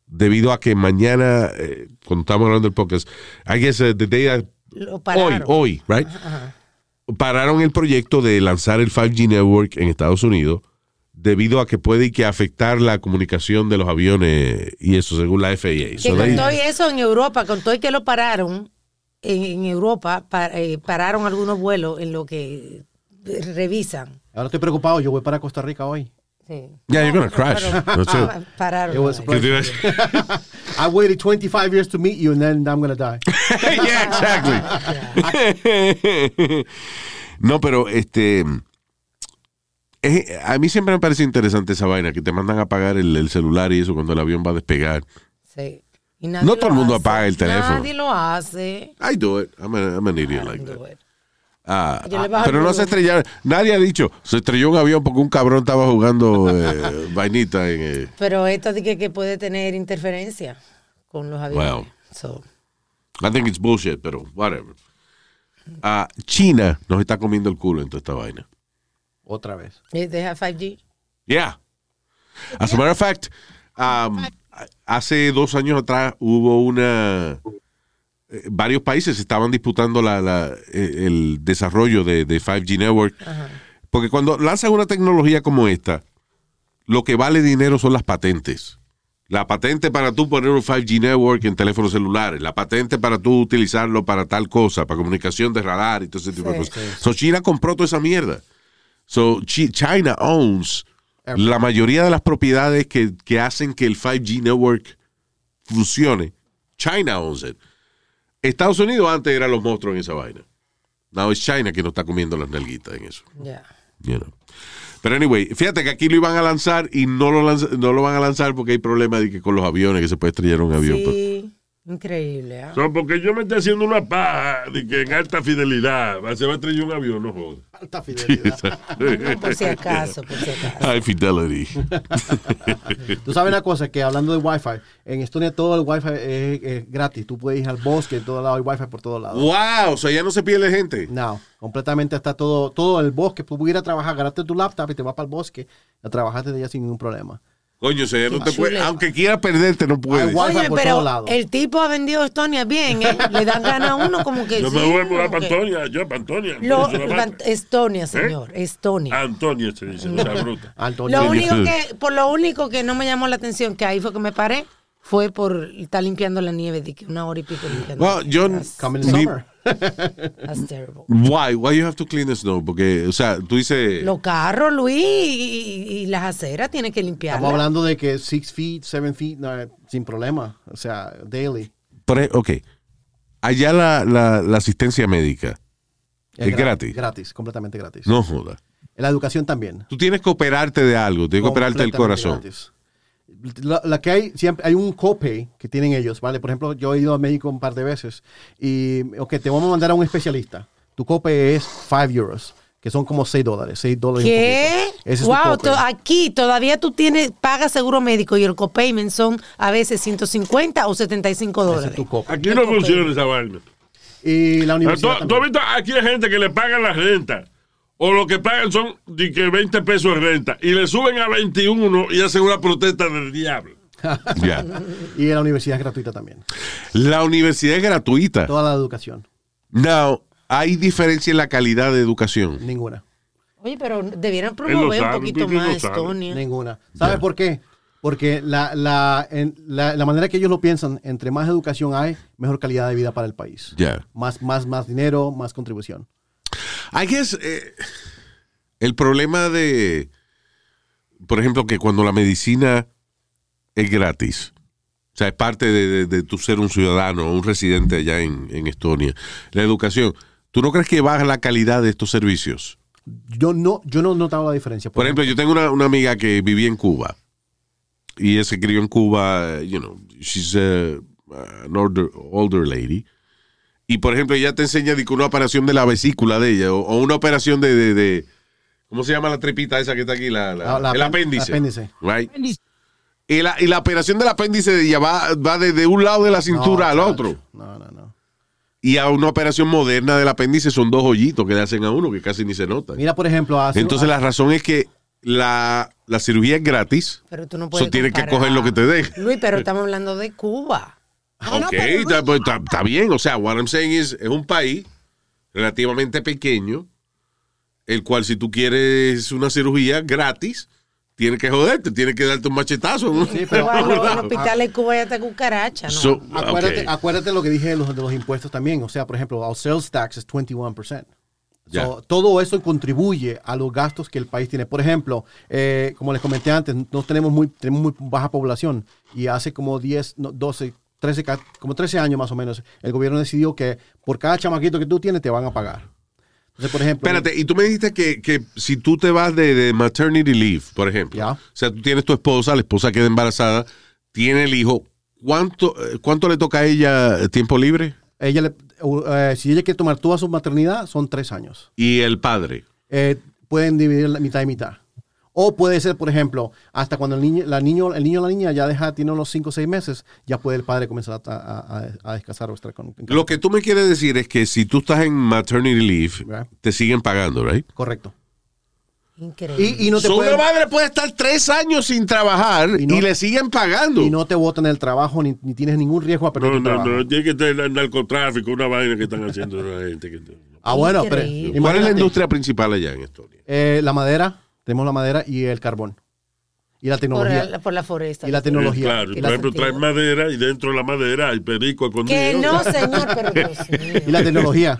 Speaker 2: debido a que mañana, eh, cuando estamos hablando del podcast, I guess eh, the day that-
Speaker 4: Lo pararon.
Speaker 2: Hoy, hoy, right? Pararon el proyecto de lanzar el 5G network en Estados Unidos debido a que puede y que afectar la comunicación de los aviones y eso según la FAA.
Speaker 4: Que
Speaker 2: So
Speaker 4: con
Speaker 2: they-
Speaker 4: todo y eso en Europa, con todo y que lo pararon, en, en Europa pa- eh, pararon algunos vuelos en lo que eh, revisan.
Speaker 3: Ahora estoy preocupado, yo voy para Costa Rica hoy.
Speaker 4: Sí.
Speaker 2: Yeah, you're gonna crash.
Speaker 4: Pero-
Speaker 2: That's it.
Speaker 4: ah, pararon.
Speaker 3: It was
Speaker 2: ¿Qué te iba a decir?
Speaker 3: I waited 25 years to meet you and then I'm gonna die.
Speaker 2: yeah, exactly. no, pero este. es- a mí siempre me parece interesante esa vaina que te mandan a apagar el, el celular y eso cuando el avión va a despegar.
Speaker 4: Sí. Y nadie
Speaker 2: No
Speaker 4: lo
Speaker 2: todo el mundo
Speaker 4: hace.
Speaker 2: apaga el teléfono.
Speaker 4: Nadie lo hace.
Speaker 2: I do it. I'm, a- I'm an idiot like that. Ah,
Speaker 4: Yo le
Speaker 2: ah,
Speaker 4: bajo el
Speaker 2: pero no
Speaker 4: volumen.
Speaker 2: se estrellaron. Nadie ha dicho, se estrelló un avión porque un cabrón estaba jugando eh, vainita en. eh,
Speaker 4: Pero esto de que, que puede tener interferencia con los aviones.
Speaker 2: Wow.
Speaker 4: So,
Speaker 2: I think it's bullshit, pero whatever. Ah, China nos está comiendo el culo en toda esta vaina.
Speaker 3: Otra vez.
Speaker 4: eh, they have 5G.
Speaker 2: Yeah. As a matter of fact, um, hace dos años atrás hubo una. eh, Varios países estaban disputando la, la- eh, el desarrollo de, de 5G Network. Porque cuando lanzan una tecnología como esta, lo que vale dinero son las patentes. La patente para tú poner un 5G Network en teléfonos celulares, la patente para tú utilizarlo para tal cosa, para comunicación de radar y todo ese tipo de
Speaker 4: Sí.
Speaker 2: cosas. So China compró toda esa mierda. So Chi- China owns la mayoría de las propiedades que, que hacen que el 5G network funcione. China owns it. Estados Unidos antes eran los monstruos en esa vaina. Now es China que nos está comiendo las nalguitas en eso.
Speaker 4: Yeah.
Speaker 2: you know. Pero anyway, fíjate que aquí lo iban a lanzar y no lo, lanza- no lo van a lanzar porque hay problemas de que con los aviones, que se puede estrellar un avión. pues. pero-
Speaker 4: Sí. Increíble. ¿ah?
Speaker 7: No, porque yo me estoy haciendo una paja de que en alta fidelidad se va a estrellar un avión, no joda.
Speaker 3: Alta fidelidad.
Speaker 4: No, por si acaso, por si acaso.
Speaker 2: High fidelity.
Speaker 3: Tú sabes una cosa, que hablando de Wi-Fi, en Estonia todo el Wi-Fi es, es gratis. Tú puedes ir al bosque, en todo lado hay Wi-Fi por todos lados.
Speaker 2: wow, o sea, ya no se pierde gente.
Speaker 3: No, completamente está todo, todo el bosque. Tú puedes ir a trabajar, agarraste tu laptop y te vas para el bosque a trabajar desde allá sin ningún problema.
Speaker 2: Coño, o sea, ya no te
Speaker 4: chuleta.
Speaker 2: puede- aunque quieras perderte, no puedes.
Speaker 3: Ay, guau. Wi-Fi
Speaker 4: Óyeme,
Speaker 3: por todos
Speaker 4: pero
Speaker 3: lados.
Speaker 4: el tipo ha vendido Estonia bien, ¿eh? Le dan ganas a uno como que
Speaker 7: Yo
Speaker 4: sí,
Speaker 7: me voy a mudar
Speaker 4: como
Speaker 7: para
Speaker 4: que-
Speaker 7: Antonia, yo para Antonia.
Speaker 4: Lo-
Speaker 7: Eso no
Speaker 4: la-
Speaker 7: basta. ¿Eh?
Speaker 4: Estonia, señor, Estonia.
Speaker 7: Antonia se dice, esa bruta.
Speaker 3: Antonio.
Speaker 4: Lo único que, por lo único que no me llamó la atención, que ahí fue que me paré, fue por estar limpiando la nieve, de que una hora y pico limpiando.
Speaker 2: Well, yo-
Speaker 4: That's-
Speaker 3: Coming
Speaker 2: Ni-
Speaker 3: summer.
Speaker 4: that's terrible.
Speaker 2: Why? Why you have to clean the snow? Porque, o sea, tú dices.
Speaker 4: Los carros, Luis, y, y- y las aceras tienen que limpiar.
Speaker 3: Estamos hablando de que 6 feet, 7 feet, no, eh, sin problema. O sea, daily.
Speaker 2: Por ej- ok. Allá la, la- la asistencia médica es,
Speaker 3: gra-
Speaker 2: gratis.
Speaker 3: Gratis, completamente gratis.
Speaker 2: No joda.
Speaker 3: La educación también.
Speaker 2: Tú tienes que operarte de algo, tienes que operarte el
Speaker 3: Completamente
Speaker 2: corazón.
Speaker 3: gratis. La, la que hay, siempre hay un copay que tienen ellos, ¿vale? Por ejemplo, yo he ido a México un par de veces y, ok, te vamos a mandar a un especialista. Tu copay es 5 euros, que son como 6 dólares, 6 dólares. y un eh.
Speaker 4: ¿Qué?
Speaker 3: poquito. Ese es tu
Speaker 4: wow,
Speaker 3: copay.
Speaker 4: to- aquí todavía tú tienes, pagas seguro médico y el copayment son a veces 150 o 75
Speaker 3: Ese es
Speaker 4: dólares.
Speaker 3: tu copay.
Speaker 7: Aquí no funciona esa vaina.
Speaker 3: Y la
Speaker 7: Ah, ¿Tú,
Speaker 3: universidad
Speaker 7: tú has
Speaker 3: también.
Speaker 7: visto? Aquí hay gente que le pagan las rentas. O lo que pagan son de que 20 pesos de renta. Y le suben a 21 y hacen una protesta del diablo.
Speaker 2: Ya.
Speaker 3: Y la universidad es gratuita también.
Speaker 2: La universidad es gratuita.
Speaker 3: Toda la educación,
Speaker 2: Now, hay diferencia en la calidad de educación.
Speaker 3: ninguna.
Speaker 4: Oye, pero debieran promover un
Speaker 7: sabe,
Speaker 4: poquito
Speaker 7: Pipi lo
Speaker 4: más
Speaker 7: sabe.
Speaker 4: Estonia.
Speaker 3: Ninguna. ¿Sabes por qué? Porque la, la, en- la- la manera que ellos lo piensan, entre más educación hay, mejor calidad de vida para el país.
Speaker 2: Ya.
Speaker 3: Más, más, más dinero, más contribución.
Speaker 2: I guess, eh, el problema de, por ejemplo, que cuando la medicina es gratis, o sea, es parte de, de- de tu ser un ciudadano, un residente allá en, en Estonia, la educación, ¿tú no crees que baja la calidad de estos servicios?
Speaker 3: Yo no, yo no notaba la diferencia. pues.
Speaker 2: Por ejemplo, yo tengo una, una amiga que vivía en Cuba y ella se crió en Cuba, eh, you know, she's a, uh, an older, older lady. Y por ejemplo, ella te enseña de que una operación de la vesícula de ella o, o una operación de, de- de- ¿cómo se llama la tripita esa que está aquí? La, la-
Speaker 3: La- la
Speaker 2: el
Speaker 3: apen-
Speaker 2: apéndice.
Speaker 3: apéndice.
Speaker 2: Right. Y la, y la operación del apéndice de ella va, va desde un lado de la cintura al otro.
Speaker 3: No, no, no.
Speaker 2: Y a una operación moderna del apéndice son dos hoyitos que le hacen a uno que casi ni se nota.
Speaker 3: Mira, por ejemplo, hace-
Speaker 2: Entonces la razón es que la, la cirugía es gratis.
Speaker 4: Pero tú no puedes.
Speaker 2: So, tienes que
Speaker 4: comparar.
Speaker 2: coger lo que te den.
Speaker 4: Luis, pero estamos hablando de Cuba.
Speaker 5: No, no,
Speaker 2: ok,
Speaker 5: pero Luis-
Speaker 2: está, pues, está- está bien. O sea, what I'm saying is, es un país relativamente pequeño, el cual si tú quieres una cirugía gratis, tienes que joderte, tienes que darte un machetazo. ¿no?
Speaker 3: Sí, pero-
Speaker 4: Cuba, lo- en
Speaker 2: Claro.
Speaker 4: los hospitales de Cuba ya está cucaracha, ¿no?
Speaker 2: So,
Speaker 3: acuérdate,
Speaker 2: Ah, ok.
Speaker 3: acuérdate lo que dije de los, de los impuestos también. O sea, por ejemplo, our sales tax es 21%.
Speaker 2: Ya.
Speaker 3: So, todo eso contribuye a los gastos que el país tiene. Por ejemplo, eh, como les comenté antes, no tenemos muy, tenemos muy baja población y hace como 10, no, 12, 13, ca- como 13 años más o menos, el gobierno decidió que por cada chamaquito que tú tienes te van a pagar. Entonces, por ejemplo,
Speaker 2: Espérate, y tú me dijiste que, que si tú te vas de, de maternity leave, por ejemplo,
Speaker 3: Ya.
Speaker 2: o sea, tú tienes tu esposa, la esposa queda embarazada, tiene el hijo, ¿cuánto, eh, cuánto le toca a ella tiempo libre?
Speaker 3: ella le- u- eh, si ella quiere tomar toda su maternidad, son tres años.
Speaker 2: Y el padre.
Speaker 3: eh, pueden dividir la mitad y mitad. O puede ser, por ejemplo, hasta cuando el niño, la niño, el niño o la niña ya deja, tiene unos 5 o 6 meses, ya puede el padre comenzar a, a, a- a descansar o estar con,
Speaker 2: Lo que tú me quieres decir es que si tú estás en maternity leave,
Speaker 3: Right.
Speaker 2: te siguen pagando, ¿right?
Speaker 3: Correcto.
Speaker 4: Increíble.
Speaker 3: Y, y no te
Speaker 2: So,
Speaker 3: pueden-
Speaker 2: una madre puede estar tres años sin trabajar y,
Speaker 3: Y no-
Speaker 2: le siguen pagando.
Speaker 3: y no te botan el trabajo, ni, ni tienes ningún riesgo a perder
Speaker 7: No,
Speaker 3: tu
Speaker 7: no,
Speaker 3: trabajo.
Speaker 7: no. Tiene que tener el narcotráfico, una vaina que están haciendo la gente. Que...
Speaker 3: Ah, bueno, pero
Speaker 4: Increíble.
Speaker 2: ¿Cuál es la
Speaker 3: imagínate,
Speaker 2: industria principal allá en Estonia?
Speaker 3: eh, la madera, tenemos la madera y el carbón. Y la
Speaker 4: por,
Speaker 3: tecnología.
Speaker 4: la, por la foresta.
Speaker 3: y la tecnología.
Speaker 7: claro,
Speaker 3: y,
Speaker 7: por
Speaker 3: la,
Speaker 7: ejemplo,
Speaker 4: sentido.
Speaker 7: traen madera y dentro de la madera hay perico escondido.
Speaker 4: Que no, señor, pero Dios
Speaker 3: y
Speaker 4: mío.
Speaker 3: la tecnología.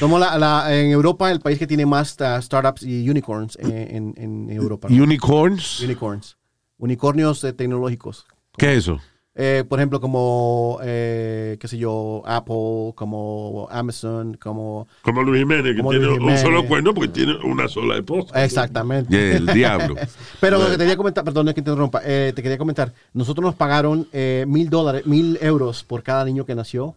Speaker 3: Somos la, la- en Europa el país que tiene más ah, startups y unicorns eh, en, en- en Europa. ¿no?
Speaker 2: Unicorns.
Speaker 3: Unicorns. Unicornios eh, tecnológicos.
Speaker 2: ¿Qué es eso?
Speaker 3: Eh, por ejemplo, como, eh, qué sé yo, Apple, como Amazon, como...
Speaker 7: Como Luis Jiménez, que
Speaker 3: Como
Speaker 7: tiene
Speaker 3: Luis
Speaker 7: un solo
Speaker 3: Jiménez.
Speaker 7: cuerno porque tiene una sola esposa.
Speaker 3: Exactamente.
Speaker 2: El diablo.
Speaker 3: Pero lo que te quería comentar, perdón que te interrumpa, eh, te quería comentar, nosotros nos pagaron eh, mil dólares, mil euros por cada niño que nació.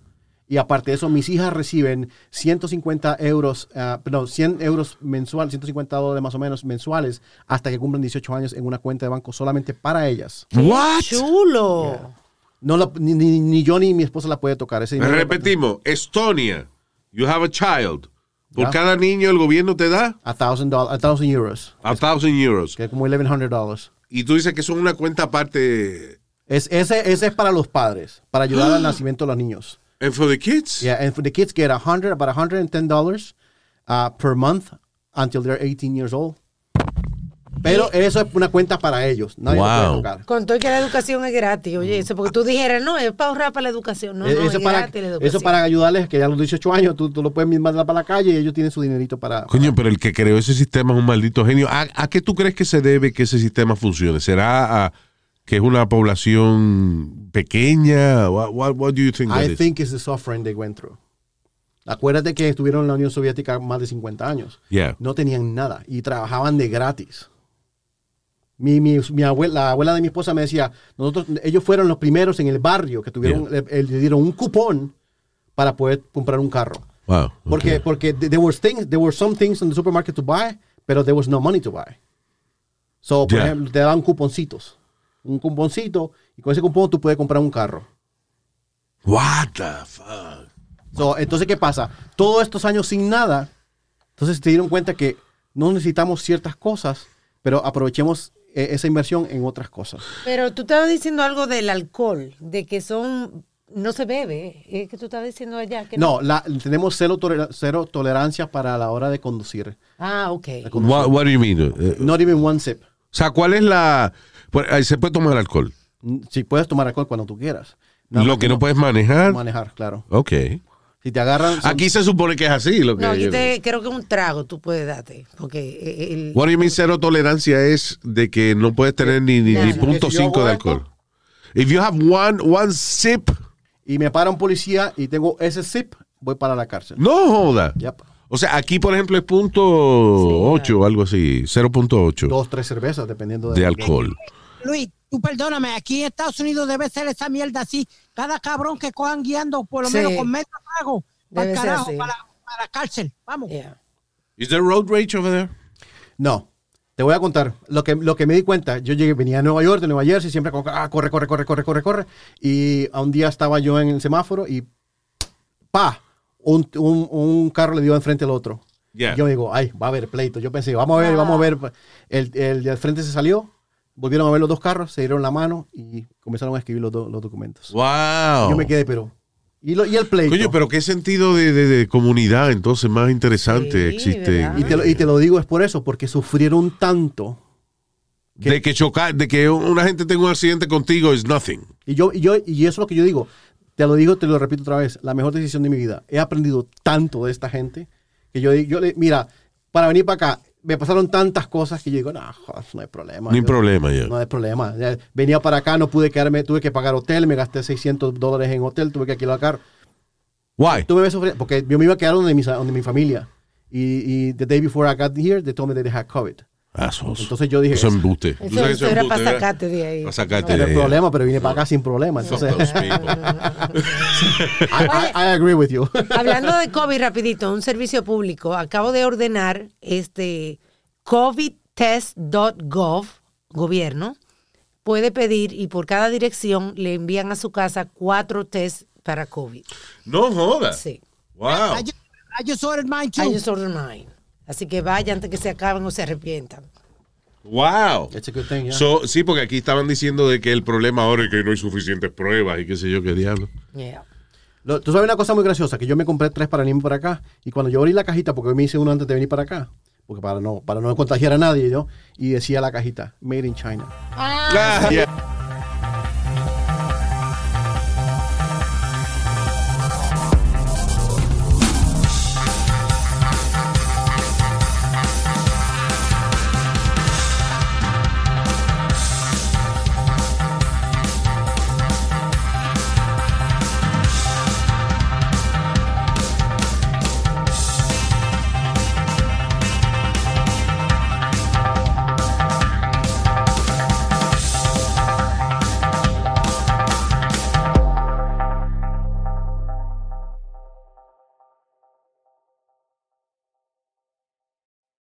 Speaker 3: Y aparte de eso, mis hijas reciben 150 euros, ah, perdón, 100 euros mensuales, 150 dólares más o menos mensuales, hasta que cumplan 18 años en una cuenta de banco solamente para ellas.
Speaker 2: What?
Speaker 4: Chulo.
Speaker 3: No la- ni, ni- ni yo ni mi esposa la puede tocar. Ese dinero-
Speaker 2: Repetimos, Estonia, you have a child. Por
Speaker 3: Ya.
Speaker 2: cada niño el gobierno te da
Speaker 3: A thousand dollars, a thousand euros,
Speaker 2: a thousand euros.
Speaker 3: que es como eleven hundred dollars.
Speaker 2: Y tú dices que son una cuenta aparte
Speaker 3: Es, ese, ese es para los padres, para ayudar al nacimiento de los niños.
Speaker 2: and for the kids.
Speaker 3: Yeah, and for the kids get a hundred, about a hundred and ten dollars uh, per month until they're 18 years old. Pero eso es una cuenta para ellos, nadie
Speaker 2: Wow.
Speaker 3: lo puede tocar.
Speaker 4: Con todo y que la educación es gratis, oye, eso, porque tú dijeras, no, es para ahorrar para la educación, no,
Speaker 3: E-
Speaker 4: no,
Speaker 3: eso,
Speaker 4: es
Speaker 3: para,
Speaker 4: gratis la educación.
Speaker 3: eso para ayudarles, que ya a los 18 años tú, tú lo puedes mandar para la calle y ellos tienen su dinerito para...
Speaker 2: Coño, pero el que creó ese sistema es un maldito genio. ¿A, a qué tú crees que se debe que ese sistema funcione? ¿Será a que es una población pequeña? What, what, what do you think that
Speaker 3: I
Speaker 2: is?
Speaker 3: think it's the suffering they went through. Acuérdate que estuvieron en la Unión Soviética más de 50 años.
Speaker 2: Yeah.
Speaker 3: No tenían nada y trabajaban de gratis. Mi, mi- mi abuela, la abuela de mi esposa me decía, nosotros, ellos fueron los primeros en el barrio que tuvieron, le, le dieron un cupón para poder comprar un carro.
Speaker 2: Wow. ok.
Speaker 3: Porque, porque th- there, was things, there were some things in the supermarket to buy, pero there was no money to buy. So, por
Speaker 2: Yeah.
Speaker 3: ejemplo, te daban cuponcitos. Un cuponcito, y con ese cupón tú puedes comprar un carro.
Speaker 2: What the fuck?
Speaker 3: So, entonces, ¿qué pasa? Todos estos años sin nada, entonces se dieron cuenta que no necesitamos ciertas cosas, pero aprovechemos eh, esa inversión en otras cosas.
Speaker 4: Pero tú estabas diciendo algo del alcohol, de que son, no se bebe, es que tú estabas diciendo allá que
Speaker 3: No, la- tenemos cero, tolera- cero tolerancia para la hora de conducir.
Speaker 4: Ah, ok.
Speaker 2: What, what do you mean? Eh,
Speaker 3: Not even one sip.
Speaker 2: o sea, ¿cuál es la... pues, eh, Se puede tomar alcohol.
Speaker 3: Mm, Si puedes tomar alcohol cuando tú quieras. Nada
Speaker 2: Lo
Speaker 3: más
Speaker 2: que no puedes manejar.
Speaker 3: manejar, claro.
Speaker 2: Ok.
Speaker 3: Si te agarran... son-
Speaker 2: Aquí se supone que es así. Lo que
Speaker 4: No, yo te, creo que un trago tú puedes darte, porque eh, el,
Speaker 2: What do you mean cero tolerancia es de que no puedes tener ni, ni, ni
Speaker 4: Claro.
Speaker 2: punto
Speaker 3: Que si yo
Speaker 2: cinco de
Speaker 3: hago
Speaker 2: alcohol. If you have one, one sip,
Speaker 3: Y me para un policía y tengo ese sip, voy para la cárcel.
Speaker 2: no joda.
Speaker 3: Yep.
Speaker 2: O sea, aquí, por ejemplo, es punto ocho o algo así, 0.8
Speaker 3: Dos, tres cervezas, dependiendo
Speaker 2: de alcohol.
Speaker 5: Luis, tú perdóname, aquí en Estados Unidos debe ser esa mierda así. Cada cabrón que cojan guiando, por lo
Speaker 4: Sí.
Speaker 5: menos con medio trago, para
Speaker 4: Debe ser
Speaker 5: carajo,
Speaker 4: así.
Speaker 5: para, para cárcel. Vamos.
Speaker 4: Yeah.
Speaker 2: Is there road rage over there?
Speaker 3: No. Te voy a contar lo que, lo que me di cuenta. Yo llegué, venía a Nueva York, de Nueva Jersey, siempre como, ah, corre, corre, corre, corre, corre, corre. Y a un día estaba yo en el semáforo y pa, un, un- un carro le dio enfrente al otro.
Speaker 2: Yeah.
Speaker 3: Yo digo, ay, va a haber pleito. Yo pensé, vamos a ver, vamos a ver. El, el de al frente se salió, volvieron a ver los dos carros, se dieron la mano y comenzaron a escribir los, do- los documentos.
Speaker 2: Wow.
Speaker 3: Yo me quedé, pero. ¿Y, lo- y el pleito?
Speaker 2: Coño, pero qué sentido de, de- de comunidad entonces más interesante
Speaker 4: Sí,
Speaker 2: existe.
Speaker 4: ¿verdad?
Speaker 3: y, te lo, y te lo digo es por eso, porque sufrieron tanto.
Speaker 2: De que chocar, de que una gente tenga un accidente contigo is nothing.
Speaker 3: Y yo, y yo, y eso es lo que yo digo. Te lo digo, te lo repito otra vez. La mejor decisión de mi vida. He aprendido tanto de esta gente que yo, yo le, mira, para venir para acá, me pasaron tantas cosas que yo digo, no, joder, no hay problema.
Speaker 2: No hay
Speaker 3: Yo-
Speaker 2: problema ya.
Speaker 3: No hay problema. Ya, Venía para acá, no pude quedarme, tuve que pagar hotel, me gasté 600 dólares en hotel, tuve que alquilar carro.
Speaker 2: Why?
Speaker 3: Tú me ves sufriendo, porque yo me iba a quedar donde mi, donde mi familia. Y, y the day before I got here, they told me that they had COVID.
Speaker 2: Assholes.
Speaker 3: Entonces yo dije,
Speaker 2: Eso es
Speaker 3: "Es-
Speaker 2: embuste. Tú
Speaker 4: Eso,
Speaker 2: sabes que
Speaker 4: eso era para
Speaker 2: embuste, ¿verdad?
Speaker 4: sacarte de ahí.
Speaker 2: Para sacarte
Speaker 3: No
Speaker 2: de
Speaker 3: hay
Speaker 2: ahí.
Speaker 3: problema, pero vine para acá sin problema.
Speaker 2: Fuck
Speaker 3: Entonces,
Speaker 2: those people.
Speaker 3: I, I- I agree with you.
Speaker 4: Hablando de COVID, rapidito, un servicio público. Acabo de ordenar este covidtest.gov, gobierno, puede pedir y por cada dirección le envían a su casa cuatro tests para COVID.
Speaker 2: No joda.
Speaker 4: Sí.
Speaker 2: Wow.
Speaker 5: I, just, I just ordered mine too.
Speaker 4: I just ordered mine. Así que vaya antes que se acaben o se arrepientan.
Speaker 2: Wow.
Speaker 3: It's a good thing, yeah.
Speaker 2: So, sí, porque aquí estaban diciendo de que el problema ahora es que no hay suficientes pruebas y qué sé yo qué diablo.
Speaker 4: Yeah.
Speaker 3: Lo- Tú sabes una cosa muy graciosa, que yo me compré tres para venirme para acá y cuando yo abrí la cajita, porque me hice uno antes de venir para acá, porque para no, para no contagiar a nadie, yo, y decía la cajita, Made in China.
Speaker 2: Ah, yeah.